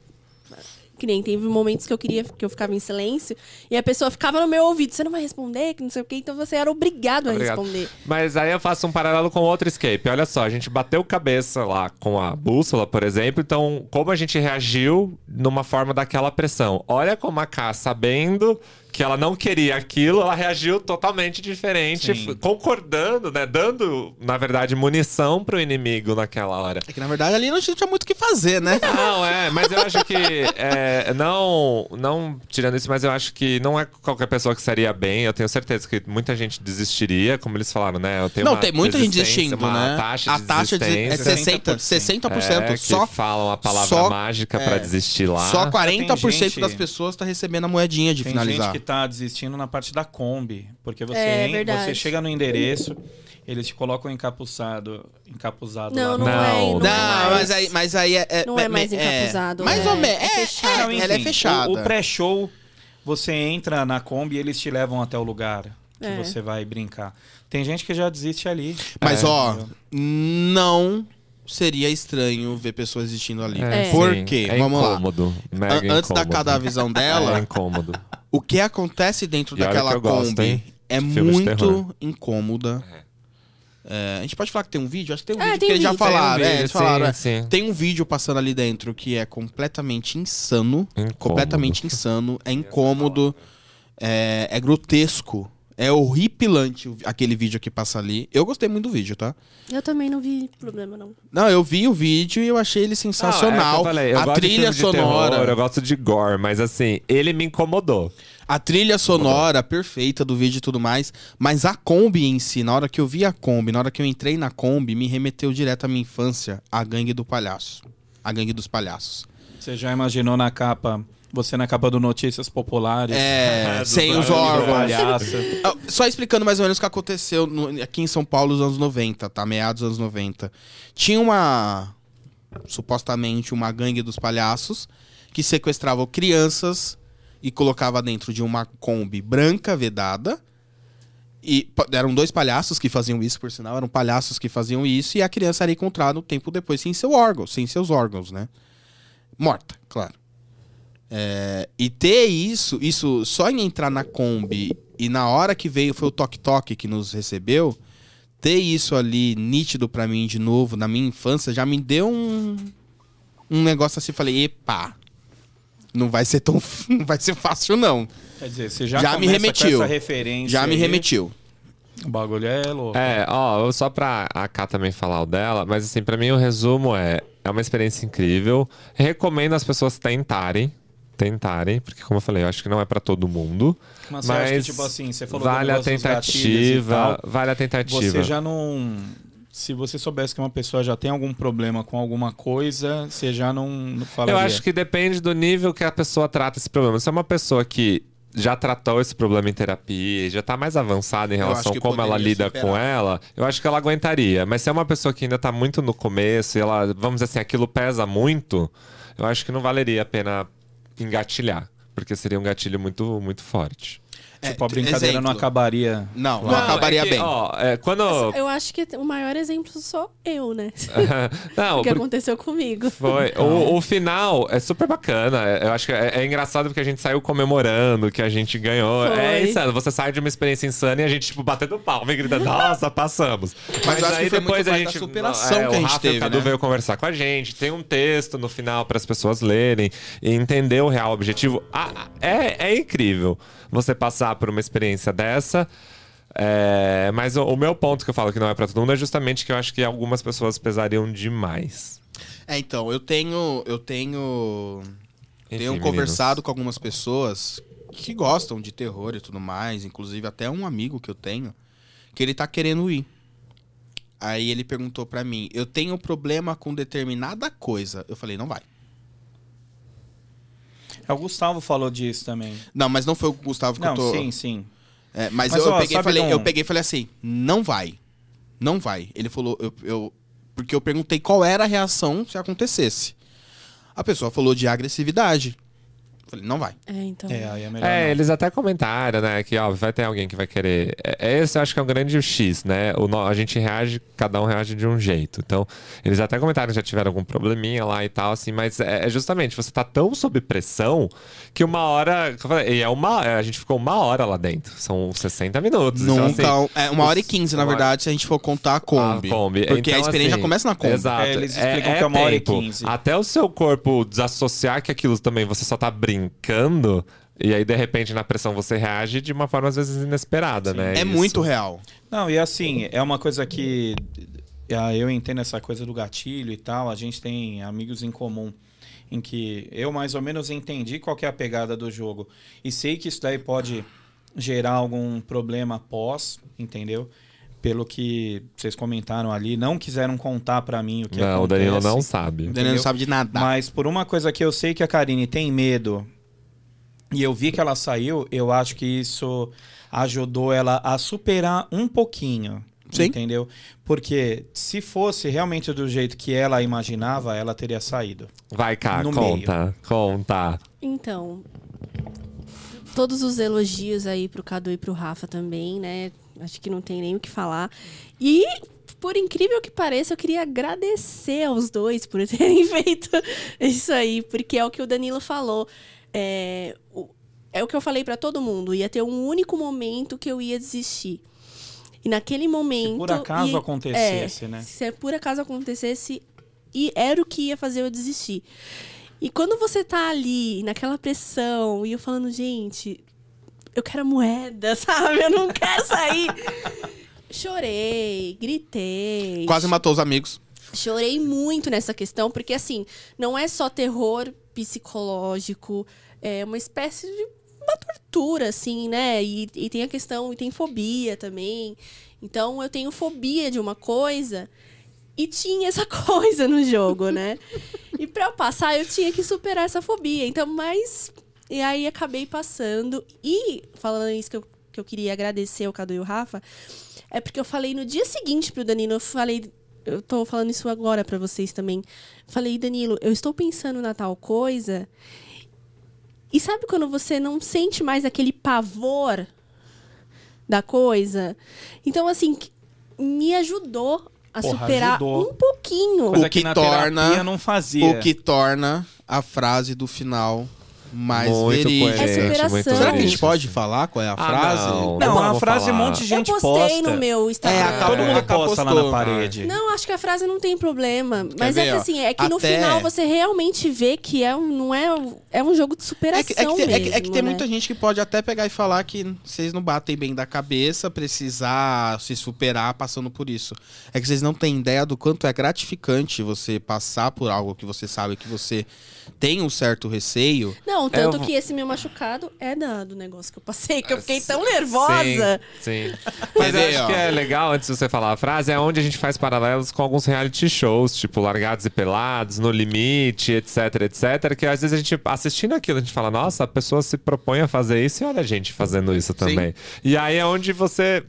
Speaker 2: Que nem teve momentos que eu queria que eu ficava em silêncio e a pessoa ficava no meu ouvido, você não vai responder, que não sei o quê, então você era obrigado a
Speaker 4: Obrigado.
Speaker 2: responder.
Speaker 4: Mas aí eu faço um paralelo com outro escape. Olha só, a gente bateu cabeça lá com a bússola, por exemplo. Então, como a gente reagiu numa forma daquela pressão? Olha como a K, sabendo que ela não queria aquilo, ela reagiu totalmente diferente,
Speaker 1: Sim.
Speaker 4: f- concordando, né? Dando, na verdade, munição pro inimigo naquela hora.
Speaker 3: É que na verdade ali não tinha muito o que fazer, né?
Speaker 4: Não, é, mas eu acho que. é, não, não tirando isso, mas eu acho que não é qualquer pessoa que estaria bem. Eu tenho certeza que muita gente desistiria, como eles falaram, né? Eu tenho
Speaker 3: não,
Speaker 4: uma
Speaker 3: tem muita gente
Speaker 4: desistência,
Speaker 3: desistindo,
Speaker 4: uma
Speaker 3: né?
Speaker 4: Taxa
Speaker 3: a
Speaker 4: de
Speaker 3: taxa de, é
Speaker 4: desistência.
Speaker 3: 60%, 60%
Speaker 4: É, que
Speaker 3: só.
Speaker 4: falam a palavra
Speaker 3: só-
Speaker 4: mágica
Speaker 3: é,
Speaker 4: pra desistir lá.
Speaker 3: Só 40%
Speaker 1: gente-
Speaker 3: das pessoas tá recebendo a moedinha de
Speaker 1: Tem
Speaker 3: finalizar.
Speaker 1: gente que tá desistindo na parte da Kombi, porque você,
Speaker 2: É,
Speaker 1: en-
Speaker 2: verdade.
Speaker 1: você chega no endereço, eles te colocam encapuçado, encapuzado lá
Speaker 2: Não,
Speaker 1: no-
Speaker 2: não, é,
Speaker 4: Não,
Speaker 2: não,
Speaker 3: Não,
Speaker 2: é mais.
Speaker 3: mas aí, mas aí é,
Speaker 2: Não é mais encapuzado,
Speaker 3: mais
Speaker 2: né?
Speaker 3: ou menos.
Speaker 2: É
Speaker 3: É,
Speaker 2: fechado.
Speaker 3: é, ela é
Speaker 1: enfim,
Speaker 3: fechada.
Speaker 1: O, o pré-show, você entra na Kombi e eles te levam até o lugar que
Speaker 2: É.
Speaker 1: você vai brincar. Tem gente que já desiste ali.
Speaker 3: Mas,
Speaker 1: É,
Speaker 3: ó,
Speaker 1: entendeu?
Speaker 3: não seria estranho ver pessoas existindo ali.
Speaker 2: É.
Speaker 3: Por
Speaker 4: sim,
Speaker 3: quê?
Speaker 4: É
Speaker 3: Vamos lá.
Speaker 4: incômodo, Mega
Speaker 3: An- antes da
Speaker 4: incômodo.
Speaker 3: cada visão
Speaker 4: É
Speaker 3: dela,
Speaker 4: incômodo.
Speaker 3: o que acontece dentro
Speaker 4: E olha que
Speaker 3: daquela
Speaker 4: eu gosto,
Speaker 3: Kombi
Speaker 4: hein,
Speaker 3: é
Speaker 4: de filmes de
Speaker 3: muito
Speaker 4: terror.
Speaker 3: incômoda. É, a gente pode falar que tem um vídeo? Acho que tem um
Speaker 2: É,
Speaker 3: vídeo
Speaker 2: tem
Speaker 3: que eles já
Speaker 2: vídeo. Tem um
Speaker 3: falaram.
Speaker 4: Tem
Speaker 3: é,
Speaker 4: um vídeo,
Speaker 3: eles falaram. é.
Speaker 4: sim, sim.
Speaker 3: Tem um vídeo passando ali dentro que é completamente insano.
Speaker 4: Incômodo.
Speaker 3: Completamente insano. É incômodo. É, é grotesco. É horripilante o- aquele vídeo que passa ali. Eu gostei muito do vídeo, tá?
Speaker 2: Eu também não vi problema, não.
Speaker 3: Não, eu vi o vídeo e eu achei ele
Speaker 4: Não, é o que eu
Speaker 3: sensacional.
Speaker 4: falei, eu
Speaker 3: a
Speaker 4: gosto de
Speaker 3: trilha
Speaker 4: filme de terror,
Speaker 3: sonora.
Speaker 4: eu gosto de gore, mas assim, ele me incomodou.
Speaker 3: A trilha sonora perfeita do vídeo e tudo mais, mas a Kombi em si, na hora que eu vi a Kombi, na hora que eu entrei na Kombi, me remeteu direto à minha infância, a Gangue do Palhaço. A Gangue dos Palhaços.
Speaker 1: Você já imaginou na capa, você na capa do Notícias Populares?
Speaker 3: É,
Speaker 4: do
Speaker 3: sem os
Speaker 4: Gangue do
Speaker 3: órgãos.
Speaker 1: palhaço.
Speaker 3: Ah, Só explicando mais ou menos o que aconteceu no- aqui em São Paulo nos anos 90, tá? Meados dos anos 90. Tinha uma. supostamente uma gangue dos palhaços que sequestrava crianças e colocava dentro de uma Kombi branca vedada. E pa- eram dois palhaços que faziam isso, por sinal, eram palhaços que faziam isso, e a criança era encontrada um tempo depois sem seu órgão, sem seus órgãos, né? Morta, claro. É, e ter isso, isso só em entrar na Kombi e na hora que veio foi o Tok Tok que nos recebeu, ter isso ali nítido pra mim de novo na minha infância já me deu um um negócio assim, falei, epa. Não vai ser tão não vai ser fácil não.
Speaker 1: Quer dizer, você já,
Speaker 3: Já me
Speaker 1: começa
Speaker 3: remetiu.
Speaker 1: com essa referência.
Speaker 3: Já me
Speaker 1: aí,
Speaker 3: remetiu.
Speaker 1: O bagulho é louco.
Speaker 4: É, ó, só pra a K também falar o dela, mas assim, pra mim o resumo é: é uma experiência incrível. Recomendo as pessoas tentarem. Tentarem, porque como eu falei, eu acho que não é pra todo mundo.
Speaker 1: Mas
Speaker 4: Mas,
Speaker 1: você acha que, tipo assim, você falou do
Speaker 4: vale a
Speaker 1: negócio dos gatilhos e
Speaker 4: tentativa.
Speaker 1: tal.
Speaker 4: Vale a tentativa.
Speaker 1: Você já não. Se você soubesse que uma pessoa já tem algum problema com alguma coisa, você já não, não falaria.
Speaker 4: Eu acho que depende do nível que a pessoa trata esse problema. Se é uma pessoa que já tratou esse problema em terapia, e já tá mais avançada em
Speaker 3: Eu acho
Speaker 4: relação
Speaker 3: que
Speaker 4: a como ela
Speaker 3: poderia
Speaker 4: lida
Speaker 3: superar.
Speaker 4: com ela, eu acho que ela aguentaria. Mas se é uma pessoa que ainda tá muito no começo e ela, vamos dizer assim, aquilo pesa muito, eu acho que não valeria a pena engatilhar. Porque seria um gatilho muito, muito forte.
Speaker 1: Tipo, a
Speaker 3: É,
Speaker 1: brincadeira não
Speaker 3: exemplo.
Speaker 1: acabaria.
Speaker 3: Não, não,
Speaker 1: Não, é
Speaker 3: acabaria
Speaker 4: que,
Speaker 3: bem.
Speaker 4: ó, é, quando.
Speaker 2: Eu acho que o maior exemplo sou eu, né?
Speaker 3: é
Speaker 4: não,
Speaker 2: o que
Speaker 4: porque
Speaker 2: aconteceu comigo.
Speaker 4: Foi. O, o final é super bacana. É- Eu acho que é, é engraçado porque a gente saiu comemorando que a gente ganhou.
Speaker 2: Foi.
Speaker 4: É insano. Você sai de uma experiência insana e a gente, tipo, batendo palma e gritando, nossa, passamos.
Speaker 3: Mas eu acho que foi muito mais da superação que a
Speaker 4: é, o
Speaker 3: gente
Speaker 4: Rafa e
Speaker 3: teve,
Speaker 4: O Cadu
Speaker 3: né?
Speaker 4: veio conversar com a gente. Tem um texto no final para as pessoas lerem e entender o real objetivo. Ah, é, é incrível você passar por uma experiência dessa. É, mas o, o meu ponto que eu falo que não é para todo mundo é justamente que eu acho que algumas pessoas pesariam demais.
Speaker 3: É, então, eu tenho. Eu tenho.
Speaker 4: Enfim,
Speaker 3: tenho
Speaker 4: meninos.
Speaker 3: conversado com algumas pessoas que gostam de terror e tudo mais. Inclusive, até um amigo que eu tenho, que ele tá querendo ir. Aí ele perguntou pra mim, eu tenho problema com determinada coisa. Eu falei, não vai.
Speaker 1: É, O Gustavo falou disso também.
Speaker 3: Não, mas não foi o Gustavo que
Speaker 1: Não,
Speaker 3: eu tô.
Speaker 1: sim, sim.
Speaker 3: É, mas
Speaker 1: Mas,
Speaker 3: eu,
Speaker 1: ó,
Speaker 3: peguei, e
Speaker 1: sabe
Speaker 3: falei,
Speaker 1: de um-
Speaker 3: eu peguei e falei assim, não vai. Não vai. Ele falou, eu, eu- Porque eu perguntei qual era a reação se acontecesse. A pessoa falou de agressividade. Eu falei, não vai.
Speaker 2: É, então.
Speaker 1: É, aí é melhor.
Speaker 4: É,
Speaker 1: não.
Speaker 4: eles até comentaram, né, que ó, vai ter alguém que vai querer. É, Esse eu acho que é um grande X, né? O, nó- a gente reage, cada um reage de um jeito. Então, eles até comentaram que já tiveram algum probleminha lá e tal, assim, mas é, é justamente, você tá tão sob pressão que uma hora. que eu falei, E é uma. é, A gente ficou uma hora lá dentro. São 60 minutos. então,
Speaker 3: Nunca.
Speaker 4: assim,
Speaker 3: é, uma hora e
Speaker 4: os-
Speaker 3: quinze, na
Speaker 4: uma-
Speaker 3: verdade, se a gente for contar a Ah, Kombi.
Speaker 4: a Kombi.
Speaker 3: Porque a
Speaker 4: Então,
Speaker 3: experiência já
Speaker 4: assim,
Speaker 3: começa na Kombi.
Speaker 4: Exato.
Speaker 1: É, eles explicam que é uma hora e
Speaker 4: tempo.
Speaker 1: 15.
Speaker 4: Até o seu corpo desassociar que aquilo também você só tá brincando. E aí, de repente, na pressão você reage de uma forma às vezes inesperada, né?
Speaker 3: É,
Speaker 4: Isso.
Speaker 3: muito real.
Speaker 1: Não, e assim, é uma coisa que ah, eu entendo essa coisa do gatilho e tal. A gente tem amigos em comum em que eu mais ou menos entendi qual que é a pegada do jogo. E sei que isso daí pode gerar algum problema após, entendeu? Pelo que vocês comentaram ali, não quiseram contar pra mim o que
Speaker 4: Não, o Danilo
Speaker 1: acontece.
Speaker 4: não
Speaker 3: O
Speaker 4: sabe.
Speaker 3: Daniel não
Speaker 1: Entendeu?
Speaker 3: sabe de nada.
Speaker 1: Mas por uma coisa que eu sei que a Karine tem medo e eu vi que ela saiu, eu acho que isso ajudou ela a superar um pouquinho.
Speaker 3: Sim.
Speaker 1: Entendeu? Porque se fosse realmente do jeito que ela imaginava, ela teria saído.
Speaker 4: Vai cá,
Speaker 1: No
Speaker 4: conta. Conta.
Speaker 2: Então, todos os elogios aí pro Cadu e pro Rafa também, né? Acho que não tem nem o que falar. E, por incrível que pareça, eu queria agradecer aos dois por terem feito isso aí, porque é o que o Danilo falou. É o, é o que eu falei pra todo mundo: ia ter um único momento que eu ia desistir. E naquele momento.
Speaker 1: se por acaso
Speaker 2: ia-
Speaker 1: acontecesse, né?
Speaker 2: se por acaso acontecesse, e era o que ia fazer eu desistir. E quando você tá ali, naquela pressão, e eu falando, gente, eu quero a moeda, sabe? Eu não quero sair. Chorei, gritei.
Speaker 3: Quase matou os amigos.
Speaker 2: Chorei muito nessa questão, porque assim, não é só terror psicológico, é uma espécie de uma tortura, assim, né? E, e tem a questão, e tem fobia também. Então eu tenho fobia de uma coisa e tinha essa coisa no jogo, né? e pra eu passar, eu tinha que superar essa fobia. Então, mas. E aí acabei passando. E falando isso que eu, que eu queria agradecer ao Cadu e o Rafa, é porque eu falei no dia seguinte pro Danilo, eu falei. Eu tô falando isso agora pra vocês também. Falei, Danilo, eu estou pensando na tal coisa. E sabe quando você não sente mais aquele pavor da coisa? Então, assim, que- me ajudou a
Speaker 1: Porra,
Speaker 2: superar
Speaker 1: ajudou.
Speaker 2: um pouquinho.
Speaker 1: Coisa
Speaker 3: que
Speaker 1: na
Speaker 3: torna-
Speaker 1: terapia não fazia.
Speaker 3: O que torna a frase do final mais
Speaker 4: muito
Speaker 3: verídica.
Speaker 4: coerente.
Speaker 2: É superação.
Speaker 4: muito
Speaker 3: Será que a gente
Speaker 4: verídico.
Speaker 3: pode falar qual é a
Speaker 4: Ah,
Speaker 3: frase?
Speaker 4: não.
Speaker 1: Não,
Speaker 4: vou
Speaker 1: a frase
Speaker 4: falar.
Speaker 1: um monte de gente
Speaker 2: eu postei
Speaker 1: posta.
Speaker 2: no meu Instagram.
Speaker 3: É, a-
Speaker 1: Todo
Speaker 3: É,
Speaker 1: mundo tá
Speaker 3: acabou,
Speaker 1: posta lá
Speaker 3: postou.
Speaker 1: na parede.
Speaker 2: Não, acho que a frase não tem problema. Mas é
Speaker 3: ver,
Speaker 2: que
Speaker 3: ó?
Speaker 2: assim, é que no
Speaker 3: Até-
Speaker 2: final você realmente vê que é um, não é, um- é um jogo de superação
Speaker 3: É que, é que tem, é que- é que
Speaker 2: mesmo,
Speaker 3: tem
Speaker 2: né?
Speaker 3: muita gente que pode até pegar e falar que vocês não batem bem da cabeça, precisar se superar passando por isso. É que vocês não têm ideia do quanto é gratificante você passar por algo que você sabe que você tem um certo receio.
Speaker 2: Não, tanto
Speaker 4: eu-
Speaker 2: que esse meu machucado é da, do negócio que eu passei, que eu fiquei tão
Speaker 4: Ah, Sim,
Speaker 2: nervosa.
Speaker 4: Sim. Mas eu
Speaker 3: Entendeu?
Speaker 4: acho que é legal, antes de você falar a frase, é onde a gente faz paralelos com alguns reality shows, tipo Largados e Pelados, No Limite, etc, etc. Que às vezes a gente, assistindo aquilo, a gente fala, nossa, a pessoa se propõe a fazer isso e olha a gente fazendo isso também. E aí é onde você.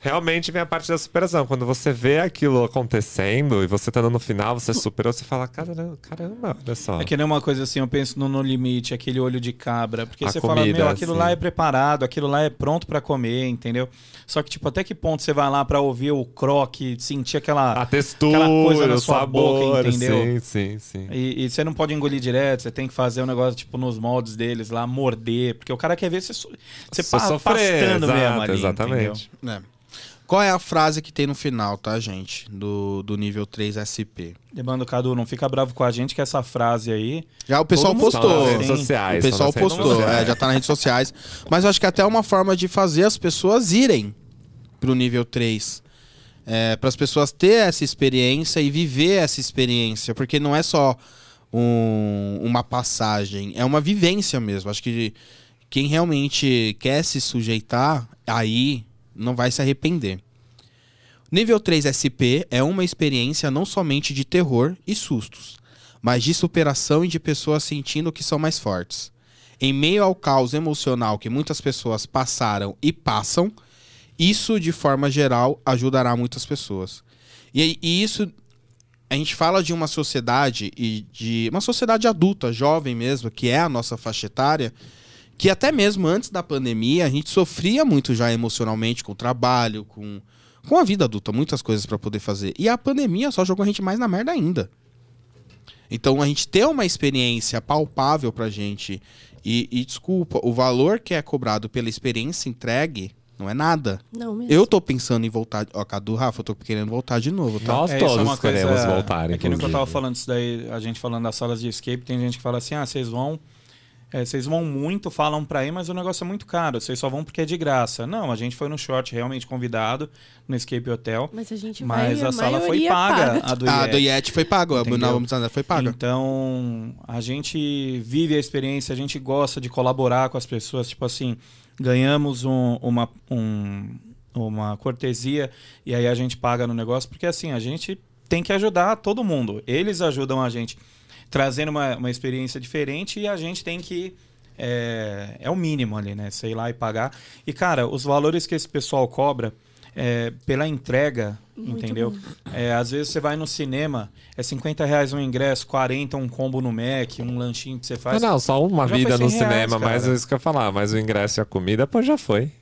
Speaker 4: Realmente vem a parte da superação. Quando você vê aquilo acontecendo e você tá no final, você superou, você fala: caramba, caramba olha só.
Speaker 1: É que nem uma coisa assim, eu penso no No Limite, aquele olho de cabra. Porque
Speaker 4: A
Speaker 1: você fala,
Speaker 4: comida,
Speaker 1: meu, aquilo
Speaker 4: assim.
Speaker 1: lá é preparado, aquilo lá é pronto pra comer, entendeu? Só que, tipo, até que ponto você vai lá pra ouvir o croque, sentir aquela.
Speaker 4: a textura,
Speaker 1: aquela coisa na
Speaker 4: o
Speaker 1: sua
Speaker 4: sabor,
Speaker 1: boca, entendeu?
Speaker 4: Sim, sim, sim.
Speaker 1: E, e você não pode engolir direto, você tem que fazer um negócio, tipo, nos moldes deles lá, morder. Porque o cara quer ver você, su- você
Speaker 4: Só
Speaker 1: pa- pastando mesmo ali,
Speaker 4: Exatamente.
Speaker 3: né? Qual é a frase que tem no final, tá, gente? Do, do nível 3 SP.
Speaker 1: Demando, Cadu, não fica bravo com a gente que essa frase aí...
Speaker 3: Já o pessoal
Speaker 1: Todo mundo
Speaker 4: São nas
Speaker 3: postou.
Speaker 4: redes
Speaker 1: Sim.
Speaker 4: sociais.
Speaker 3: O pessoal
Speaker 4: são nas redes
Speaker 3: postou,
Speaker 4: sociais.
Speaker 3: é, já tá nas redes sociais. Mas eu acho que até é uma forma de fazer as pessoas irem pro nível 3. para as pessoas ter essa experiência e viver essa experiência. Porque não é só um- uma passagem, é uma vivência mesmo. Acho que quem realmente quer se sujeitar, aí não vai se arrepender. Nível 3 SP é uma experiência não somente de terror e sustos, mas de superação e de pessoas sentindo que são mais fortes. Em meio ao caos emocional que muitas pessoas passaram e passam, isso de forma geral ajudará muitas pessoas. E, e isso a gente fala de uma sociedade e de uma sociedade adulta, jovem mesmo, que é a nossa faixa etária, que até mesmo antes da pandemia a gente sofria muito já emocionalmente com o trabalho, com com a vida adulta, muitas coisas para poder fazer. E a pandemia só jogou a gente mais na merda ainda. Então a gente ter uma experiência palpável pra gente e, e, desculpa, o valor que é cobrado pela experiência entregue não é nada.
Speaker 2: Não mesmo.
Speaker 3: Eu tô pensando em voltar. Ó, Cadu, Rafa, eu tô querendo voltar de novo, tá?
Speaker 4: Nós
Speaker 1: É, isso é
Speaker 4: todos
Speaker 1: uma coisa-
Speaker 4: queremos voltar,
Speaker 1: É que nem o que eu
Speaker 4: inclusive.
Speaker 1: tava falando isso daí, a gente falando das salas de escape, tem gente que fala assim, ah, vocês vão. é, vocês vão muito, falam pra ir, mas o negócio é muito caro. Vocês só vão porque é de graça. Não, a gente foi no short realmente convidado no Escape Hotel,
Speaker 2: Mas a gente vai.
Speaker 1: mas a, sala foi
Speaker 2: maioria
Speaker 1: paga,
Speaker 2: paga.
Speaker 1: a do
Speaker 3: Ah,
Speaker 1: IET.
Speaker 3: do Yeti foi pago.
Speaker 1: Entendeu?
Speaker 3: A Não, vamos dizer, foi paga.
Speaker 1: Então, a gente vive a experiência, a gente gosta de colaborar com as pessoas. Tipo assim, ganhamos um- uma, um- uma cortesia e aí a gente paga no negócio, porque assim, a gente tem que ajudar todo mundo. Eles ajudam a gente, trazendo uma, uma experiência diferente e a gente tem que. É, é o mínimo ali, né? Sei lá e pagar. E, cara, os valores que esse pessoal cobra é, pela entrega,
Speaker 2: Muito
Speaker 1: entendeu? É, às vezes você vai no cinema, é 50 reais um ingresso, 40 um combo no Mac, um lanchinho que você
Speaker 4: Ah,
Speaker 3: É.
Speaker 1: faz.
Speaker 4: não, só uma
Speaker 1: Já foi
Speaker 4: vida no
Speaker 1: 100 reais,
Speaker 4: cinema, mas é
Speaker 1: cara.
Speaker 4: isso que eu ia falar. Mas o ingresso e a comida, pô, já foi.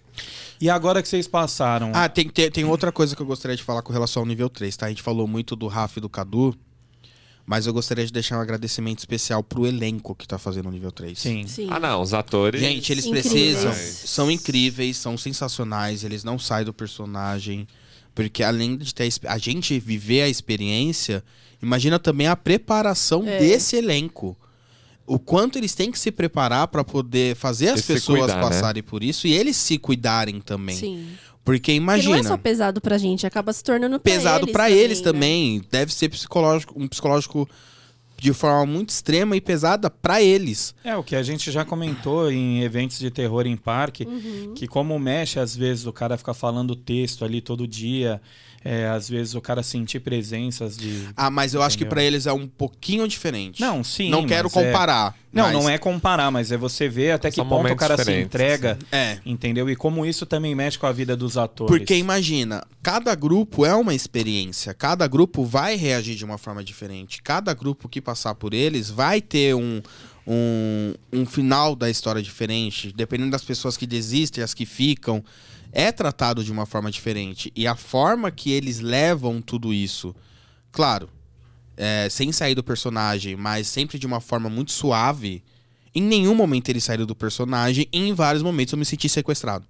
Speaker 1: E agora que vocês passaram.
Speaker 3: Ah, tem, tem, tem outra coisa que eu gostaria de falar com relação ao nível 3, tá? A gente falou muito do Rafa e do Cadu, mas eu gostaria de deixar um agradecimento especial pro elenco que tá fazendo o nível 3.
Speaker 1: sim.
Speaker 2: Sim.
Speaker 4: Ah, não, os atores. É,
Speaker 3: Gente, eles
Speaker 2: Incríveis.
Speaker 3: precisam. São incríveis, são sensacionais, eles não saem do personagem. Porque além de ter a exp- a gente viver a experiência, imagina também a preparação
Speaker 2: É.
Speaker 3: desse elenco. O quanto eles têm que se preparar para poder fazer as
Speaker 4: E se
Speaker 3: pessoas
Speaker 4: cuidar, né?
Speaker 3: passarem por isso e eles se cuidarem também.
Speaker 2: Sim.
Speaker 3: Porque
Speaker 2: Porque
Speaker 3: imagina
Speaker 2: não é só pesado pra gente, acaba se tornando
Speaker 3: pesado
Speaker 2: pra
Speaker 3: pra eles
Speaker 2: né?
Speaker 3: também. Deve ser psicológico, um psicológico de forma muito extrema e pesada pra eles.
Speaker 1: É, o que a gente já comentou em eventos de terror em parque,
Speaker 2: Uhum.
Speaker 1: que como mexe, às vezes o cara fica falando texto ali todo dia, é, às vezes o cara sentir presenças de.
Speaker 3: Ah, mas eu acho que
Speaker 1: Entendeu?
Speaker 3: pra eles é um pouquinho diferente.
Speaker 1: Não, sim.
Speaker 3: não quero
Speaker 1: mas é-
Speaker 3: comparar.
Speaker 1: Não,
Speaker 3: mas-
Speaker 1: não é comparar, mas é você ver até que
Speaker 4: São
Speaker 1: ponto o
Speaker 4: momentos
Speaker 1: cara se
Speaker 4: diferentes,
Speaker 1: entrega,
Speaker 3: É.
Speaker 1: entendeu? E como isso também mexe com a vida dos atores.
Speaker 3: Porque imagina, cada grupo é uma experiência, cada grupo vai reagir de uma forma diferente, cada grupo que passar por eles vai ter um, um, um final da história diferente, dependendo das pessoas que desistem, as que ficam, é tratado de uma forma diferente. E a forma que eles levam tudo isso, claro, é, sem sair do personagem, mas sempre de uma forma muito suave, em nenhum momento ele saiu do personagem e em vários momentos eu me senti sequestrado.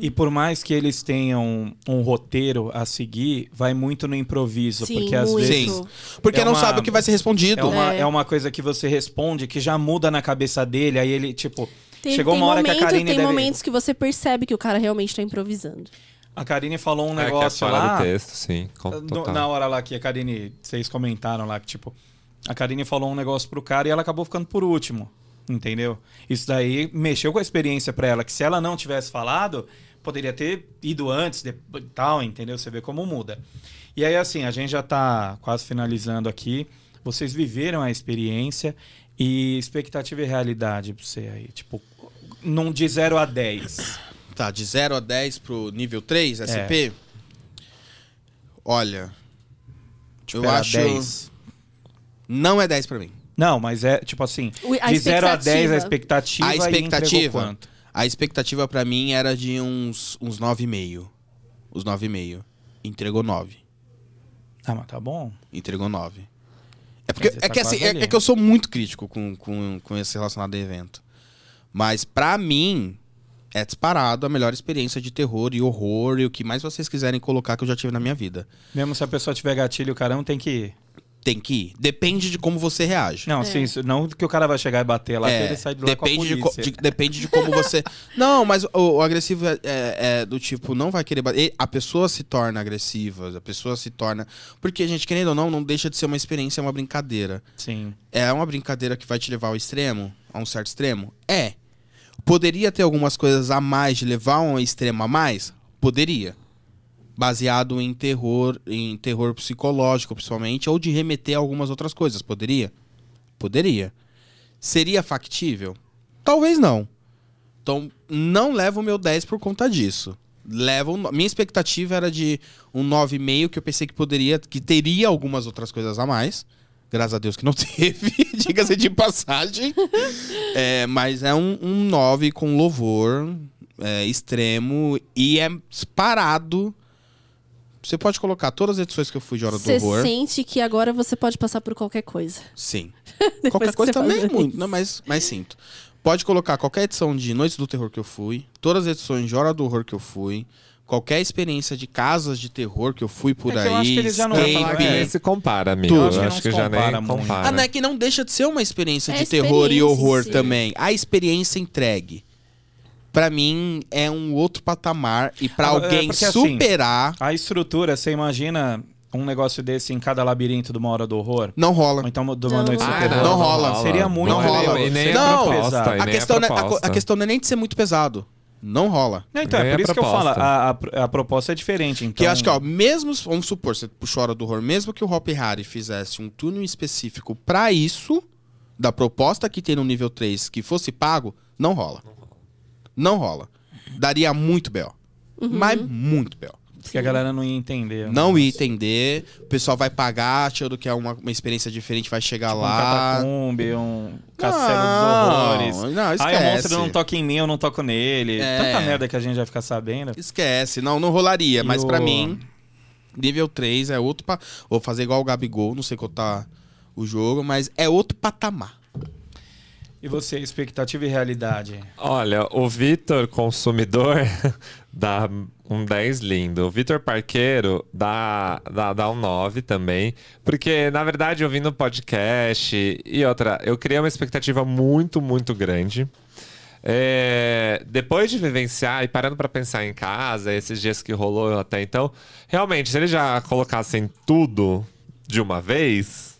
Speaker 1: E por mais que eles tenham um roteiro a seguir, vai muito no improviso,
Speaker 2: Sim,
Speaker 1: porque às
Speaker 2: muito.
Speaker 1: vezes
Speaker 3: Porque
Speaker 1: É
Speaker 3: não
Speaker 1: uma-
Speaker 3: sabe o que vai ser respondido.
Speaker 1: é uma,
Speaker 2: É.
Speaker 1: é uma coisa que você responde que já muda na cabeça dele, aí ele, tipo,
Speaker 2: Tem,
Speaker 1: Chegou
Speaker 2: tem
Speaker 1: uma hora que a
Speaker 2: momento-
Speaker 1: Karine
Speaker 2: Tem
Speaker 1: deve-
Speaker 2: momentos que você percebe que o cara realmente tá improvisando.
Speaker 1: a Karine falou um
Speaker 4: É,
Speaker 1: negócio
Speaker 4: que é fora
Speaker 1: lá.
Speaker 4: do texto, sim. com-
Speaker 1: No-
Speaker 4: Total.
Speaker 1: na hora lá que a Karine, vocês comentaram lá que, tipo, a Karine falou um negócio pro cara e ela acabou ficando por último. Entendeu? Isso daí mexeu com a experiência pra ela, que se ela não tivesse falado, poderia ter ido antes de, e tal, entendeu? Você vê como muda. E aí, assim, a gente já tá quase finalizando aqui. Vocês viveram a experiência e expectativa e realidade pra você aí. Tipo, não de 0 a 10.
Speaker 3: Tá, de 0 a 10 pro nível
Speaker 1: É.
Speaker 3: 3, SP? Olha,
Speaker 1: Tipo,
Speaker 3: eu
Speaker 1: era
Speaker 3: acho.
Speaker 1: 10.
Speaker 3: Não é 10 pra mim.
Speaker 1: Não, mas é tipo assim.
Speaker 2: O- A
Speaker 1: de 0 a 10 a
Speaker 2: expectativa.
Speaker 1: expectativa.
Speaker 3: A
Speaker 1: E entregou
Speaker 3: expectativa?
Speaker 1: quanto?
Speaker 3: A expectativa pra mim era de uns, uns 9,5. Os 9,5. Entregou 9.
Speaker 1: Ah, mas tá bom.
Speaker 3: Entregou 9. É, porque,
Speaker 1: Mas você
Speaker 3: é,
Speaker 1: tá
Speaker 3: que, assim,
Speaker 1: quase
Speaker 3: é,
Speaker 1: ali.
Speaker 3: é que eu sou muito crítico com, com, com esse relacionado a evento. Mas pra mim, é disparado a melhor experiência de terror e horror e o que mais vocês quiserem colocar que eu já tive na minha vida.
Speaker 1: Mesmo se a pessoa tiver gatilho, o carão tem que ir.
Speaker 3: Tem que ir. Depende de como você reage.
Speaker 1: Não, sim, isso- não que o cara vai chegar e bater lá,
Speaker 3: É,
Speaker 1: que ele sai de lá com a
Speaker 3: depende, de co-
Speaker 1: polícia.
Speaker 3: de, depende de como você. não, mas o, o agressivo é, é- é do tipo, não vai querer bater. A pessoa se torna agressiva, a pessoa se torna. Porque, gente, querendo ou não, não deixa de ser uma experiência, é uma brincadeira.
Speaker 1: Sim.
Speaker 3: É uma brincadeira que vai te levar ao extremo, a um certo extremo? É. Poderia ter algumas coisas a mais, de levar a um extremo a mais? Poderia. Baseado em terror, em terror psicológico, principalmente, ou de remeter a algumas outras coisas. Poderia? Poderia. Seria factível? Talvez não. Então, não levo o meu 10 por conta disso. leva um no- Minha expectativa era de um 9,5, que eu pensei que poderia, que teria algumas outras coisas a mais. Graças a Deus que não teve, diga-se de passagem. É, mas é um, um 9 com louvor é, extremo e é parado. Você pode colocar todas as edições que eu fui de Hora do
Speaker 2: Você
Speaker 3: Horror.
Speaker 2: sente que agora você pode passar por qualquer coisa.
Speaker 3: Sim.
Speaker 2: Depois
Speaker 3: Qualquer
Speaker 2: que
Speaker 3: coisa
Speaker 2: você
Speaker 3: também é
Speaker 2: faz
Speaker 3: muito,
Speaker 2: isso.
Speaker 3: né? mas, mas sinto. Pode colocar qualquer edição de Noites do Terror que eu fui, todas as edições de Hora do Horror que eu fui, qualquer experiência de casas de terror que eu fui por
Speaker 1: É que
Speaker 3: aí.
Speaker 1: eu acho que eles já não vão falar
Speaker 3: escape.
Speaker 1: que é.
Speaker 4: nem se compara, amigo.
Speaker 3: Tudo.
Speaker 1: Acho
Speaker 4: Eu acho
Speaker 1: que não
Speaker 4: que já
Speaker 1: se
Speaker 4: nem
Speaker 1: compara muito.
Speaker 4: compara.
Speaker 3: Ah, não, é que não deixa de ser uma experiência
Speaker 2: É
Speaker 3: de terror e
Speaker 2: experiência,
Speaker 3: horror
Speaker 2: sim.
Speaker 3: também. A experiência entregue. Pra mim, é um outro patamar. E
Speaker 1: Ah,
Speaker 3: pra
Speaker 1: é
Speaker 3: alguém
Speaker 1: porque, assim,
Speaker 3: superar,
Speaker 1: A estrutura, você imagina um negócio desse em cada labirinto de uma hora do horror?
Speaker 3: não
Speaker 1: Ou
Speaker 3: rola.
Speaker 1: então de
Speaker 2: Não,
Speaker 1: uma noite
Speaker 2: não
Speaker 1: do
Speaker 2: Ah,
Speaker 1: terror?
Speaker 3: não rola.
Speaker 1: Seria muito
Speaker 4: Não rola. E nem é
Speaker 3: Não.
Speaker 4: proposta. e
Speaker 3: A
Speaker 4: nem é
Speaker 3: questão, não é- a, co-
Speaker 4: proposta.
Speaker 3: a questão não é nem de ser muito pesado. Não rola.
Speaker 1: Não, então, é
Speaker 4: Nem
Speaker 1: por
Speaker 4: a
Speaker 1: isso que eu falo,
Speaker 4: proposta.
Speaker 1: a, a- a proposta é diferente. Então,
Speaker 3: Que eu acho que, ó, mesmo, vamos supor, você puxou a hora do horror, mesmo que o Hop Harry fizesse um túnel específico pra isso, da proposta que tem no nível 3, que fosse pago, não rola. Não rola. Daria muito B.O.
Speaker 2: Uhum.
Speaker 3: Mas muito B.O.
Speaker 1: Porque a galera não ia entender.
Speaker 3: Não ia entender, o pessoal vai pagar achando que é uma, uma experiência diferente, vai chegar
Speaker 1: Um
Speaker 3: lá.
Speaker 1: catacumbe, um
Speaker 3: Não,
Speaker 1: castelo dos horrores.
Speaker 3: Não,
Speaker 1: Aí o monstro
Speaker 3: esquece.
Speaker 1: não toca em mim, eu não toco nele.
Speaker 3: É.
Speaker 1: Tanta merda que a gente vai ficar sabendo.
Speaker 3: Esquece, não, não rolaria.
Speaker 1: E
Speaker 3: mas
Speaker 1: o-
Speaker 3: pra mim, nível 3 é outro. Pa... Vou fazer igual o Gabigol, não sei contar o jogo, mas é outro patamar.
Speaker 1: E você, expectativa e realidade?
Speaker 4: Olha, o Vitor Consumidor dá um 10 lindo. O Vitor Parqueiro dá, dá, dá um 9 também. Porque, na verdade, eu vim no podcast e outra, eu criei uma expectativa muito, muito grande. É, depois de vivenciar e parando pra pensar em casa, esses dias que rolou até então, realmente, se eles já colocassem tudo de uma vez,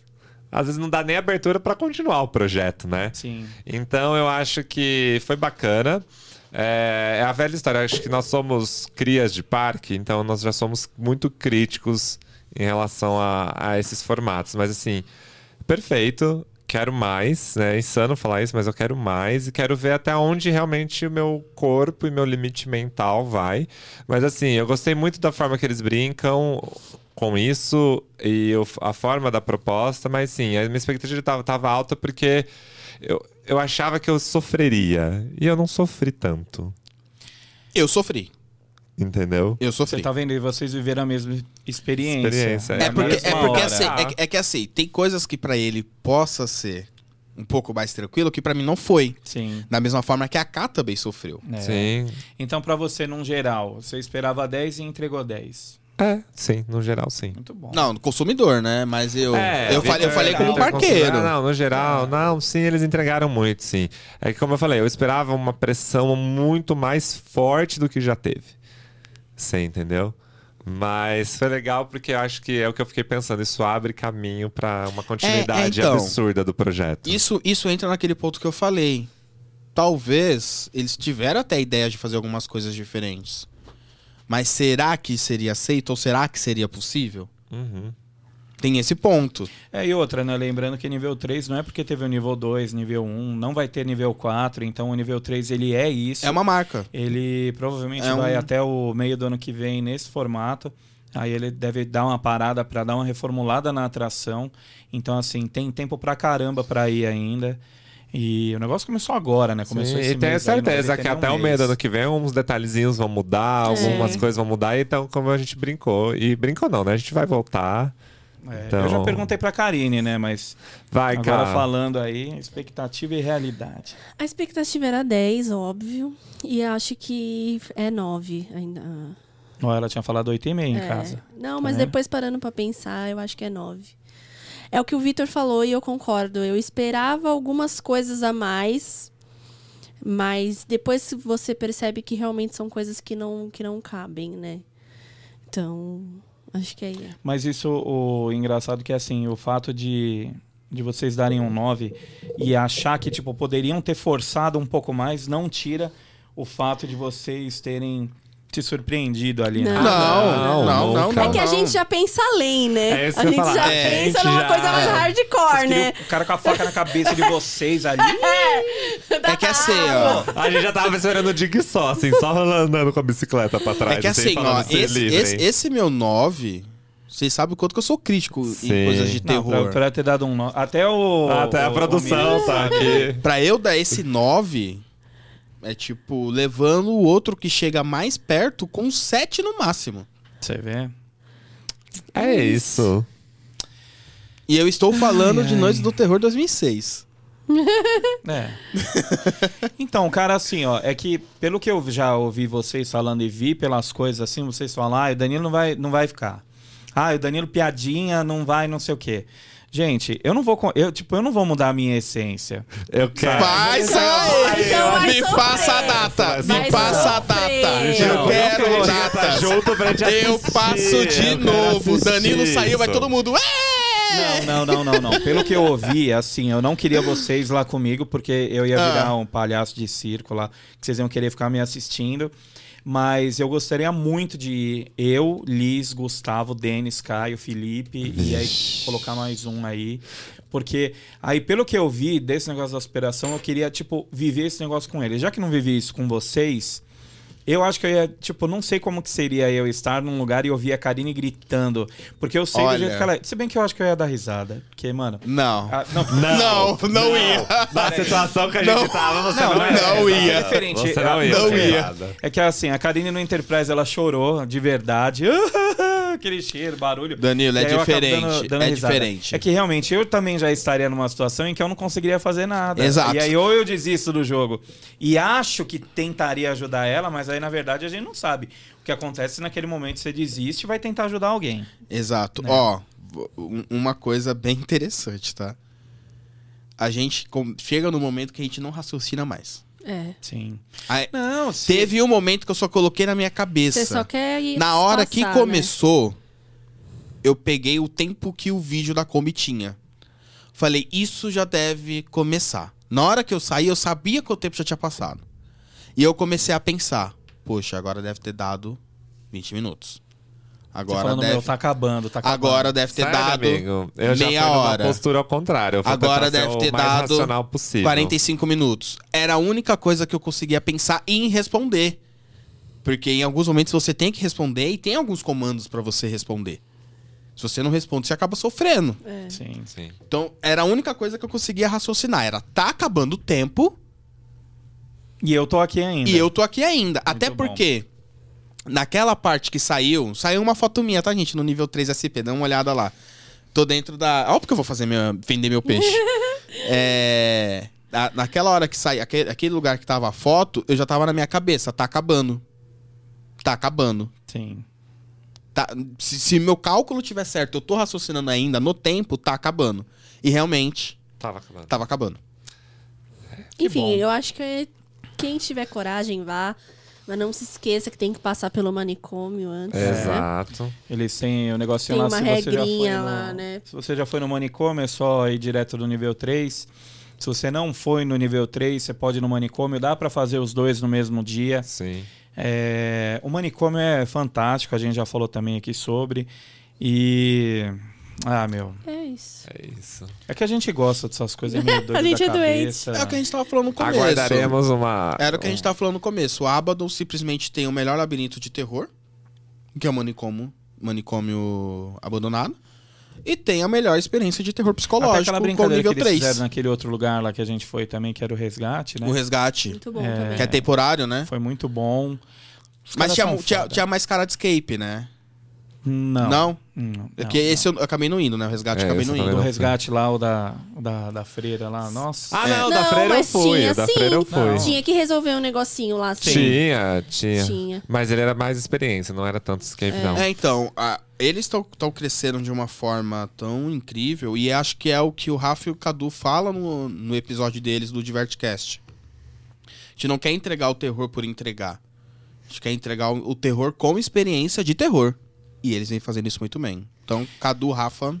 Speaker 4: às vezes não dá nem abertura pra continuar o projeto, né?
Speaker 1: Sim.
Speaker 4: Então eu acho que foi bacana. É, é a velha história, acho que nós somos crias de parque, então nós já somos muito críticos em relação a, a esses formatos. Mas assim, perfeito, quero mais, né? É insano falar isso, mas eu quero mais e quero ver até onde realmente o meu corpo e meu limite mental vai. Mas assim, eu gostei muito da forma que eles brincam com isso e o- a forma da proposta, mas sim, a minha expectativa tava, tava alta porque eu, eu achava que eu sofreria. E eu não sofri tanto.
Speaker 3: Eu sofri.
Speaker 4: Entendeu?
Speaker 3: Eu
Speaker 1: Você
Speaker 3: sofri.
Speaker 1: tá vendo? E vocês viveram a mesma experiência.
Speaker 4: Experiência,
Speaker 1: Na
Speaker 3: É porque, é,
Speaker 1: mesma
Speaker 3: porque
Speaker 1: hora.
Speaker 3: assim, é, que- é que assim, tem coisas que pra ele possa ser um pouco mais tranquilo que pra mim não foi.
Speaker 1: Sim.
Speaker 3: Da mesma forma que a K também sofreu.
Speaker 1: É.
Speaker 4: Sim.
Speaker 1: Então, pra você, num geral, você esperava 10 e entregou 10.
Speaker 4: É, sim, no geral, sim.
Speaker 1: Muito bom.
Speaker 3: Não, no consumidor, né? Mas eu,
Speaker 4: É,
Speaker 3: eu, falei, eu
Speaker 1: Vitor,
Speaker 3: falei como um
Speaker 1: Vitor,
Speaker 3: parqueiro.
Speaker 4: Não, não, no geral, não, sim, eles entregaram muito, sim. É que, como eu falei, eu esperava uma pressão muito mais forte do que já teve. Você entendeu? Mas foi legal porque eu acho que é o que eu fiquei pensando. Isso abre caminho pra uma continuidade
Speaker 3: então.
Speaker 4: absurda do projeto.
Speaker 3: Isso, isso entra naquele ponto que eu falei. Talvez eles tiveram até a ideia de fazer algumas coisas diferentes. Mas será que seria aceito ou será que seria possível?
Speaker 4: Uhum.
Speaker 3: Tem esse ponto.
Speaker 1: É, e outra, né? Lembrando que nível 3 não é porque teve o nível 2, nível 1, não vai ter nível 4, então o nível 3 ele é isso.
Speaker 3: É uma marca.
Speaker 1: Ele provavelmente
Speaker 3: É
Speaker 1: vai
Speaker 3: um-
Speaker 1: até o meio do ano que vem nesse formato. Aí ele deve dar uma parada para dar uma reformulada na atração. Então, assim, tem tempo pra caramba pra ir ainda. E o negócio começou agora, né? Começou
Speaker 4: Sim,
Speaker 1: esse
Speaker 4: e tenho
Speaker 1: mês aí, não
Speaker 4: certeza
Speaker 1: deve
Speaker 4: que
Speaker 1: ter
Speaker 4: até
Speaker 1: nem um
Speaker 4: o meio do
Speaker 1: mês.
Speaker 4: ano que vem uns detalhezinhos vão mudar,
Speaker 3: É.
Speaker 4: algumas coisas vão mudar. Então, como a gente brincou, e brincou não, né? A gente vai voltar.
Speaker 1: É,
Speaker 4: Então-
Speaker 1: Eu já perguntei pra Karine, né? Mas
Speaker 4: Vai,
Speaker 1: agora
Speaker 4: cara.
Speaker 1: falando aí, expectativa e realidade.
Speaker 2: A expectativa era 10, óbvio. E acho que é 9 ainda.
Speaker 1: Ó, ela tinha falado 8,5 em
Speaker 2: É.
Speaker 1: casa.
Speaker 2: Não, mas
Speaker 1: É.
Speaker 2: depois parando pra pensar, eu acho que é 9. É o que o Vitor falou e eu concordo. Eu esperava algumas coisas a mais, mas depois você percebe que realmente são coisas que não, que não cabem, né? Então, acho que é isso.
Speaker 1: Mas isso, o engraçado que é assim, o fato de, de vocês darem um 9 e achar que, tipo, poderiam ter forçado um pouco mais, não tira o fato de vocês terem te surpreendido ali.
Speaker 2: Não.
Speaker 1: Né?
Speaker 3: Não, não,
Speaker 4: não,
Speaker 3: não,
Speaker 4: nunca.
Speaker 2: É que a
Speaker 3: não.
Speaker 2: gente já pensa além, né?
Speaker 4: É isso
Speaker 2: a
Speaker 4: que eu
Speaker 2: gente
Speaker 4: ia falar.
Speaker 2: já
Speaker 3: É,
Speaker 2: pensa
Speaker 1: a gente
Speaker 2: numa
Speaker 1: já-
Speaker 2: coisa mais
Speaker 1: é.
Speaker 2: hardcore,
Speaker 1: Vocês
Speaker 2: né?
Speaker 1: queriam- O cara com a faca na cabeça de vocês ali.
Speaker 3: É que assim, ó.
Speaker 4: A gente já tava esperando o Dig só, assim, só andando com a bicicleta pra trás.
Speaker 3: É que assim, ó,
Speaker 4: falando, "Se
Speaker 3: esse,
Speaker 4: livrem".
Speaker 3: esse- esse meu 9, vocês sabem o quanto que eu sou crítico em
Speaker 4: Sim.
Speaker 3: coisas de
Speaker 1: Não, pra,
Speaker 3: terror.
Speaker 1: pra ter dado um nó. Até o.
Speaker 4: Até a
Speaker 1: o- o
Speaker 4: produção
Speaker 1: menino
Speaker 4: tá
Speaker 1: sabe.
Speaker 4: aqui.
Speaker 3: Pra eu dar esse 9, é tipo, levando o outro que chega mais perto com 7 no máximo.
Speaker 1: Você vê?
Speaker 4: É isso.
Speaker 3: E eu estou falando de
Speaker 1: ai.
Speaker 3: Noites do Terror 2006.
Speaker 1: É. então, cara, assim, ó, é que pelo que eu já ouvi vocês falando e vi pelas coisas assim, vocês falam, ah, o Danilo não vai, não vai ficar. Ah, o Danilo piadinha, não vai, não sei o quê. Gente, eu não vou, com- eu, tipo, eu não vou mudar a minha essência.
Speaker 4: Eu quero.
Speaker 3: Vai sair!
Speaker 2: Então vai
Speaker 3: Me
Speaker 2: sofrer.
Speaker 3: passa a data!
Speaker 4: Vai
Speaker 3: Me passa a
Speaker 2: sofrer.
Speaker 3: data!
Speaker 2: Gente,
Speaker 4: Eu
Speaker 3: Eu quero
Speaker 4: quero
Speaker 3: data!
Speaker 4: junto pra gente
Speaker 3: Eu
Speaker 4: assistir.
Speaker 3: passo de
Speaker 4: Eu quero
Speaker 3: novo!
Speaker 4: assistir
Speaker 3: Danilo saiu, vai
Speaker 4: isso.
Speaker 3: todo mundo. "É!"
Speaker 1: Não, não, não, não, não. Pelo que eu ouvi, assim, eu não queria vocês lá comigo, porque eu ia
Speaker 3: Ah.
Speaker 1: virar um palhaço de circo lá, que vocês iam querer ficar me assistindo. Mas eu gostaria muito de ir. Eu, Liz, Gustavo, Denis, Caio, Felipe, e aí colocar mais um aí. Porque aí, pelo que eu vi desse negócio da aspiração, eu queria, tipo, viver esse negócio com ele. Já que não vivi isso com vocês, eu acho que eu ia, tipo, não sei como que seria eu estar num lugar e ouvir a Karine gritando. Porque eu sei do
Speaker 3: Olha.
Speaker 1: jeito que ela é. Se bem que eu acho que eu ia dar risada. Porque, mano.
Speaker 3: Não.
Speaker 1: a- não,
Speaker 3: Não, não ia.
Speaker 4: Na situação que a gente
Speaker 3: Não.
Speaker 4: tava, você
Speaker 1: Não,
Speaker 4: não, ia.
Speaker 3: não
Speaker 4: exato.
Speaker 3: ia.
Speaker 1: Diferente,
Speaker 4: Você Ah, não ia.
Speaker 3: não
Speaker 4: você
Speaker 3: ia.
Speaker 4: errada.
Speaker 1: É que assim, a Karine no Enterprise ela chorou de verdade. Aquele cheiro, barulho.
Speaker 3: Danilo,
Speaker 1: E
Speaker 3: é
Speaker 1: aí eu acabo
Speaker 3: diferente.
Speaker 1: dando- dando
Speaker 3: é
Speaker 1: risada.
Speaker 3: diferente.
Speaker 1: É que realmente eu também já estaria numa situação em que eu não conseguiria fazer nada.
Speaker 3: Exato.
Speaker 1: E aí ou eu desisto do jogo e acho que tentaria ajudar ela, mas aí na verdade a gente não sabe. O que acontece naquele momento você desiste e vai tentar ajudar alguém.
Speaker 3: Exato.
Speaker 1: Né?
Speaker 3: Ó, vo- um- uma coisa bem interessante, tá? A gente com- chega no momento que a gente não raciocina mais.
Speaker 2: É.
Speaker 1: Sim.
Speaker 3: Aí-
Speaker 1: Não, sim.
Speaker 3: Teve um momento que eu só coloquei na minha
Speaker 2: Você
Speaker 3: cabeça.
Speaker 2: só quer ir
Speaker 3: Na hora
Speaker 2: passar,
Speaker 3: que
Speaker 2: né?
Speaker 3: começou, eu peguei o tempo que o vídeo da Kombi tinha. Falei, isso já deve começar. Na hora que eu saí, eu sabia que o tempo já tinha passado. E eu comecei a pensar, poxa, agora deve ter dado 20 minutos.
Speaker 1: Você
Speaker 3: Agora
Speaker 1: falando,
Speaker 3: deve,
Speaker 1: meu, tá acabando, tá acabando.
Speaker 3: agora deve ter
Speaker 4: Sério,
Speaker 3: dado
Speaker 4: amigo, eu já
Speaker 3: meia
Speaker 4: fui numa
Speaker 3: hora.
Speaker 4: postura ao contrário. Eu fui
Speaker 3: Agora
Speaker 4: tentar ser
Speaker 3: deve
Speaker 4: o
Speaker 3: ter
Speaker 4: mais
Speaker 3: dado
Speaker 4: racional possível.
Speaker 3: 45 minutos. Era a única coisa que eu conseguia pensar em responder. Porque em alguns momentos você tem que responder e tem alguns comandos pra você responder. Se você não responde, você acaba sofrendo.
Speaker 2: É.
Speaker 1: Sim.
Speaker 4: Sim.
Speaker 3: Então, era a única coisa que eu conseguia raciocinar. Era, tá acabando o tempo
Speaker 1: E eu tô aqui ainda.
Speaker 3: e eu tô aqui ainda. Até
Speaker 1: bom.
Speaker 3: porque, naquela parte que saiu, saiu uma foto minha, tá, gente? No nível 3 SP, dá uma olhada lá. Tô dentro da. Ó, porque eu vou fazer minha... vender meu peixe. é. na- naquela hora que saiu, aquele, aquele lugar que tava a foto, eu já tava na minha cabeça, tá acabando. Tá acabando.
Speaker 1: Sim.
Speaker 3: Tá- se, se meu cálculo tiver certo, eu tô raciocinando ainda no tempo, tá acabando. E realmente,
Speaker 4: Tava acabando.
Speaker 3: tava acabando.
Speaker 1: bom.
Speaker 2: Enfim, eu acho que quem tiver coragem vá. Mas não se esqueça que tem que passar pelo manicômio antes.
Speaker 4: É.
Speaker 2: né?
Speaker 4: Exato.
Speaker 1: Eles têm o negocinho
Speaker 2: Tem
Speaker 1: lá,
Speaker 2: uma
Speaker 1: se você já foi
Speaker 2: regrinha
Speaker 1: no,
Speaker 2: lá, né?
Speaker 1: Se você já foi no manicômio, é só ir direto do nível 3. Se você não foi no nível 3, você pode ir no manicômio. Dá pra fazer os dois no mesmo dia.
Speaker 4: Sim.
Speaker 1: É, o manicômio é fantástico, a gente já falou também aqui sobre. E... Ah, meu.
Speaker 2: É isso.
Speaker 4: É isso.
Speaker 1: É que a gente gosta dessas coisas é meio doido
Speaker 2: gente
Speaker 1: da
Speaker 2: é doente.
Speaker 1: cabeça.
Speaker 3: É o que a gente tava falando no começo.
Speaker 4: Aguardaremos
Speaker 1: Ah,
Speaker 4: uma.
Speaker 3: Era o que a gente tava falando no começo. O Abaddon simplesmente tem o melhor labirinto de terror, que é o manicômio, manicômio abandonado, e tem a melhor experiência de terror
Speaker 1: Até
Speaker 3: psicológico
Speaker 1: aquela
Speaker 3: com o
Speaker 1: brincadeira
Speaker 3: nível
Speaker 1: que eles
Speaker 3: 3.
Speaker 1: fizeram naquele outro lugar lá que a gente foi também, que era o resgate, né?
Speaker 3: O resgate,
Speaker 2: Muito bom
Speaker 1: É.
Speaker 2: também.
Speaker 3: que é temporário, né?
Speaker 1: Foi muito bom. Os caras
Speaker 3: Mas tinha, um,
Speaker 1: são
Speaker 3: tinha,
Speaker 1: foda.
Speaker 3: tinha mais cara de escape, né?
Speaker 1: Não.
Speaker 3: Não?
Speaker 1: Não,
Speaker 3: É
Speaker 1: não,
Speaker 3: que esse eu acabei não indo, né? O resgate
Speaker 4: É,
Speaker 3: eu acabei
Speaker 4: esse
Speaker 3: não
Speaker 4: eu
Speaker 3: indo.
Speaker 4: também
Speaker 1: Do
Speaker 4: não
Speaker 1: resgate lá, o da, o da, da freira lá. Nossa.
Speaker 4: Ah,
Speaker 3: É.
Speaker 4: não, da
Speaker 2: Não,
Speaker 4: freira eu
Speaker 2: mas
Speaker 4: fui.
Speaker 2: tinha,
Speaker 4: da
Speaker 2: sim.
Speaker 4: freira eu fui.
Speaker 1: Não.
Speaker 2: Tinha que resolver um negocinho lá. assim.
Speaker 4: Tinha, tinha.
Speaker 2: Tinha.
Speaker 4: Mas ele era mais experiência, não era tanto escape, não.
Speaker 3: É, então, a- eles estão crescendo de uma forma tão incrível e acho que é o que o Rafa e o Cadu falam no, no episódio deles do Divertcast. A gente não quer entregar o terror por entregar. A gente quer entregar o, o terror com experiência de terror. E eles vêm fazendo isso muito bem. Então, Cadu, Rafa,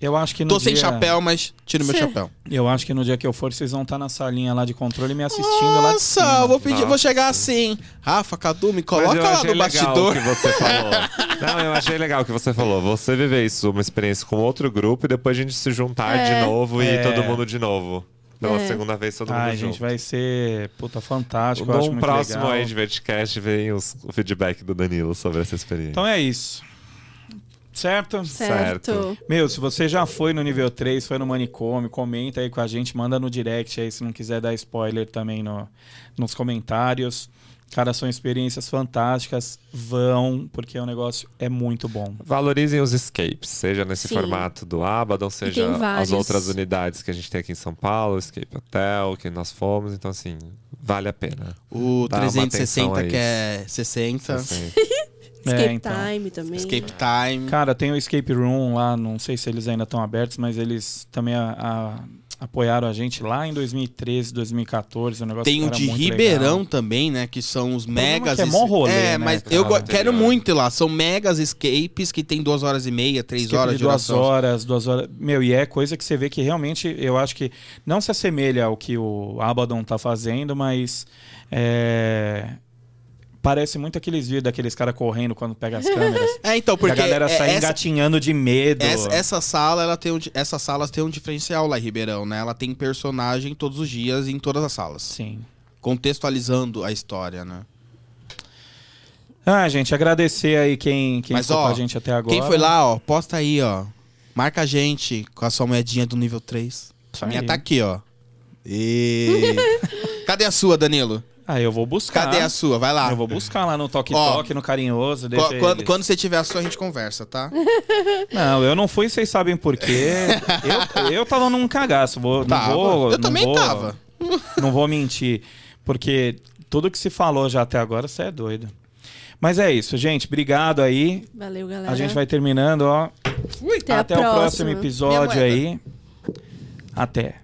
Speaker 1: Eu acho que no
Speaker 3: Tô sem
Speaker 1: dia-
Speaker 3: chapéu, mas tiro meu
Speaker 2: Sim.
Speaker 3: chapéu.
Speaker 1: Eu acho que no dia que eu for, vocês vão estar na salinha lá de controle me assistindo lá de
Speaker 3: Nossa,
Speaker 1: cima.
Speaker 3: eu vou pedir, eu vou
Speaker 4: Nossa.
Speaker 3: chegar assim. Rafa, Cadu, me
Speaker 4: Mas
Speaker 3: coloca
Speaker 4: eu
Speaker 3: lá
Speaker 4: achei
Speaker 3: no
Speaker 4: legal
Speaker 3: bastidor.
Speaker 4: O que você falou. Não, eu achei legal o que você falou. Você viver isso, uma experiência com outro grupo, e depois a gente se juntar
Speaker 2: É.
Speaker 4: de novo e
Speaker 1: É.
Speaker 4: todo mundo de novo. Pela
Speaker 2: É.
Speaker 4: segunda vez, todo mundo
Speaker 1: Ai,
Speaker 4: junto.
Speaker 1: gente, vai ser puta fantástico. Eu acho
Speaker 4: no
Speaker 1: muito
Speaker 4: próximo
Speaker 1: legal.
Speaker 4: aí de Verticast vem os- o feedback do Danilo sobre essa experiência.
Speaker 1: Então é isso. Certo?
Speaker 2: Certo.
Speaker 1: Meu, se você já foi no nível 3, foi no manicômio, comenta aí com a gente, manda no direct aí se não quiser dar spoiler também no, nos comentários. Cara, são experiências fantásticas. Vão, porque o negócio é muito bom.
Speaker 4: Valorizem os escapes, seja nesse
Speaker 2: Sim.
Speaker 4: formato do Abaddon, seja
Speaker 2: tem vários.
Speaker 4: as outras unidades que a gente tem aqui em São Paulo, Escape Hotel, que nós fomos. Então, assim, vale a pena.
Speaker 3: O
Speaker 4: Dá uma
Speaker 3: 360
Speaker 4: atenção a
Speaker 3: que é 60.
Speaker 4: Assim,
Speaker 2: Escape
Speaker 1: É, então.
Speaker 2: time também.
Speaker 3: Escape Time.
Speaker 1: Cara, tem o Escape Room lá, não sei se eles ainda estão abertos, mas eles também a- a- apoiaram a gente lá em 2013, 2014. O negócio
Speaker 3: Tem o
Speaker 1: era
Speaker 3: de
Speaker 1: muito
Speaker 3: Ribeirão
Speaker 1: legal.
Speaker 3: também, né? Que são os
Speaker 1: problema é
Speaker 3: megas.
Speaker 1: que é mó rolê,
Speaker 3: é,
Speaker 1: né,
Speaker 3: mas
Speaker 1: cara?
Speaker 3: eu go-
Speaker 4: Ah,
Speaker 3: quero
Speaker 4: interior.
Speaker 3: muito ir lá. São megas escapes que tem duas horas e meia, três
Speaker 1: Escape
Speaker 3: horas
Speaker 1: de
Speaker 3: de
Speaker 1: duas
Speaker 3: duração.
Speaker 1: horas, duas horas. Meu, e é coisa que você vê que realmente eu acho que não se assemelha ao que o Abaddon tá fazendo, mas é, parece muito aqueles vídeos daqueles caras correndo quando pega as câmeras.
Speaker 3: É, então,
Speaker 1: Porque
Speaker 3: porque
Speaker 1: a galera
Speaker 3: é-
Speaker 1: sai
Speaker 3: essa,
Speaker 1: engatinhando de medo.
Speaker 3: essa, essa sala, ela tem um, di- essas salas têm um diferencial lá em Ribeirão, né? Ela tem personagem todos os dias em todas as salas.
Speaker 1: Sim.
Speaker 3: Contextualizando a história, né?
Speaker 1: Ah, gente, agradecer aí quem, quem
Speaker 3: Mas,
Speaker 1: ficou
Speaker 3: ó,
Speaker 1: com a gente até agora.
Speaker 3: Quem foi lá, ó, posta aí, ó. Marca a gente com a sua moedinha do nível 3.
Speaker 1: Isso
Speaker 3: A minha
Speaker 1: aí.
Speaker 3: tá aqui, ó. E... Cadê a sua, Danilo?
Speaker 1: Ah, eu vou buscar.
Speaker 3: Cadê a sua? Vai lá.
Speaker 1: Eu vou buscar lá no Toque
Speaker 3: Ó,
Speaker 1: Toque, no Carinhoso.
Speaker 3: Qu-
Speaker 1: Deixa
Speaker 3: quando,
Speaker 1: eles.
Speaker 3: quando você tiver a sua, a gente conversa, tá?
Speaker 1: Não, eu não fui, vocês sabem por quê. eu, eu tava num cagaço. Vou,
Speaker 3: Tava.
Speaker 1: Não vou, não
Speaker 3: Eu também
Speaker 1: vou-
Speaker 3: tava.
Speaker 1: Não vou mentir. Porque tudo que se falou já até agora, você é doido. Mas é isso, gente. Obrigado aí.
Speaker 2: Valeu, galera.
Speaker 1: A gente vai terminando, ó.
Speaker 2: Até, a
Speaker 1: o próximo
Speaker 2: próxima.
Speaker 1: episódio
Speaker 3: Minha
Speaker 1: aí. Até.